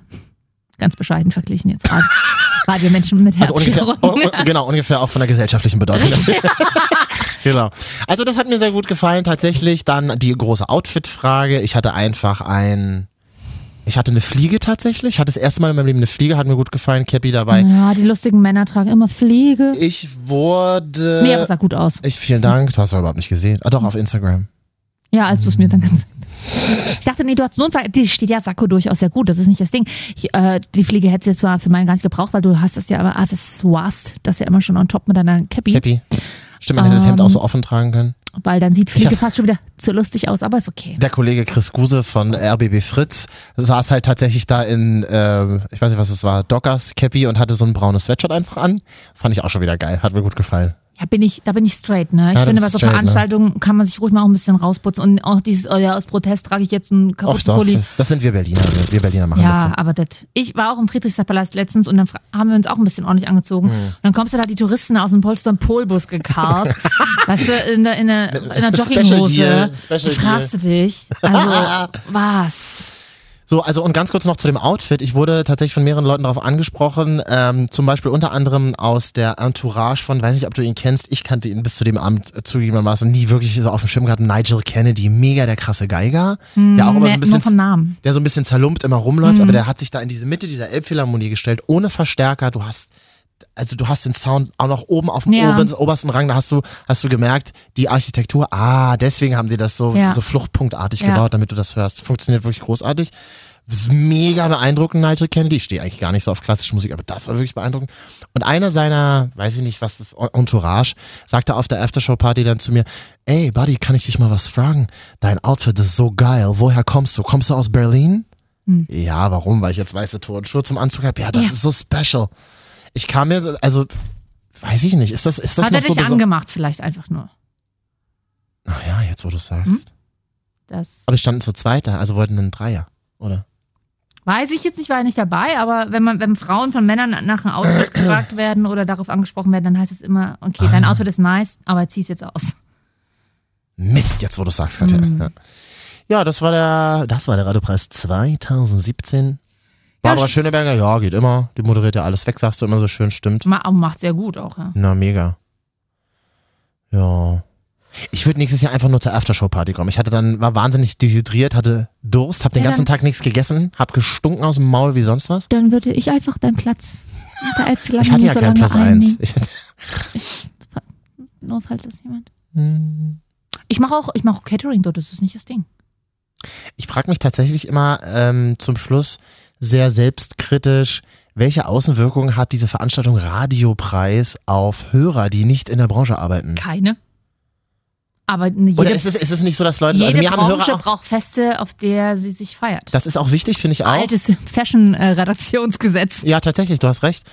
Speaker 2: Ganz bescheiden verglichen jetzt. Radio- Radiomenschen mit
Speaker 1: also ungefähr,
Speaker 2: Herzchirurgen.
Speaker 1: oh, oh, genau, ungefähr auch von der gesellschaftlichen Bedeutung. genau. Also das hat mir sehr gut gefallen, tatsächlich. Dann die große Outfit-Frage. Ich hatte einfach ein, ich hatte eine Fliege tatsächlich. Ich hatte das erste Mal in meinem Leben eine Fliege, hat mir gut gefallen, Cappy dabei.
Speaker 2: Ja, die lustigen Männer tragen immer Pflege.
Speaker 1: Ich wurde...
Speaker 2: nee, aber Mhm. sah gut aus.
Speaker 1: ich, vielen Dank, du hast ja überhaupt nicht gesehen. Ah, doch, auf Instagram.
Speaker 2: Ja, als du es mir dann gesagt hast. Ich dachte, nee, du hast nur gesagt, die steht ja Sakko durchaus sehr gut, das ist nicht das Ding. Ich, äh, die Fliege hättest du jetzt zwar für meinen gar nicht gebraucht, weil du hast das ja aber Accessoires, das ja immer schon on top mit deiner Cappy,
Speaker 1: Cappy. Stimmt, man hätte das
Speaker 2: Ähm.
Speaker 1: Hemd auch so offen tragen können.
Speaker 2: weil dann sieht Fliege
Speaker 1: hab-
Speaker 2: fast schon wieder zu lustig aus, aber ist okay.
Speaker 1: Der Kollege Chris Guse von RBB Fritz saß halt tatsächlich da in, äh, ich weiß nicht, was es war, Dockers Cappy und hatte so ein braunes Sweatshirt einfach an. Fand ich auch schon wieder geil. Hat mir gut gefallen.
Speaker 2: Ja, bin ich, da bin ich straight, ne? Ich
Speaker 1: Ja, das
Speaker 2: finde, bei
Speaker 1: ist
Speaker 2: so
Speaker 1: straight,
Speaker 2: Veranstaltungen kann man sich ruhig mal auch ein bisschen rausputzen. Und auch dieses, oh ja, aus Protest trage ich jetzt einen
Speaker 1: Och,
Speaker 2: kaputten
Speaker 1: doch,
Speaker 2: Pulli.
Speaker 1: das sind wir Berliner. wir- Wir Berliner machen das so.
Speaker 2: Ja, aber das. Ich war auch im Friedrichstadtpalast letztens und dann fra- haben wir uns auch ein bisschen ordentlich angezogen.
Speaker 1: Mhm.
Speaker 2: Und dann kommst du da die Touristen aus dem Polster und Polbus gekarrt. weißt du, in der, in der, in der
Speaker 1: Special
Speaker 2: Jogginghose.
Speaker 1: Deal, Special
Speaker 2: Ich fragst du dich. Also, was?
Speaker 1: So, also und ganz kurz noch zu dem Outfit. Ich wurde tatsächlich von mehreren Leuten darauf angesprochen, ähm, zum Beispiel unter anderem aus der Entourage von, weiß nicht, ob du ihn kennst, ich kannte ihn bis zu dem Abend äh, zugegebenermaßen nie wirklich so auf dem Schirm gehabt, Nigel Kennedy, mega der krasse Geiger, der auch immer so
Speaker 2: ne,
Speaker 1: ein
Speaker 2: nur
Speaker 1: bisschen,
Speaker 2: vom Namen.
Speaker 1: der so ein bisschen zerlumpt immer rumläuft,
Speaker 2: Mhm.
Speaker 1: aber der hat sich da in diese Mitte dieser Elbphilharmonie gestellt, ohne Verstärker, du hast also du hast den Sound auch noch oben auf dem
Speaker 2: Ja.
Speaker 1: oberen, obersten Rang, da hast du, hast du gemerkt, die Architektur, ah, deswegen haben die das so,
Speaker 2: Ja.
Speaker 1: so fluchtpunktartig
Speaker 2: Ja.
Speaker 1: gebaut, damit du das hörst. Funktioniert wirklich großartig. Ist mega beeindruckend, Nigel Kennedy. Ich stehe eigentlich gar nicht so auf klassische Musik, aber das war wirklich beeindruckend. Und einer seiner, weiß ich nicht, was das Entourage, sagte auf der Aftershow-Party dann zu mir, ey, Buddy, kann ich dich mal was fragen? Dein Outfit ist so geil. Woher kommst du? Kommst du aus Berlin? Ja, warum? Weil ich jetzt weiße Turnschuhe zum Anzug habe. Ja, das
Speaker 2: Hm. Ja.
Speaker 1: ist so special. Ich kam mir, so- also, weiß ich nicht, ist das, ist das
Speaker 2: Hat
Speaker 1: noch
Speaker 2: er
Speaker 1: so
Speaker 2: dich
Speaker 1: beso-
Speaker 2: angemacht, vielleicht einfach nur.
Speaker 1: Ach ja, jetzt wo du sagst.
Speaker 2: Hm? Das
Speaker 1: Aber wir standen zu zweit da, also wollten einen Dreier, oder?
Speaker 2: weiß ich jetzt nicht, war ja nicht dabei, aber wenn man, wenn Frauen von Männern nach einem Outfit gefragt werden oder darauf angesprochen werden, dann heißt es immer, okay, dein
Speaker 1: Ah.
Speaker 2: Outfit ist nice, aber zieh's jetzt aus.
Speaker 1: Mist, jetzt wo du sagst, Katja.
Speaker 2: Mhm.
Speaker 1: Ja. ja, das war der, das war der Radiopreis 2017. Barbara
Speaker 2: sch-
Speaker 1: Schöneberger, ja, geht immer. Die moderiert ja alles weg, sagst du immer so schön, stimmt.
Speaker 2: Ma macht sehr gut auch, ja.
Speaker 1: Na, mega. Ja. Ich würde nächstes Jahr einfach nur zur Aftershow-Party kommen. Ich hatte dann, war wahnsinnig dehydriert, hatte Durst, hab den
Speaker 2: Ja,
Speaker 1: ganzen
Speaker 2: dann-
Speaker 1: Tag nichts gegessen, hab gestunken aus dem Maul wie sonst was.
Speaker 2: Dann würde ich einfach deinen Platz in der Elbphilharmonie
Speaker 1: Ich hatte ja
Speaker 2: so
Speaker 1: kein
Speaker 2: lange
Speaker 1: Plus eins.
Speaker 2: einnehmen.
Speaker 1: Ich hatte, Hm.
Speaker 2: Nur falls das jemand. Ich mache auch, ich mache auch Catering dort, das ist nicht das Ding.
Speaker 1: ich frage mich tatsächlich immer ähm, zum Schluss sehr selbstkritisch, welche Außenwirkungen hat diese Veranstaltung Radiopreis auf Hörer, die nicht in der Branche arbeiten?
Speaker 2: Keine. Aber jede,
Speaker 1: Oder ist es, ist es nicht so, dass Leute,
Speaker 2: jede
Speaker 1: also mir haben
Speaker 2: Branche
Speaker 1: Hörer auch,
Speaker 2: braucht Feste, auf der sie sich feiert.
Speaker 1: das ist auch wichtig, finde ich auch.
Speaker 2: Altes Fashion-Redaktionsgesetz.
Speaker 1: Ja, tatsächlich, du hast recht.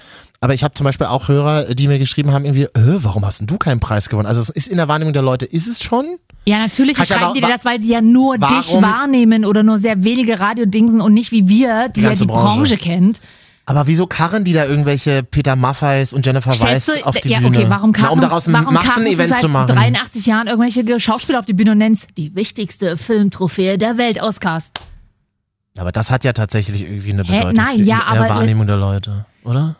Speaker 1: Aber ich habe zum Beispiel auch Hörer, die mir geschrieben haben, irgendwie, äh, warum hast denn du keinen Preis gewonnen? Also es ist in der Wahrnehmung der Leute, ist es schon?
Speaker 2: Ja, natürlich
Speaker 1: Katja,
Speaker 2: schreiben die dir
Speaker 1: wa-
Speaker 2: das, weil sie ja nur
Speaker 1: warum-
Speaker 2: dich wahrnehmen oder nur sehr wenige Radiodingsen und nicht wie wir, die ja
Speaker 1: ganze
Speaker 2: die Branche,
Speaker 1: Branche.
Speaker 2: kennt.
Speaker 1: Aber wieso karren die da irgendwelche Peter Maffays und Jennifer
Speaker 2: Stellst
Speaker 1: Weiss
Speaker 2: du-
Speaker 1: auf die
Speaker 2: ja,
Speaker 1: Bühne?
Speaker 2: okay, warum
Speaker 1: Na, um
Speaker 2: karten-
Speaker 1: daraus ein
Speaker 2: warum karten sie
Speaker 1: Massen-Event
Speaker 2: seit
Speaker 1: zu machen.
Speaker 2: 83 Jahren irgendwelche Ge- Schauspieler auf die Bühne und nennst die wichtigste Filmtrophäe der Welt, Oscars.
Speaker 1: Aber das hat ja tatsächlich irgendwie eine
Speaker 2: Hä?
Speaker 1: Bedeutung
Speaker 2: Nein,
Speaker 1: für die
Speaker 2: ja, aber- äh,
Speaker 1: Wahrnehmung der Leute, oder?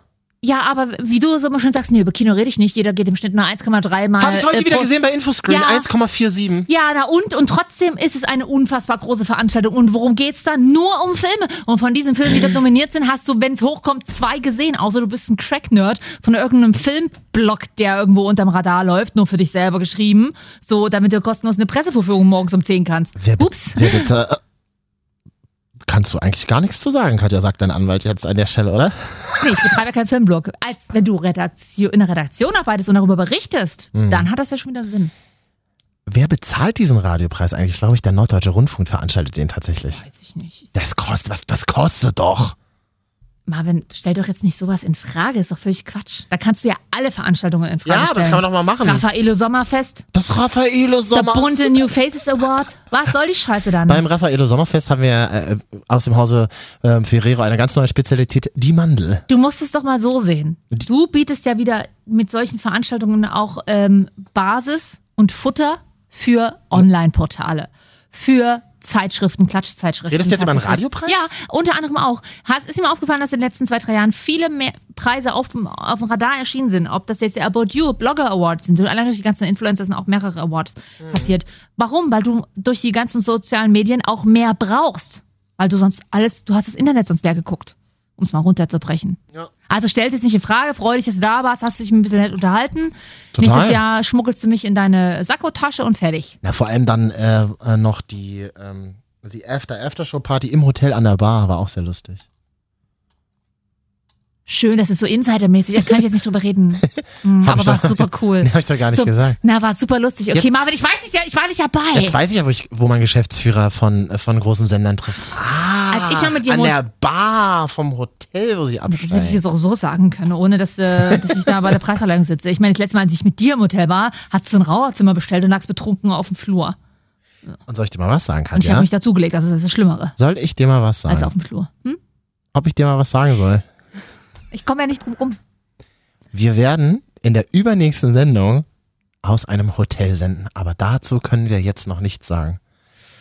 Speaker 2: Ja, aber wie du es immer schon sagst, nee, über Kino rede ich nicht. Jeder geht im Schnitt nur 1,3 Mal.
Speaker 1: Habe ich heute
Speaker 2: äh,
Speaker 1: wieder
Speaker 2: pro-
Speaker 1: gesehen bei Infoscreen,
Speaker 2: Ja.
Speaker 1: 1,47.
Speaker 2: Ja, na und? Und trotzdem ist es eine unfassbar große Veranstaltung. Und worum geht's da? Nur um Filme. Und von diesen Filmen, die da nominiert sind, hast du, wenn's hochkommt, zwei gesehen. Außer du bist ein Crack-Nerd von irgendeinem Filmblog, der irgendwo unterm Radar läuft, nur für dich selber geschrieben. So, damit du kostenlos eine Presseverführung morgens um 10 kannst.
Speaker 1: Wer, bi-
Speaker 2: Ups.
Speaker 1: Wer bitte, äh, kannst du eigentlich gar nichts zu sagen, Katja, sagt dein Anwalt jetzt an der Stelle, oder?
Speaker 2: Nee, ich betreibe ja keinen Filmblog. Als wenn du Redaktio in der Redaktion arbeitest und darüber berichtest, dann hat das ja schon wieder Sinn.
Speaker 1: Wer bezahlt diesen Radiopreis eigentlich? Glaube ich, der Norddeutsche Rundfunk veranstaltet den tatsächlich.
Speaker 2: Weiß ich nicht.
Speaker 1: Das kostet, was, das kostet doch.
Speaker 2: Marvin, stell doch jetzt nicht sowas in Frage. Ist doch völlig Quatsch. Da kannst du ja alle Veranstaltungen in Frage
Speaker 1: Ja, das
Speaker 2: stellen.
Speaker 1: kann man doch mal machen.
Speaker 2: Das Raffaello Sommerfest.
Speaker 1: Das Raffaello
Speaker 2: Der
Speaker 1: Sommer.
Speaker 2: bunte New Faces Award. Was soll die Scheiße dann?
Speaker 1: Beim Raffaello Sommerfest haben wir äh, aus dem Hause ähm, Ferrero eine ganz neue Spezialität, die Mandel.
Speaker 2: du musst es doch mal so sehen. Du bietest ja wieder mit solchen Veranstaltungen auch ähm, Basis und Futter für Online-Portale, für Zeitschriften, Klatschzeitschriften.
Speaker 1: Redest du jetzt über einen
Speaker 2: tatsächlich.
Speaker 1: Radiopreis?
Speaker 2: Ja, unter anderem auch. Hast, ist mir aufgefallen, dass in den letzten zwei, drei Jahren viele mehr Preise auf dem, auf dem Radar erschienen sind. Ob das jetzt der About You Blogger Awards sind, und allein durch die ganzen Influencer sind auch mehrere Awards
Speaker 1: Mhm.
Speaker 2: passiert. Warum? Weil du durch die ganzen sozialen Medien auch mehr brauchst. Weil du sonst alles, du hast das Internet sonst leer geguckt, um es mal runterzubrechen. Also stell dich nicht in Frage, freu dich, dass du da warst, hast dich ein bisschen nett unterhalten.
Speaker 1: Total.
Speaker 2: Nächstes Jahr schmuggelst du mich in deine Sakkotasche und fertig.
Speaker 1: Na, vor allem dann äh, äh, noch die, ähm, die After-After-Show-Party im Hotel an der Bar war auch sehr lustig.
Speaker 2: Schön, das ist so insidermäßig, da kann ich jetzt nicht drüber reden. Mhm,
Speaker 1: Hab
Speaker 2: aber
Speaker 1: ich
Speaker 2: war
Speaker 1: doch-
Speaker 2: super cool.
Speaker 1: Nee, hab ich doch gar nicht
Speaker 2: so,
Speaker 1: gesagt.
Speaker 2: Na, war super lustig. Okay,
Speaker 1: Jetzt-
Speaker 2: Marvin, ich weiß nicht, ja, ich war nicht dabei.
Speaker 1: Jetzt weiß ich ja, wo, ich, wo man Geschäftsführer von, äh, von großen Sendern trifft. Ah,
Speaker 2: Als ich mal mit dir
Speaker 1: an
Speaker 2: im Ho-
Speaker 1: der Bar vom Hotel, wo sie
Speaker 2: das hätte ich
Speaker 1: absteigen.
Speaker 2: jetzt auch so sagen können, ohne dass, äh, dass ich da bei der Preisverleihung sitze. Ich meine, das letzte Mal, als ich mit dir im Hotel war, hattest du ein Rauerzimmer bestellt und lagst betrunken auf dem Flur.
Speaker 1: Und soll ich dir mal was sagen,
Speaker 2: Und ich
Speaker 1: Katja?
Speaker 2: habe mich dazugelegt, also das ist das Schlimmere
Speaker 1: soll ich dir mal was sagen?
Speaker 2: als auf dem Flur. Hm?
Speaker 1: Ob ich dir mal was sagen soll?
Speaker 2: Ich komme ja nicht drum rum.
Speaker 1: Wir werden in der übernächsten Sendung aus einem Hotel senden, aber dazu können wir jetzt noch nichts sagen.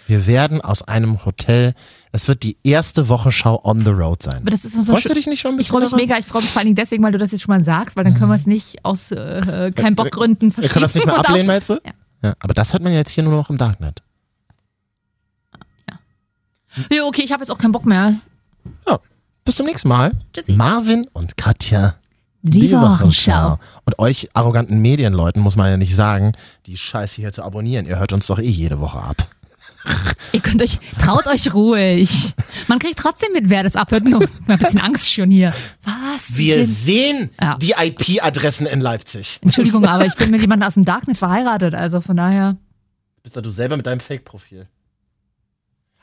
Speaker 1: Wir werden aus einem Hotel, es wird die erste Wochenschau on the road sein.
Speaker 2: Aber das ist uns so
Speaker 1: Freust
Speaker 2: schön-
Speaker 1: du dich nicht schon ein
Speaker 2: Ich
Speaker 1: bisschen?
Speaker 2: freue mich
Speaker 1: daran?
Speaker 2: mega, ich freue mich vor allen Dingen deswegen, weil du das jetzt schon mal sagst, weil dann können wir es nicht aus äh, kein Bockgründen
Speaker 1: Wir können das nicht mehr
Speaker 2: verschieben
Speaker 1: ablehnen,
Speaker 2: und auf-
Speaker 1: meinst du?
Speaker 2: Ja.
Speaker 1: Ja, aber das hört man jetzt hier nur noch im Darknet.
Speaker 2: Ja, okay, ich habe jetzt auch keinen Bock mehr.
Speaker 1: Ja, bis zum nächsten Mal.
Speaker 2: Tschüssi.
Speaker 1: Marvin und Katja.
Speaker 2: Die Wochenschau.
Speaker 1: Und euch arroganten Medienleuten muss man ja nicht sagen, die Scheiße hier zu abonnieren. Ihr hört uns doch eh jede Woche ab.
Speaker 2: Ihr könnt euch, traut euch ruhig. Man kriegt trotzdem mit, wer das abhört. Nur ein bisschen Angst schon hier. Was?
Speaker 1: Wir
Speaker 2: sind-
Speaker 1: sehen
Speaker 2: Ja.
Speaker 1: die IP-Adressen in Leipzig.
Speaker 2: Entschuldigung, aber ich bin mit jemandem aus dem Darknet verheiratet, also von daher.
Speaker 1: Bist da du selber mit deinem Fake-Profil.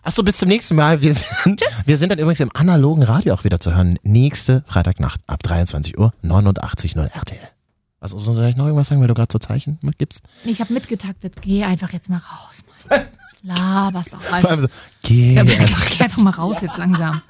Speaker 1: Achso, bis zum nächsten Mal. Wir sind, wir sind dann übrigens im analogen Radio auch wieder zu hören. Nächste Freitagnacht ab 23 Uhr, 89.0 RTL. Was soll ich noch irgendwas sagen, weil du gerade so Zeichen mitgibst?
Speaker 2: Ich habe mitgetaktet. Geh einfach jetzt mal raus, Mann. Laberst auch
Speaker 1: Vor
Speaker 2: einfach.
Speaker 1: allem so, geh
Speaker 2: Ja, geh einfach mal raus jetzt langsam.